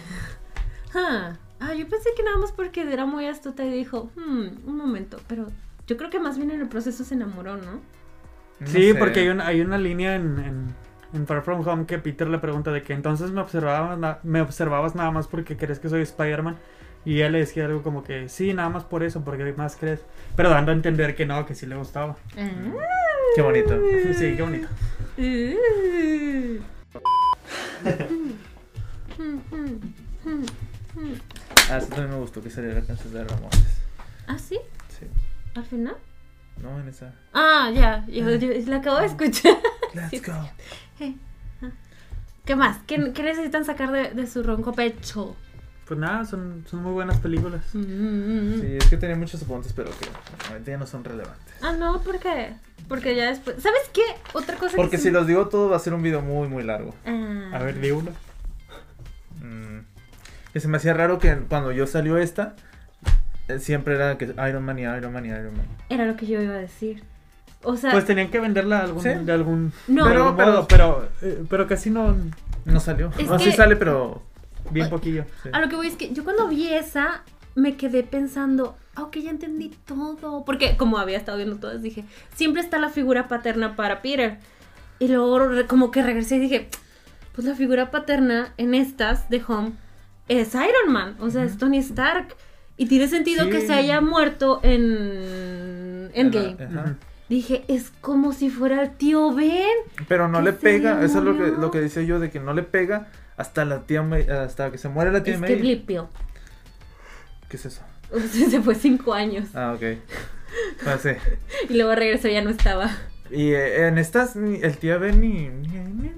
[SPEAKER 1] Ah, ah, yo pensé que nada más porque era muy astuta y dijo, hmm, un momento, pero yo creo que más bien en el proceso se enamoró, ¿no?
[SPEAKER 3] No
[SPEAKER 2] sí,
[SPEAKER 3] sé.
[SPEAKER 2] porque hay una, hay una línea en, en, en Far From Home que Peter le pregunta de que entonces me observabas, na- me observabas nada más porque crees que soy Spider-Man. Y él le decía algo como que sí, nada más por eso, porque más crees. Pero dando a entender que no, que sí le gustaba.
[SPEAKER 3] Mm. Qué bonito.
[SPEAKER 2] Sí, qué bonito.
[SPEAKER 1] Mm, mm.
[SPEAKER 3] Ah, eso también me gustó que saliera canción de Ramones.
[SPEAKER 1] ¿Ah, sí?
[SPEAKER 3] Sí.
[SPEAKER 1] ¿Al final?
[SPEAKER 3] No, en esa.
[SPEAKER 1] Ah, ya, yo, yo la acabo de escuchar. Ah.
[SPEAKER 3] Let's go.
[SPEAKER 1] ¿Qué más? ¿Qué, qué necesitan sacar de, de su ronco pecho?
[SPEAKER 2] Pues nada, son, son muy buenas películas.
[SPEAKER 1] Mm.
[SPEAKER 3] Sí, es que tenía muchos apuntes, pero que ahorita ya no son relevantes.
[SPEAKER 1] Ah, no, porque porque ya después. ¿Sabes qué? Otra cosa
[SPEAKER 3] Porque
[SPEAKER 1] que Ah,
[SPEAKER 3] si los digo todo va a ser un video muy, muy largo.
[SPEAKER 2] A ver, di una.
[SPEAKER 3] mm, que se me hacía raro que cuando yo salió esta, eh, siempre era que Iron Man y Iron Man y Iron Man.
[SPEAKER 1] Era lo que yo iba a decir. O sea,
[SPEAKER 2] Pues tenían que venderla de algún,
[SPEAKER 3] Sí.
[SPEAKER 2] de algún
[SPEAKER 1] No.
[SPEAKER 2] de algún
[SPEAKER 3] Pero-
[SPEAKER 2] modo, pero, eh, pero casi no
[SPEAKER 3] No salió.
[SPEAKER 1] Es
[SPEAKER 3] no,
[SPEAKER 1] que-
[SPEAKER 3] sí sale, pero.
[SPEAKER 2] bien
[SPEAKER 1] Ay. Ah,
[SPEAKER 2] poquillo.
[SPEAKER 3] sí.
[SPEAKER 1] a lo que voy es que yo cuando vi esa me quedé pensando, ah, ok, ya entendí todo. Porque como había estado viendo todas, dije, siempre está la figura paterna para Peter. Y luego re- como que regresé y dije, pues la figura paterna en estas de Home es Iron Man, o sea, es Tony Stark. Y tiene sentido que
[SPEAKER 3] Sí. eh.
[SPEAKER 1] se haya muerto en Endgame.
[SPEAKER 3] Ajá.
[SPEAKER 1] Dije, es como si fuera el tío Ben.
[SPEAKER 3] Pero no
[SPEAKER 1] Que
[SPEAKER 3] le
[SPEAKER 1] se
[SPEAKER 3] pega, eso es lo que,
[SPEAKER 1] murió.
[SPEAKER 3] lo que decía yo, de que no le pega hasta la tía May- hasta que se muere la tía
[SPEAKER 1] Es que
[SPEAKER 3] May.
[SPEAKER 1] blipio.
[SPEAKER 3] ¿Qué es eso?
[SPEAKER 1] Se fue cinco años.
[SPEAKER 3] Ah, ok. Ah, sí.
[SPEAKER 1] Y luego regresó y ya no estaba.
[SPEAKER 3] Y eh, en estas, ni- el tía Ben ni... ni- ni-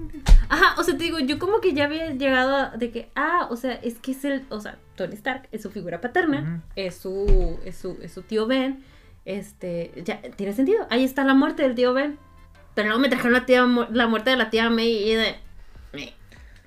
[SPEAKER 1] Ajá, o sea, te digo, yo como que ya había llegado a- de que, ah, o sea, es que es el, o sea, Tony Stark es su figura paterna,
[SPEAKER 3] Ujú.
[SPEAKER 1] es su, es su, es su tío Ben, este, ya, tiene sentido, ahí está la muerte del tío Ben, pero luego me trajeron la tía, mu- la muerte de la tía May y de, meh,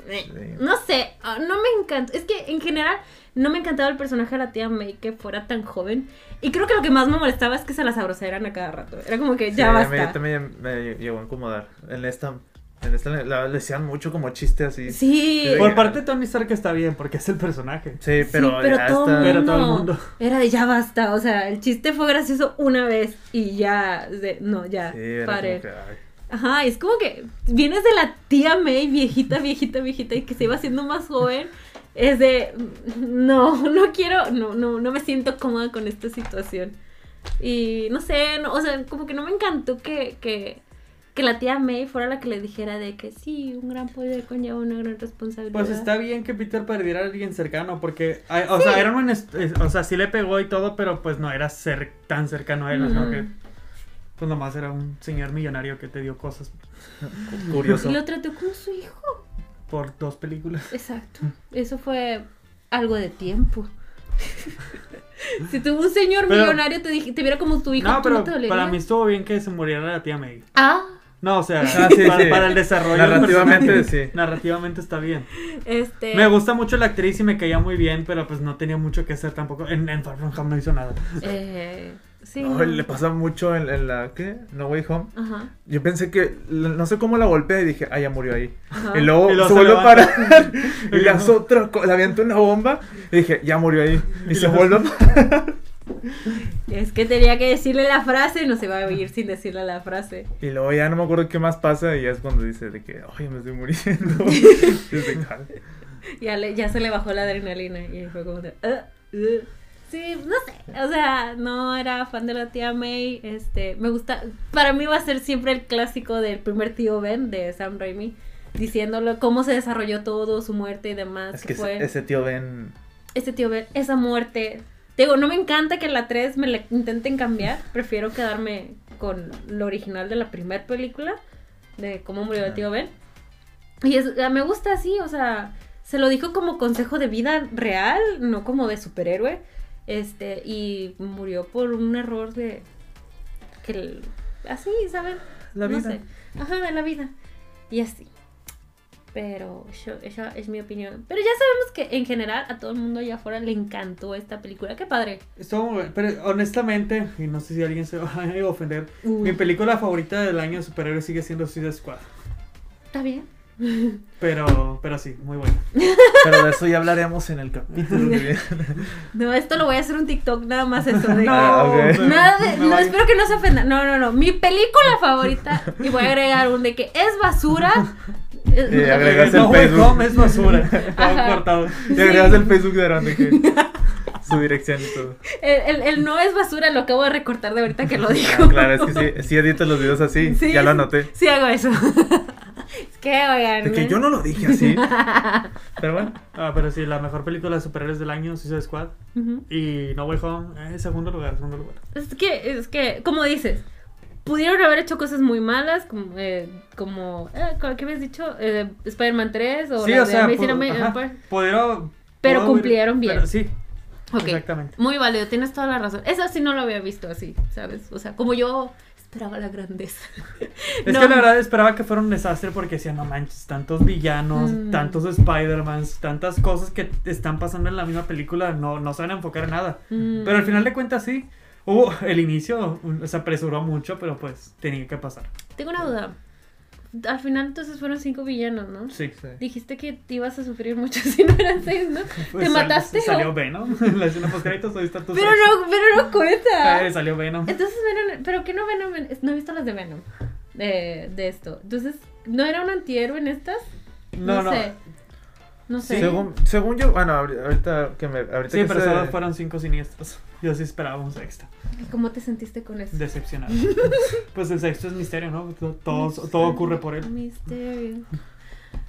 [SPEAKER 1] meh.
[SPEAKER 3] Sí.
[SPEAKER 1] no sé, ah, no me encanta, es que en general no me encantaba el personaje de la tía May que fuera tan joven, y creo que lo que más me molestaba es que se las abroceran a cada rato, era como que
[SPEAKER 3] Sí,
[SPEAKER 1] ya
[SPEAKER 3] a mí
[SPEAKER 1] basta.
[SPEAKER 3] también me llegó a incomodar. En esta, en esta le, la- le decían mucho como chiste así. Sí,
[SPEAKER 1] Sí.
[SPEAKER 2] Por parte de Tony Stark está bien, porque es el personaje.
[SPEAKER 3] pero,
[SPEAKER 1] Sí, pero
[SPEAKER 3] ya
[SPEAKER 1] todo
[SPEAKER 3] está-
[SPEAKER 2] Pero todo el mundo.
[SPEAKER 1] Era de ya basta, o sea, el chiste fue gracioso una vez y ya, de- no, ya,
[SPEAKER 3] Sí, era como
[SPEAKER 1] pare.
[SPEAKER 3] que, ay.
[SPEAKER 1] Ajá, es como que vienes de la tía May, viejita, viejita, viejita, y que se iba haciendo más joven, es de, no, no quiero, no, no, no me siento cómoda con esta situación. Y no sé, no, o sea, como que no me encantó que, que, que la tía May fuera la que le dijera de que sí, un gran poder conlleva una gran responsabilidad.
[SPEAKER 2] Pues está bien que Peter perdiera a alguien cercano, porque, ay, o sea, Iron Man, es- es- o sea, sí le pegó y todo, pero pues no era cer- tan cercano a él, o sea,
[SPEAKER 1] Ujú.
[SPEAKER 2] que pues nomás era un señor millonario que te dio cosas
[SPEAKER 3] Curioso.
[SPEAKER 1] Y lo trató como su hijo.
[SPEAKER 2] por dos películas.
[SPEAKER 1] Exacto. Eso fue algo de tiempo. si tuvo un señor
[SPEAKER 2] Pero-
[SPEAKER 1] millonario te, dije- te viera como tu hijo,
[SPEAKER 2] No,
[SPEAKER 1] ¿tú
[SPEAKER 2] pero
[SPEAKER 1] no te dolería?
[SPEAKER 2] para mí estuvo bien que se muriera la tía May.
[SPEAKER 1] Ah,
[SPEAKER 2] No, o sea,
[SPEAKER 3] Ah, sí,
[SPEAKER 2] para,
[SPEAKER 3] sí.
[SPEAKER 2] para el desarrollo. del
[SPEAKER 3] Narrativamente,
[SPEAKER 2] personaje,
[SPEAKER 3] sí.
[SPEAKER 2] Narrativamente está bien.
[SPEAKER 1] este.
[SPEAKER 2] Me gusta mucho la actriz y me caía muy bien, pero pues no tenía mucho que hacer tampoco. En, en Far From Home no hizo nada.
[SPEAKER 1] eh, sí.
[SPEAKER 3] No,
[SPEAKER 1] no.
[SPEAKER 3] le pasa mucho en, en la... ¿Qué? No Way Home.
[SPEAKER 1] Ajá.
[SPEAKER 3] Yo pensé que... No sé cómo la golpeé y dije, ah, ya murió ahí.
[SPEAKER 1] ajá.
[SPEAKER 3] Y luego,
[SPEAKER 2] Y luego
[SPEAKER 3] se
[SPEAKER 2] se
[SPEAKER 3] vuelve a
[SPEAKER 2] levanta.
[SPEAKER 3] parar. y le
[SPEAKER 2] luego-
[SPEAKER 3] hace otra cosa. Le avienta una bomba. Y dije, ya murió ahí. Y,
[SPEAKER 2] Y
[SPEAKER 3] se
[SPEAKER 2] luego-
[SPEAKER 3] vuelve a parar.
[SPEAKER 1] Es que tenía que decirle la frase, no se va a ir sin decirle la frase.
[SPEAKER 3] Y luego ya no me acuerdo qué más pasa. Y ya es cuando dice de que, oye, me estoy muriendo. Y es de, "Ah".
[SPEAKER 1] Ya, le, ya se le bajó la adrenalina y fue como de, "Ah, ah". Sí, no sé, o sea, no era fan de la tía May, este, me gusta, para mí va a ser siempre el clásico del primer tío Ben de Sam Raimi, diciéndolo cómo se desarrolló todo, su muerte y demás,
[SPEAKER 3] es
[SPEAKER 1] que
[SPEAKER 3] que
[SPEAKER 1] fue
[SPEAKER 3] ese, ese tío Ben...
[SPEAKER 1] este tío Ben, esa muerte. Te digo, no me encanta que en la 3 me la intenten cambiar, prefiero quedarme con lo original de la primera película, de cómo murió el tío Ben. Y es, ah, me gusta así, o sea, se lo dijo como consejo de vida real, no como de superhéroe. Este, y murió por un error de. que el- así, ¿saben?
[SPEAKER 3] La
[SPEAKER 1] no
[SPEAKER 3] vida.
[SPEAKER 1] sé. Ajá, de la vida. Y así. Pero yo- esa es mi opinión. Pero ya sabemos que en general a todo el mundo allá afuera le encantó esta película. Qué padre.
[SPEAKER 2] Estuvo muy bien, pero honestamente, y no sé si alguien se va a ofender, mi
[SPEAKER 1] Uy,
[SPEAKER 2] película favorita del año de superhéroes sigue siendo Suicide Squad.
[SPEAKER 1] Está bien.
[SPEAKER 2] Pero, pero sí, muy buena.
[SPEAKER 3] Pero de eso ya hablaremos en el capítulo que viene.
[SPEAKER 1] No, esto lo voy a hacer un TikTok nada más eso de
[SPEAKER 3] No, Ah, ok.
[SPEAKER 2] pero-
[SPEAKER 1] Nada de-
[SPEAKER 2] me
[SPEAKER 1] no,
[SPEAKER 2] vale.
[SPEAKER 1] espero que no se ofenda. No, no, no. Mi película favorita, y voy a agregar un de que es basura. es-
[SPEAKER 3] Sí, agrega.
[SPEAKER 2] Agregas
[SPEAKER 3] el
[SPEAKER 2] No Way
[SPEAKER 3] Facebook.
[SPEAKER 2] Home es basura.
[SPEAKER 1] Ajá.
[SPEAKER 2] Todo cortado.
[SPEAKER 3] Y agregas el Facebook de Aaron de que... Su dirección y todo.
[SPEAKER 1] el, el- el no es basura lo acabo de recortar de ahorita que lo dijo.
[SPEAKER 3] Ah, claro, es que sí, sí edito los videos así.
[SPEAKER 1] Sí,
[SPEAKER 3] ya lo anoté.
[SPEAKER 1] Sí hago eso. es que, oigan.
[SPEAKER 3] De que
[SPEAKER 1] ¿eh?
[SPEAKER 3] yo no lo dije así. Pero bueno.
[SPEAKER 2] Ah, pero sí, la mejor película de superhéroes del año, Suicide Squad.
[SPEAKER 1] Ujú.
[SPEAKER 2] Y No Way Home, eh, segundo lugar, segundo lugar.
[SPEAKER 1] Es que, es que, como dices, pudieron haber hecho cosas muy malas, como, eh, como eh, ¿qué habías dicho? Eh, Spider-Man 3 o
[SPEAKER 2] sí,
[SPEAKER 1] la
[SPEAKER 2] o
[SPEAKER 1] de
[SPEAKER 2] sea,
[SPEAKER 1] Amazing
[SPEAKER 2] pu-
[SPEAKER 1] Ama-
[SPEAKER 2] ajá,
[SPEAKER 1] Empire.
[SPEAKER 2] pudieron-
[SPEAKER 1] Pero
[SPEAKER 2] pudo haber-
[SPEAKER 1] cumplieron bien.
[SPEAKER 2] pero sí,
[SPEAKER 1] Ok,
[SPEAKER 2] exactamente.
[SPEAKER 1] Muy válido, tienes toda la razón. Esa sí no la había visto así, ¿sabes? O sea, como yo esperaba la grandeza.
[SPEAKER 2] Es
[SPEAKER 1] No.
[SPEAKER 2] que la verdad esperaba que fuera un desastre porque decía, no manches, tantos villanos,
[SPEAKER 1] Mm.
[SPEAKER 2] tantos Spider-Mans, tantas cosas que están pasando en la misma película, no, no se van a enfocar en nada.
[SPEAKER 1] Mm.
[SPEAKER 2] Pero al final de cuentas sí, hubo el inicio, un- se apresuró mucho, pero pues tenía que pasar.
[SPEAKER 1] Tengo una duda. Al final entonces fueron cinco villanos, ¿no?
[SPEAKER 2] Sí.
[SPEAKER 1] Dijiste que te ibas a sufrir mucho si no eran seis, ¿no? ¿Te mataste
[SPEAKER 2] Pues, Salió
[SPEAKER 1] o-
[SPEAKER 2] Venom en la escena post-créditos, ahí está tu
[SPEAKER 1] Pero
[SPEAKER 2] sexo.
[SPEAKER 1] no, pero no cuenta.
[SPEAKER 2] Eh, salió Venom.
[SPEAKER 1] Entonces Venom, pero que no Venom, en- no he visto las de Venom de, de esto. Entonces, ¿no era un antihéroe en estas?
[SPEAKER 2] No, no.
[SPEAKER 1] sé. No sé.
[SPEAKER 3] Según, según yo, bueno, ahori- ahorita que me. Ahorita
[SPEAKER 2] Sí,
[SPEAKER 3] que
[SPEAKER 2] pero
[SPEAKER 3] se-
[SPEAKER 2] solo fueron cinco siniestros. Yo sí esperaba un sexto.
[SPEAKER 1] ¿Y ¿Cómo te sentiste con eso?
[SPEAKER 2] Decepcionado. pues el sexto es misterio, ¿no? Todo, todo- todo ocurre por él.
[SPEAKER 1] Misterio.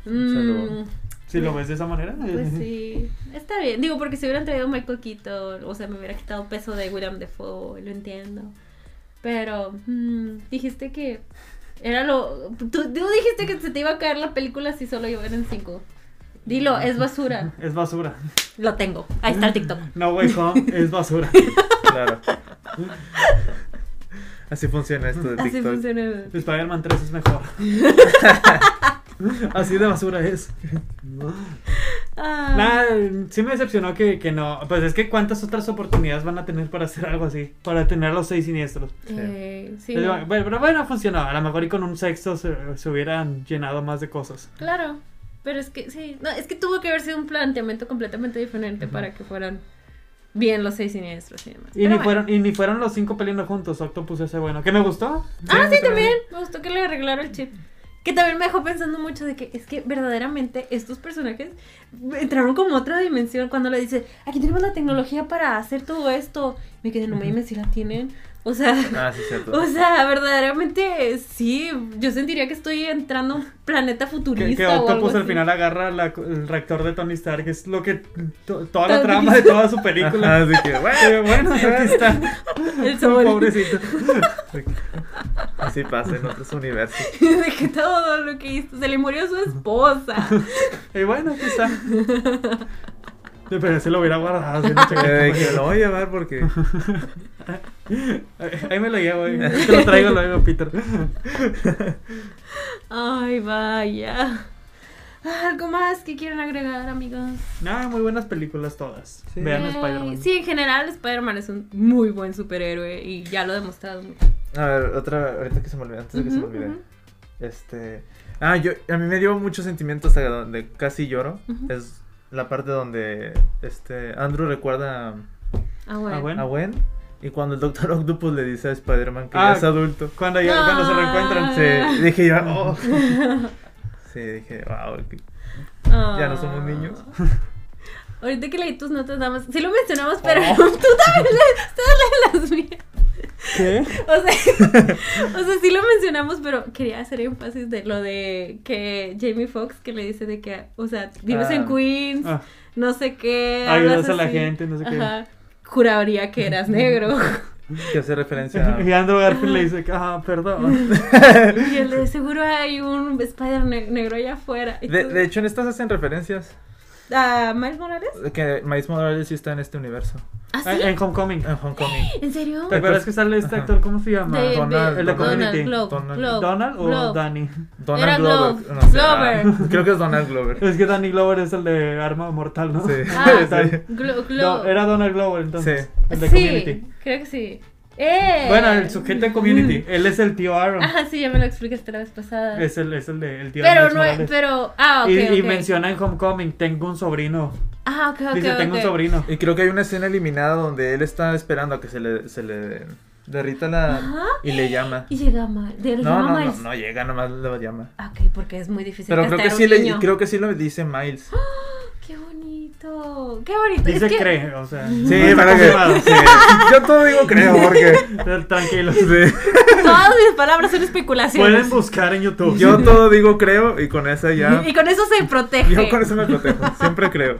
[SPEAKER 3] Un saludo.
[SPEAKER 1] Mm,
[SPEAKER 2] Si lo ves de esa manera.
[SPEAKER 1] pues sí. Está bien. Digo, porque si hubieran traído a Michael Keaton, o sea, me hubiera quitado peso de William Defoe, lo entiendo. Pero mm, dijiste que era lo. Tú, tú dijiste que se te iba a caer la película si solo en cinco. Dilo, es basura.
[SPEAKER 2] Es basura.
[SPEAKER 1] Lo tengo. Ahí está el TikTok.
[SPEAKER 2] No Way Home es basura.
[SPEAKER 3] Claro. Así funciona esto de TikTok.
[SPEAKER 1] Así funciona.
[SPEAKER 2] Spider-Man 3 es mejor. Así de basura es.
[SPEAKER 1] Ah,
[SPEAKER 2] Nada, sí me decepcionó que, que no. Pues es que cuántas otras oportunidades van a tener para hacer algo así. Para tener los seis siniestros.
[SPEAKER 1] eh, sí,
[SPEAKER 2] Pero,
[SPEAKER 1] no.
[SPEAKER 2] bueno, pero bueno, funcionó. A lo mejor y con un sexto se, se hubieran llenado más de cosas.
[SPEAKER 1] Claro, pero es que sí, no, es que tuvo que haber sido un planteamiento completamente diferente para que fueran bien los seis siniestros y demás.
[SPEAKER 2] Y
[SPEAKER 1] Pero
[SPEAKER 2] ni,
[SPEAKER 1] bueno.
[SPEAKER 2] fueron, y ni fueron los cinco peleando juntos. Octopus ese bueno. Que me gustó.
[SPEAKER 1] Ah, sí,
[SPEAKER 2] pero-
[SPEAKER 1] también, me gustó que le arreglaron el chip. Que también me dejó pensando mucho de que es que verdaderamente estos personajes entraron como a otra dimensión cuando le dice, aquí tenemos la tecnología para hacer todo esto. Me quedé, no me dime si la tienen. O sea,
[SPEAKER 3] Ah, sí, cierto.
[SPEAKER 1] o sea, verdaderamente sí, yo sentiría que estoy entrando a un planeta futurista
[SPEAKER 2] Que, que
[SPEAKER 1] o algo
[SPEAKER 2] Octopus al
[SPEAKER 1] así.
[SPEAKER 2] final agarra la- el reactor de Tony Stark, es lo que. to- toda la
[SPEAKER 1] Todo
[SPEAKER 2] trama de toda su película.
[SPEAKER 3] Ajá, así que, bueno,
[SPEAKER 2] Eh, bueno, aquí está.
[SPEAKER 1] El sol.
[SPEAKER 2] Pobrecito.
[SPEAKER 3] así pasa en otros universos.
[SPEAKER 1] de que todo lo que hizo se le murió a su esposa.
[SPEAKER 2] Y bueno, aquí está. Sí, Pero se lo hubiera guardado. si no checa-
[SPEAKER 3] Eh, que lo voy a llevar porque.
[SPEAKER 2] Ahí- Ahí me lo llevo, eh. Te lo traigo luego, Peter.
[SPEAKER 1] Ay, vaya. ¿Algo más que quieran agregar, amigos?
[SPEAKER 2] Nada, muy buenas películas todas.
[SPEAKER 3] Sí.
[SPEAKER 2] Vean
[SPEAKER 1] Ay,
[SPEAKER 2] Spider-Man.
[SPEAKER 1] Sí, en general Spider-Man es un muy buen superhéroe y ya lo he demostrado mucho.
[SPEAKER 3] A ver, otra, ahorita que se me olvidó, antes de que se me
[SPEAKER 1] Ujú,
[SPEAKER 3] olvide.
[SPEAKER 1] ujú.
[SPEAKER 3] Este. Ah, yo, a mí me dio muchos sentimientos hasta donde casi lloro.
[SPEAKER 1] Ujú.
[SPEAKER 3] Es la parte donde este Andrew recuerda
[SPEAKER 1] Ah, bueno.
[SPEAKER 2] Ah, bueno.
[SPEAKER 3] a Gwen. Y cuando el Doctor Octopus le dice a Spider-Man que
[SPEAKER 2] Ah.
[SPEAKER 3] ya es adulto.
[SPEAKER 2] Cuando, ya- cuando se reencuentran.
[SPEAKER 1] Ah.
[SPEAKER 3] Sí, dije yo, oh. Sí, dije, wow. qué- Ya no somos
[SPEAKER 1] Ah.
[SPEAKER 3] niños.
[SPEAKER 1] Ahorita que leí tus notas, nada más. Sí lo mencionamos, pero
[SPEAKER 2] Oh.
[SPEAKER 1] tú también lees todas las mías.
[SPEAKER 2] ¿Qué?
[SPEAKER 1] O sea, o sea, sí lo mencionamos, pero quería hacer énfasis de lo de que Jamie Foxx que le dice de que, o sea, vives
[SPEAKER 3] Ah.
[SPEAKER 1] en Queens,
[SPEAKER 2] Ah.
[SPEAKER 1] no sé qué,
[SPEAKER 2] Ayudas
[SPEAKER 1] hablas
[SPEAKER 2] a la
[SPEAKER 1] así.
[SPEAKER 2] gente, no sé qué.
[SPEAKER 1] Ajá. Juraría que eras negro.
[SPEAKER 3] Que hace referencia
[SPEAKER 2] Y
[SPEAKER 3] a.
[SPEAKER 2] Andrew Garfield le dice, ah, perdón.
[SPEAKER 1] y él de seguro hay un Spider ne- negro allá afuera. Y
[SPEAKER 3] De,
[SPEAKER 1] tú,
[SPEAKER 3] de hecho, en estas hacen referencias.
[SPEAKER 1] ¿A Miles Morales?
[SPEAKER 3] Que Maíz Morales sí está en este universo.
[SPEAKER 1] ¿Ah, sí?
[SPEAKER 2] En Homecoming.
[SPEAKER 3] En Hong Kong.
[SPEAKER 1] ¿En serio?
[SPEAKER 2] ¿Te acuerdas que sale este
[SPEAKER 3] Ajá.
[SPEAKER 2] actor? ¿Cómo se llama?
[SPEAKER 1] De-
[SPEAKER 3] Donald,
[SPEAKER 1] de-
[SPEAKER 2] eh. el de Community.
[SPEAKER 1] Donald Globe,
[SPEAKER 3] Donald-
[SPEAKER 1] Globe,
[SPEAKER 2] ¿Donald o
[SPEAKER 1] Globe.
[SPEAKER 2] Danny?
[SPEAKER 3] Donald
[SPEAKER 1] Era
[SPEAKER 3] Glover.
[SPEAKER 1] Glover.
[SPEAKER 3] no sé,
[SPEAKER 1] Glover.
[SPEAKER 3] ah, creo que es Donald Glover.
[SPEAKER 2] Es que Danny Glover es el de Arma Mortal, ¿no?
[SPEAKER 3] Sí.
[SPEAKER 1] Ah,
[SPEAKER 2] Tal.
[SPEAKER 3] Sí.
[SPEAKER 1] Glo-
[SPEAKER 2] No,
[SPEAKER 1] Glo-
[SPEAKER 2] era Donald Glover entonces.
[SPEAKER 3] Sí.
[SPEAKER 2] El de
[SPEAKER 1] sí,
[SPEAKER 2] Community.
[SPEAKER 1] creo que sí. ¡Eh!
[SPEAKER 2] Bueno, el sujeto de Community. Él es el tío Aaron.
[SPEAKER 1] Mm. Ajá, sí, ya me lo explicaste la vez pasada.
[SPEAKER 2] Es el, es el de el tío
[SPEAKER 1] pero
[SPEAKER 2] Alex
[SPEAKER 1] no,
[SPEAKER 2] Morales.
[SPEAKER 1] pero. Ah, ok.
[SPEAKER 2] Y- y,
[SPEAKER 1] ok.
[SPEAKER 2] menciona en Homecoming, tengo un sobrino.
[SPEAKER 1] Ah, ok, ok.
[SPEAKER 2] Dice, tengo
[SPEAKER 1] ok.
[SPEAKER 2] un sobrino.
[SPEAKER 3] Y creo que hay una escena eliminada donde él está esperando a que se le, se le derrita la.
[SPEAKER 1] Ajá.
[SPEAKER 3] Y le llama.
[SPEAKER 1] Y llega mal. De
[SPEAKER 3] No, no, no,
[SPEAKER 1] Miles.
[SPEAKER 3] no llega, nomás lo llama.
[SPEAKER 1] Ah, Ok, porque es muy difícil.
[SPEAKER 3] Pero creo que,
[SPEAKER 1] castear
[SPEAKER 3] sí
[SPEAKER 1] un
[SPEAKER 3] le,
[SPEAKER 1] niño.
[SPEAKER 3] creo que sí lo dice Miles.
[SPEAKER 1] Qué bonito. Qué bonito.
[SPEAKER 2] Dice
[SPEAKER 1] es que...
[SPEAKER 2] cree, o sea. no
[SPEAKER 3] Sí,
[SPEAKER 2] está
[SPEAKER 3] para que.
[SPEAKER 2] confirmado.
[SPEAKER 3] sí. Yo todo digo creo, porque.
[SPEAKER 2] Tranquilos.
[SPEAKER 3] sí.
[SPEAKER 1] Todas mis palabras son especulaciones.
[SPEAKER 2] Pueden buscar en YouTube.
[SPEAKER 3] Yo todo digo creo y con esa ya.
[SPEAKER 1] Y con eso se protege.
[SPEAKER 3] Yo con eso me protejo. Siempre creo.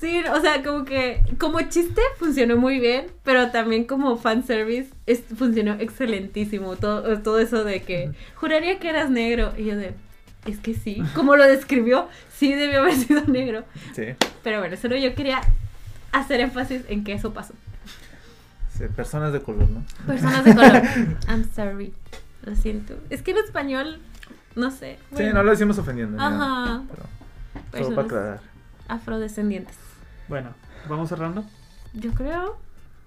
[SPEAKER 1] Sí, o sea, como que como chiste funcionó muy bien, pero también como fanservice es, funcionó excelentísimo. Todo, eh, todo eso de que juraría que eras negro. Y yo de, es que sí, como lo describió, sí debió haber sido negro.
[SPEAKER 3] Sí.
[SPEAKER 1] Pero bueno, solo yo quería hacer énfasis en que eso pasó.
[SPEAKER 3] Sí, personas de color, ¿no?
[SPEAKER 1] Personas de color. I'm sorry. Lo siento. Es que en español, no sé.
[SPEAKER 3] Sí,
[SPEAKER 1] bueno,
[SPEAKER 3] no lo decimos ofendiendo. ni
[SPEAKER 1] Ajá. Pues
[SPEAKER 3] nada, pero solo para
[SPEAKER 1] personas
[SPEAKER 3] aclarar.
[SPEAKER 1] afrodescendientes.
[SPEAKER 2] Bueno, vamos cerrando.
[SPEAKER 1] Yo creo.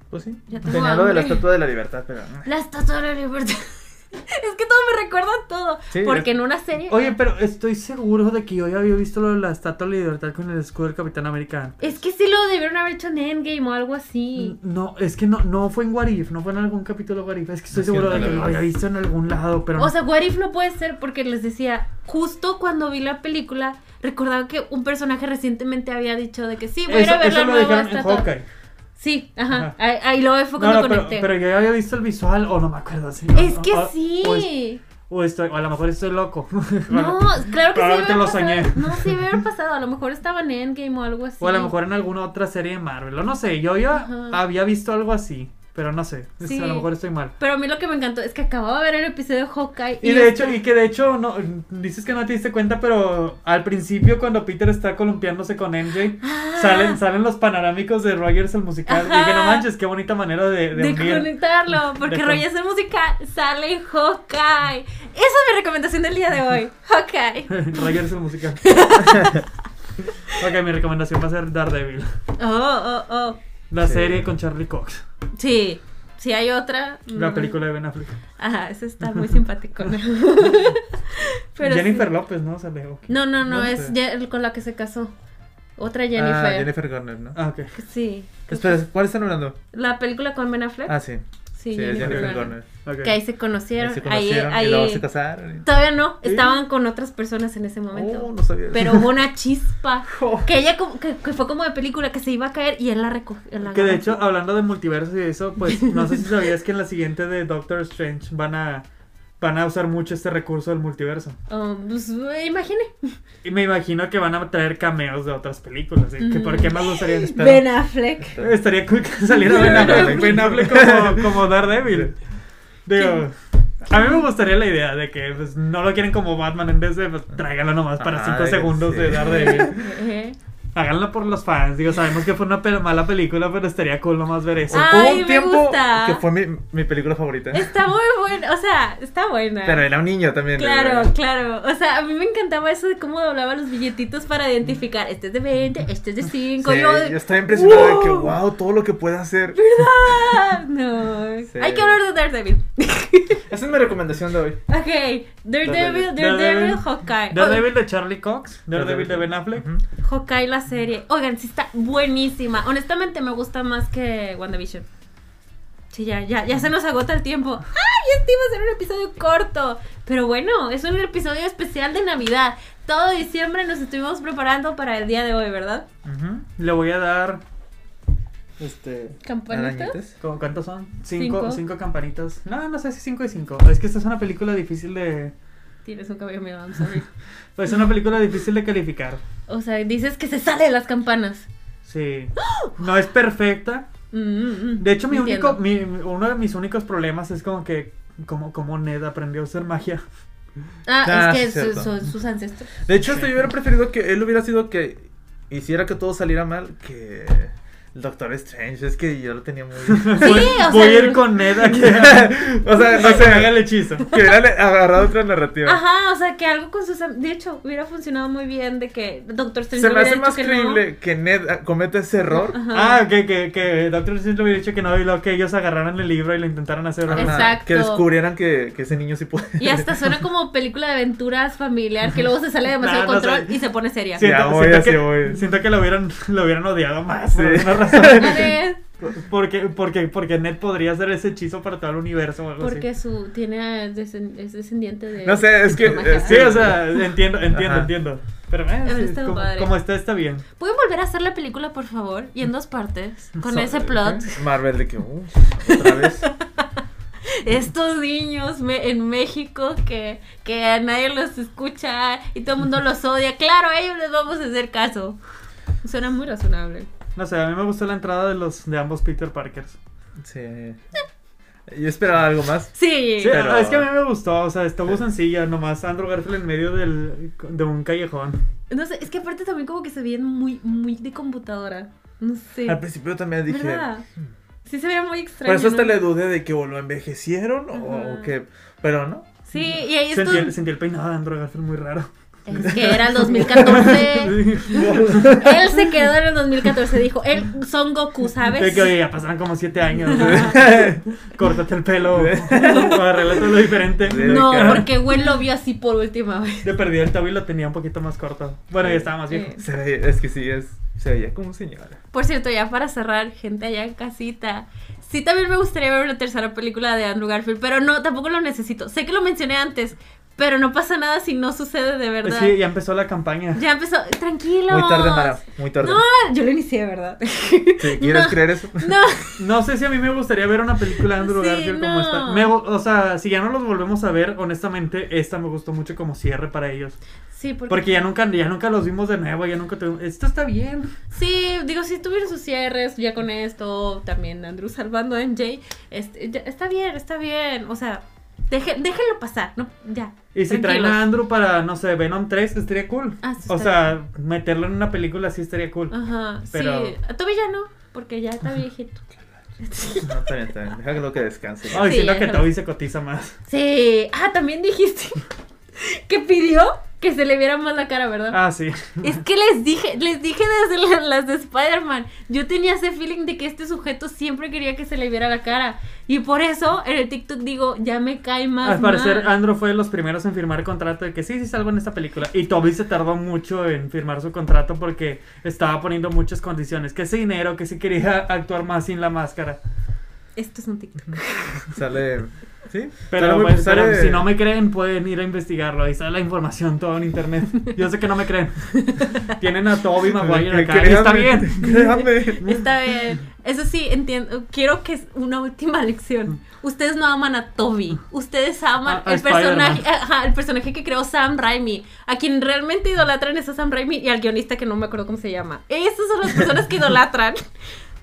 [SPEAKER 3] Pues sí.
[SPEAKER 1] Ya tengo
[SPEAKER 3] Tenía lo de
[SPEAKER 1] hambre.
[SPEAKER 3] la
[SPEAKER 1] Ah,
[SPEAKER 3] estatua de la libertad, pero. ah,
[SPEAKER 1] La estatua de la libertad. es que todo me recuerda a todo.
[SPEAKER 3] Sí,
[SPEAKER 1] porque
[SPEAKER 3] es-
[SPEAKER 1] en una serie. ah,
[SPEAKER 2] Oye, pero estoy seguro de que yo ya había visto lo de la estatua de la libertad con el escudo del Capitán América.
[SPEAKER 1] Es que sí lo debieron haber hecho en Endgame o algo así.
[SPEAKER 2] No, es que no, no fue en Warif, no fue en algún capítulo Warif. Es que estoy
[SPEAKER 3] Es que
[SPEAKER 2] seguro
[SPEAKER 3] no
[SPEAKER 2] de
[SPEAKER 3] la
[SPEAKER 2] que lo
[SPEAKER 3] vi.
[SPEAKER 2] había visto en algún lado, pero.
[SPEAKER 1] O sea, What If no puede ser porque les decía, justo cuando vi la película, recordaba que un personaje recientemente había dicho de que sí, voy a ir a
[SPEAKER 2] eso,
[SPEAKER 1] ver
[SPEAKER 2] eso
[SPEAKER 1] la
[SPEAKER 2] lo
[SPEAKER 1] nueva
[SPEAKER 2] dejaron en
[SPEAKER 1] estatua.
[SPEAKER 2] Hawkeye.
[SPEAKER 1] Sí, ajá.
[SPEAKER 2] Ajá.
[SPEAKER 1] Ahí, ahí lo fue
[SPEAKER 2] No,
[SPEAKER 1] cuando
[SPEAKER 2] no, pero,
[SPEAKER 1] conecté.
[SPEAKER 2] pero Ah, yo ya había visto el visual, o no me acuerdo. sí,
[SPEAKER 1] es
[SPEAKER 2] o-
[SPEAKER 1] que
[SPEAKER 2] o-
[SPEAKER 1] sí.
[SPEAKER 2] O, es- o estoy- o a lo mejor estoy loco.
[SPEAKER 1] No, claro que sí.
[SPEAKER 2] Pero
[SPEAKER 1] debe
[SPEAKER 2] ahorita lo
[SPEAKER 1] haber
[SPEAKER 2] soñé.
[SPEAKER 1] pasado. No, sí, debe haber pasado. A lo mejor estaba en Endgame o algo así.
[SPEAKER 2] O a lo mejor en alguna otra serie de Marvel. O no sé, yo ya
[SPEAKER 1] Ajá.
[SPEAKER 2] había visto algo así, pero no sé. es-
[SPEAKER 1] Sí.
[SPEAKER 2] A lo mejor estoy mal.
[SPEAKER 1] Pero a mí lo que me encantó es que acababa de ver el episodio de Hawkeye.
[SPEAKER 2] Y de
[SPEAKER 1] esto-
[SPEAKER 2] hecho, y que de hecho, no, dices que no te diste cuenta, pero al principio cuando Peter está columpiándose con MJ,
[SPEAKER 1] Ah.
[SPEAKER 2] salen, salen los panorámicos de Rogers el musical. Y dije,
[SPEAKER 1] Ajá.
[SPEAKER 2] no manches, qué bonita manera de, de,
[SPEAKER 1] De
[SPEAKER 2] unir".
[SPEAKER 1] conectarlo, porque
[SPEAKER 2] De con-
[SPEAKER 1] Reyes en música sale en Hawkeye. Esa es mi recomendación del día de hoy. Hawkeye.
[SPEAKER 2] Rogers el musical. ok, mi recomendación va a ser Daredevil.
[SPEAKER 1] Oh, oh, oh.
[SPEAKER 2] La
[SPEAKER 3] Sí.
[SPEAKER 2] serie con Charlie Cox.
[SPEAKER 1] Sí, si hay otra.
[SPEAKER 2] La
[SPEAKER 1] mm,
[SPEAKER 2] película de Ben Affleck.
[SPEAKER 1] Ajá, esa está muy simpático. Pero
[SPEAKER 2] Jennifer
[SPEAKER 1] sí.
[SPEAKER 2] López, ¿no? Sale. ok.
[SPEAKER 1] No, no, no,
[SPEAKER 3] No
[SPEAKER 1] es
[SPEAKER 3] sé.
[SPEAKER 1] Ye- con la que se casó. Otra
[SPEAKER 3] Ah,
[SPEAKER 1] Jennifer.
[SPEAKER 3] Jennifer Garner, ¿no?
[SPEAKER 2] Ah, ok.
[SPEAKER 1] Sí.
[SPEAKER 3] Espera, ¿cuál están hablando?
[SPEAKER 1] La película con Ben Affleck.
[SPEAKER 3] Ah, sí.
[SPEAKER 1] ¿eh? sí,
[SPEAKER 3] sí, es
[SPEAKER 1] Jennifer
[SPEAKER 3] Jennifer
[SPEAKER 1] Garner.
[SPEAKER 3] Garner.
[SPEAKER 2] ok.
[SPEAKER 1] Que ahí se conocieron.
[SPEAKER 3] Ahí se conocieron
[SPEAKER 1] ahí-
[SPEAKER 3] y luego
[SPEAKER 1] ahí-
[SPEAKER 3] se casaron.
[SPEAKER 1] Todavía no, estaban
[SPEAKER 2] Sí.
[SPEAKER 1] con otras personas en ese momento.
[SPEAKER 3] Oh, no sabía Oh, eso.
[SPEAKER 1] Pero hubo una chispa que ella como- que, que fue como de película que se iba a caer y él la recogió. la
[SPEAKER 2] Que de
[SPEAKER 1] agarró.
[SPEAKER 2] hecho, hablando de multiverso y eso, pues no sé si sabías que en la siguiente de Doctor Strange van a van a usar mucho este recurso del multiverso.
[SPEAKER 1] Um, pues, eh, imagine.
[SPEAKER 2] Y me imagino que van a traer cameos de otras películas. ¿eh? Que ¿Por qué más lo usarían? Espero.
[SPEAKER 1] Ben Affleck.
[SPEAKER 2] Estaría cool que saliera Ben Affleck, Ben Affleck como, como Daredevil. Digo, a mí me gustaría la idea de que pues, no lo quieren como Batman en vez de pues, tráiganlo nomás para
[SPEAKER 3] Ah,
[SPEAKER 2] 5
[SPEAKER 3] sí.
[SPEAKER 2] segundos de Daredevil.
[SPEAKER 1] Eh,
[SPEAKER 2] Háganlo por los fans. Digo, sabemos que fue una pe- mala película, pero estaría cool nomás ver eso.
[SPEAKER 1] Ah. Ay, me gusta.
[SPEAKER 3] que fue mi, mi película favorita.
[SPEAKER 1] Está muy buena, o sea, está buena.
[SPEAKER 3] Pero era un niño también.
[SPEAKER 1] Claro,
[SPEAKER 3] ¿verdad?
[SPEAKER 1] claro. O sea, a mí me encantaba eso de cómo doblaba los billetitos para identificar. Este es de 20, este es de ¡Uh! 5.
[SPEAKER 3] Sí,
[SPEAKER 1] yo,
[SPEAKER 3] yo estaba impresionado de que,
[SPEAKER 1] ¡Wow!
[SPEAKER 3] wow, todo lo que puede hacer.
[SPEAKER 1] ¡Ah! No.
[SPEAKER 3] Sí.
[SPEAKER 1] Hay que hablar de Daredevil.
[SPEAKER 3] Esa es mi recomendación de hoy.
[SPEAKER 1] ok. Daredevil,
[SPEAKER 3] Daredevil.
[SPEAKER 1] Daredevil, Hawkeye.
[SPEAKER 2] Daredevil de Charlie Cox, Daredevil de Ben Affleck.
[SPEAKER 3] Ujú.
[SPEAKER 1] Hawkeye la serie. Oigan, sí está buenísima. Honestamente me gusta más que WandaVision. Sí, ya, ya, ya se nos agota el tiempo. ¡Ay, este iba a ser un episodio corto! Pero bueno, es un episodio especial de Navidad. Todo diciembre nos estuvimos preparando para el día de hoy, ¿verdad?
[SPEAKER 2] Ujú. Le voy a dar.
[SPEAKER 3] Este.
[SPEAKER 1] ¿Campanitas?
[SPEAKER 3] arañitas.
[SPEAKER 2] ¿cómo- ¿Cuántos son? Cinco,
[SPEAKER 1] Cinco.
[SPEAKER 2] cinco. campanitas. No, no sé si cinco y cinco. Es que esta es una película difícil de.
[SPEAKER 1] Tienes un cabello miedo, I'm sorry.
[SPEAKER 2] Es una película difícil de calificar.
[SPEAKER 1] O sea, dices que se sale de las campanas. Mm,
[SPEAKER 2] Sí. No es perfecta. De hecho, mi único,
[SPEAKER 1] Mi...
[SPEAKER 2] mi- mi- uno de mis únicos problemas es como que. Como, como Ned aprendió a hacer magia.
[SPEAKER 1] Ah,
[SPEAKER 3] Ah,
[SPEAKER 1] es
[SPEAKER 3] sí,
[SPEAKER 1] que su-
[SPEAKER 3] cierto.
[SPEAKER 1] su- sus ancestros.
[SPEAKER 3] De hecho, hasta yo hubiera preferido que él hubiera sido que hiciera que todo saliera mal que el Doctor Strange. Es que yo lo tenía muy.
[SPEAKER 2] voy
[SPEAKER 1] o
[SPEAKER 2] voy
[SPEAKER 1] sea-
[SPEAKER 2] a ir con Ned a que,
[SPEAKER 3] o sea,
[SPEAKER 2] a
[SPEAKER 3] no
[SPEAKER 2] que
[SPEAKER 3] sé,
[SPEAKER 2] haga el hechizo.
[SPEAKER 3] que hubiera le- agarrado otra narrativa.
[SPEAKER 1] Ajá, o sea, que algo con sus... am- De hecho, hubiera funcionado muy bien de que Doctor Strange
[SPEAKER 3] Se me
[SPEAKER 1] hubiera
[SPEAKER 3] hace
[SPEAKER 1] dicho
[SPEAKER 3] más
[SPEAKER 1] que no.
[SPEAKER 3] creíble que Ned ah, cometa ese error.
[SPEAKER 1] Ajá.
[SPEAKER 2] Ah, que, que, que Doctor Strange le hubiera dicho que no, y luego que ellos agarraron el libro y lo intentaron hacer.
[SPEAKER 3] Ajá,
[SPEAKER 1] Exacto.
[SPEAKER 3] Que descubrieran que, que ese niño sí puede.
[SPEAKER 1] Y hasta suena como película de aventuras familiar que luego se sale demasiado
[SPEAKER 2] Nah, no
[SPEAKER 1] control
[SPEAKER 2] sé.
[SPEAKER 1] y se pone seria.
[SPEAKER 3] Sí.
[SPEAKER 2] Siento,
[SPEAKER 3] Ya voy,
[SPEAKER 2] siento
[SPEAKER 3] así
[SPEAKER 2] que,
[SPEAKER 3] voy.
[SPEAKER 2] siento que lo hubieran, lo hubieran odiado más por
[SPEAKER 3] Sí.
[SPEAKER 2] alguna razón.
[SPEAKER 1] A ver,
[SPEAKER 2] Porque, porque, porque Ned podría hacer ese hechizo para todo el universo o algo
[SPEAKER 1] porque
[SPEAKER 2] así.
[SPEAKER 1] su tiene desen- es descendiente de
[SPEAKER 3] No sé, es que-
[SPEAKER 1] de magia.
[SPEAKER 3] es
[SPEAKER 2] Sí, o sea, entiendo, entiendo,
[SPEAKER 3] Ajá.
[SPEAKER 2] entiendo. Pero eh,
[SPEAKER 1] Pero
[SPEAKER 2] sí,
[SPEAKER 1] está
[SPEAKER 2] como,
[SPEAKER 1] padre.
[SPEAKER 2] como está, está bien.
[SPEAKER 1] ¿Pueden volver a hacer la película, por favor? Y en dos partes, con
[SPEAKER 2] So-
[SPEAKER 1] ese plot.
[SPEAKER 3] Marvel de que, uh, otra vez.
[SPEAKER 1] Estos niños me- en México que, que a nadie los escucha y todo el mundo los odia. Claro, a ellos les vamos a hacer caso. Suena muy razonable.
[SPEAKER 2] No sé, a mí me gustó la entrada de los de ambos Peter Parkers.
[SPEAKER 3] Sí. Yo esperaba algo más.
[SPEAKER 1] Sí.
[SPEAKER 2] Sí,
[SPEAKER 3] Pero-
[SPEAKER 2] es que a mí me gustó, o sea, estuvo
[SPEAKER 3] Sí.
[SPEAKER 2] sencilla, nomás Andrew Garfield en medio del, de un callejón.
[SPEAKER 1] No sé, es que aparte también como que se veían muy, muy de computadora. No sé.
[SPEAKER 3] Al principio también dije, "Hmm".
[SPEAKER 1] ¿Verdad? Sí se veía muy extraño.
[SPEAKER 3] Por eso hasta
[SPEAKER 1] ¿no?
[SPEAKER 3] le dudé de que o lo envejecieron o,
[SPEAKER 1] Ajá.
[SPEAKER 3] o que... Pero no.
[SPEAKER 1] Sí, y ahí
[SPEAKER 2] Sentí
[SPEAKER 1] estuvo.
[SPEAKER 2] el, sentí el peinado de Andrew Garfield muy raro.
[SPEAKER 1] Es que era el 2014. él se quedó en el 2014. Dijo, él son Goku,
[SPEAKER 2] De
[SPEAKER 1] ¿sabes?
[SPEAKER 2] que oye, ya pasaron como siete años. ¿eh?
[SPEAKER 1] Ah.
[SPEAKER 2] Córtate el pelo. Arreglate lo diferente.
[SPEAKER 3] Sí.
[SPEAKER 1] No,
[SPEAKER 3] Claro.
[SPEAKER 1] porque Gwen lo vio así por última vez.
[SPEAKER 2] De perdido el y lo tenía un poquito más corto. Bueno, ya estaba más viejo.
[SPEAKER 1] Sí.
[SPEAKER 3] Se veía- es que sí, es, se veía como un señor.
[SPEAKER 1] Por cierto, ya para cerrar, gente allá en casita. Sí, también me gustaría ver una tercera película de Andrew Garfield, pero no, tampoco lo necesito. Sé que lo mencioné antes, pero no pasa nada si no sucede de
[SPEAKER 2] Pues
[SPEAKER 1] verdad.
[SPEAKER 2] sí, ya empezó la campaña.
[SPEAKER 1] Ya empezó, tranquilo.
[SPEAKER 3] Muy tarde, Mara. Muy tarde.
[SPEAKER 1] No, yo lo inicié, ¿verdad?
[SPEAKER 3] Sí, ¿Quieres
[SPEAKER 1] no.
[SPEAKER 3] creer eso?
[SPEAKER 1] No,
[SPEAKER 2] No sé si a mí me gustaría ver una película de Andrew
[SPEAKER 1] Sí,
[SPEAKER 2] Garfield como
[SPEAKER 1] no.
[SPEAKER 2] esta. Me gu- o sea, si ya no los volvemos a ver, honestamente, esta me gustó mucho como cierre para ellos.
[SPEAKER 1] sí, porque,
[SPEAKER 2] Porque ya nunca, ya nunca los vimos de nuevo, ya nunca tuvimos... Esto está bien.
[SPEAKER 1] sí, digo, si tuvieron sus cierres ya con esto, también Andrew salvando a MJ, este, ya- está bien, está bien, o sea, deje- déjenlo pasar, no, ya.
[SPEAKER 2] Y si traen
[SPEAKER 1] tranquilos.
[SPEAKER 2] a Andrew para, no sé, Venom 3, estaría cool.
[SPEAKER 1] Ah, sí,
[SPEAKER 2] o
[SPEAKER 1] está Ah,
[SPEAKER 2] sea, meterlo en una película sí estaría cool.
[SPEAKER 1] Ajá,
[SPEAKER 2] Pero-
[SPEAKER 1] sí. A Toby ya no, porque ya está viejito.
[SPEAKER 3] No, está bien, está bien. Déjalo que descanse.
[SPEAKER 2] Ay,
[SPEAKER 1] Sí,
[SPEAKER 2] siento que
[SPEAKER 1] déjalo.
[SPEAKER 2] Toby se cotiza más.
[SPEAKER 1] Sí. Ah, también dijiste que pidió que se le viera más la cara, ¿verdad?
[SPEAKER 2] Ah, sí.
[SPEAKER 1] Es que les dije, les dije desde la- las de Spider-Man. Yo tenía ese feeling de que este sujeto siempre quería que se le viera la cara. Y por eso en el TikTok digo, ya me cae más.
[SPEAKER 2] Al parecer, ah.
[SPEAKER 1] mal.
[SPEAKER 2] Andrew fue de los primeros en firmar contrato de que sí, sí salgo en esta película. Y Toby se tardó mucho en firmar su contrato porque estaba poniendo muchas condiciones. Que ese dinero, que sí quería actuar más sin la máscara.
[SPEAKER 1] Esto es un TikTok.
[SPEAKER 3] Sale. ¿Sí?
[SPEAKER 2] Pero,
[SPEAKER 3] sale,
[SPEAKER 2] bueno,
[SPEAKER 3] sale-
[SPEAKER 2] pero si no me creen, pueden ir a investigarlo. Ahí sale la información toda en internet. Yo sé que no me creen. Tienen a Toby Maguire
[SPEAKER 3] Que-
[SPEAKER 2] acá.
[SPEAKER 3] créame,
[SPEAKER 2] y está bien.
[SPEAKER 3] Créame.
[SPEAKER 1] Está bien. Eso sí, entiendo. Quiero que es una última lección. Ustedes no aman a Toby. Ustedes aman
[SPEAKER 2] A- a
[SPEAKER 1] el personaje,
[SPEAKER 2] Spider-Man.
[SPEAKER 1] ajá, el personaje que creó Sam Raimi. A quien realmente idolatran es a Sam Raimi y al guionista que no me acuerdo cómo se llama. Esas son las personas que idolatran.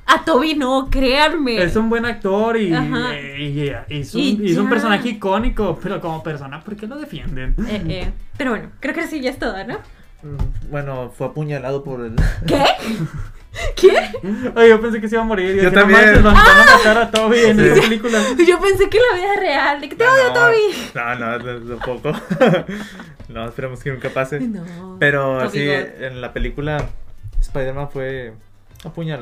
[SPEAKER 1] A Toby no, créanme.
[SPEAKER 2] Es un buen actor y, eh,
[SPEAKER 1] Ajá.
[SPEAKER 2] y- y- y es un,
[SPEAKER 1] Y
[SPEAKER 2] y es un
[SPEAKER 1] ya. Eh, Ah.
[SPEAKER 2] Ah,
[SPEAKER 3] "Ah,
[SPEAKER 1] Pues,
[SPEAKER 3] "Ah, este
[SPEAKER 1] Mm.
[SPEAKER 3] "Oh,
[SPEAKER 1] Ah, "Ah". Ah,
[SPEAKER 3] "Oh,
[SPEAKER 2] pues,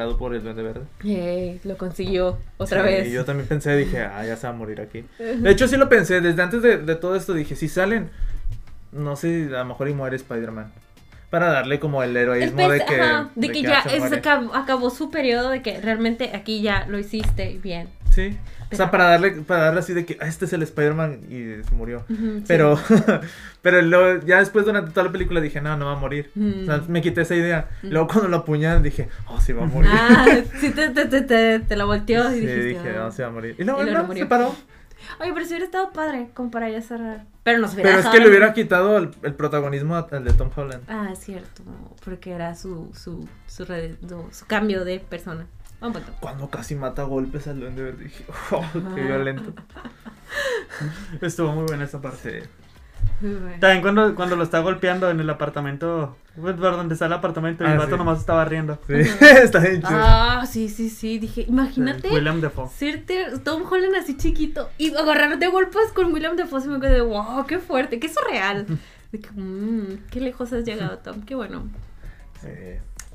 [SPEAKER 1] Ah. "Mm, este, "Mm, Ah. Ah, Ah, ok.
[SPEAKER 3] Ah, sí, sí.
[SPEAKER 2] Spider-Man es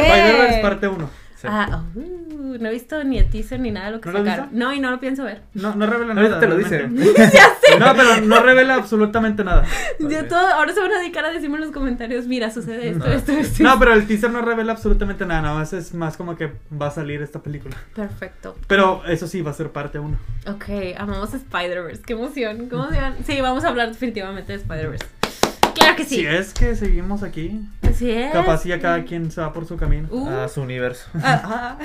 [SPEAKER 2] Spider-Man es parte 1.
[SPEAKER 3] Sí.
[SPEAKER 1] Ah, uh, no he visto ni a teaser ni nada de lo que
[SPEAKER 2] ¿No lo has
[SPEAKER 1] sacaron.
[SPEAKER 2] visto?
[SPEAKER 1] No, y no lo pienso ver.
[SPEAKER 2] No, no revela nada.
[SPEAKER 3] Ahorita te lo
[SPEAKER 2] realmente.
[SPEAKER 3] dicen.
[SPEAKER 2] No, pero no revela absolutamente nada.
[SPEAKER 1] Ya
[SPEAKER 3] Ok.
[SPEAKER 1] todo, ahora se van a dedicar a decirme en los comentarios, mira, sucede esto,
[SPEAKER 3] Ah,
[SPEAKER 1] esto,
[SPEAKER 3] sí.
[SPEAKER 1] esto.
[SPEAKER 2] No, pero el teaser no revela absolutamente nada. Nada más es más como que va a salir esta película.
[SPEAKER 1] Perfecto.
[SPEAKER 2] Pero eso sí, va a ser parte 1.
[SPEAKER 1] Ok, amamos Spider-Verse. Qué emoción, qué emoción. Sí, vamos a hablar definitivamente de Spider-Verse. Claro que sí.
[SPEAKER 2] Si es que seguimos aquí,
[SPEAKER 1] Así es.
[SPEAKER 2] ¿eh? capaz ya cada quien se va por su camino.
[SPEAKER 1] Uh,
[SPEAKER 3] A su universo.
[SPEAKER 1] ah,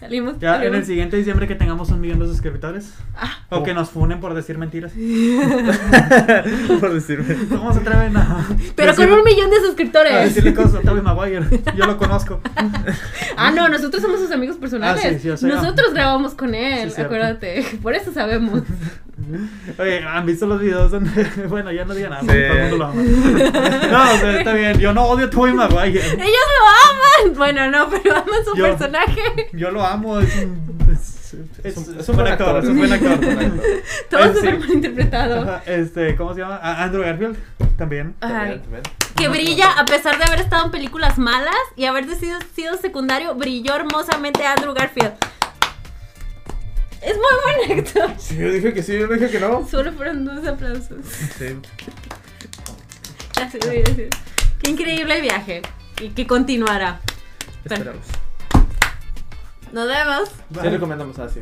[SPEAKER 1] salimos.
[SPEAKER 2] Ya en
[SPEAKER 1] salimos.
[SPEAKER 2] el siguiente diciembre que tengamos un millón de suscriptores.
[SPEAKER 1] Ah.
[SPEAKER 2] O que nos funen por decir mentiras.
[SPEAKER 3] Por decirme.
[SPEAKER 2] ¿Cómo se atreven a,
[SPEAKER 1] Pero con
[SPEAKER 2] decir-
[SPEAKER 1] un millón de
[SPEAKER 2] a
[SPEAKER 1] suscriptores.
[SPEAKER 2] Ah, decirle cosas a Tobey Maguire? Yo lo conozco.
[SPEAKER 1] Ah, no, nosotros somos sus amigos personales.
[SPEAKER 2] Ah, sí, sí, o sea,
[SPEAKER 1] nosotros grabamos con él,
[SPEAKER 2] Sí, cierto.
[SPEAKER 1] acuérdate. Por eso sabemos.
[SPEAKER 2] Oye, ¿han visto los videos donde... Bueno, ya no diga nada,
[SPEAKER 3] Sí.
[SPEAKER 2] todo el mundo lo ama. No, o sea, está bien. Yo no odio a Tobey Maguire.
[SPEAKER 1] Ellos lo aman. Bueno, no, pero aman su
[SPEAKER 2] Yo.
[SPEAKER 1] personaje.
[SPEAKER 2] Yo lo amo, es un... Es, es- es un buen actor, es un buen actor.
[SPEAKER 1] Todo
[SPEAKER 2] Ay, sí.
[SPEAKER 1] súper mal interpretado.
[SPEAKER 2] Ajá, Este, ¿cómo se llama? A- Andrew Garfield, también.
[SPEAKER 1] Ay, que brilla a pesar de haber estado en películas malas y haber sido, sido secundario, brilló hermosamente Andrew Garfield. Es muy buen actor.
[SPEAKER 3] Sí, yo dije que sí, yo dije que no.
[SPEAKER 1] Solo fueron dos aplausos.
[SPEAKER 3] Sí.
[SPEAKER 1] Gracias, gracias. Qué increíble viaje. Y que continuará.
[SPEAKER 3] Esperamos.
[SPEAKER 1] Nos vemos.
[SPEAKER 3] Ah, Sí, recomendamos así.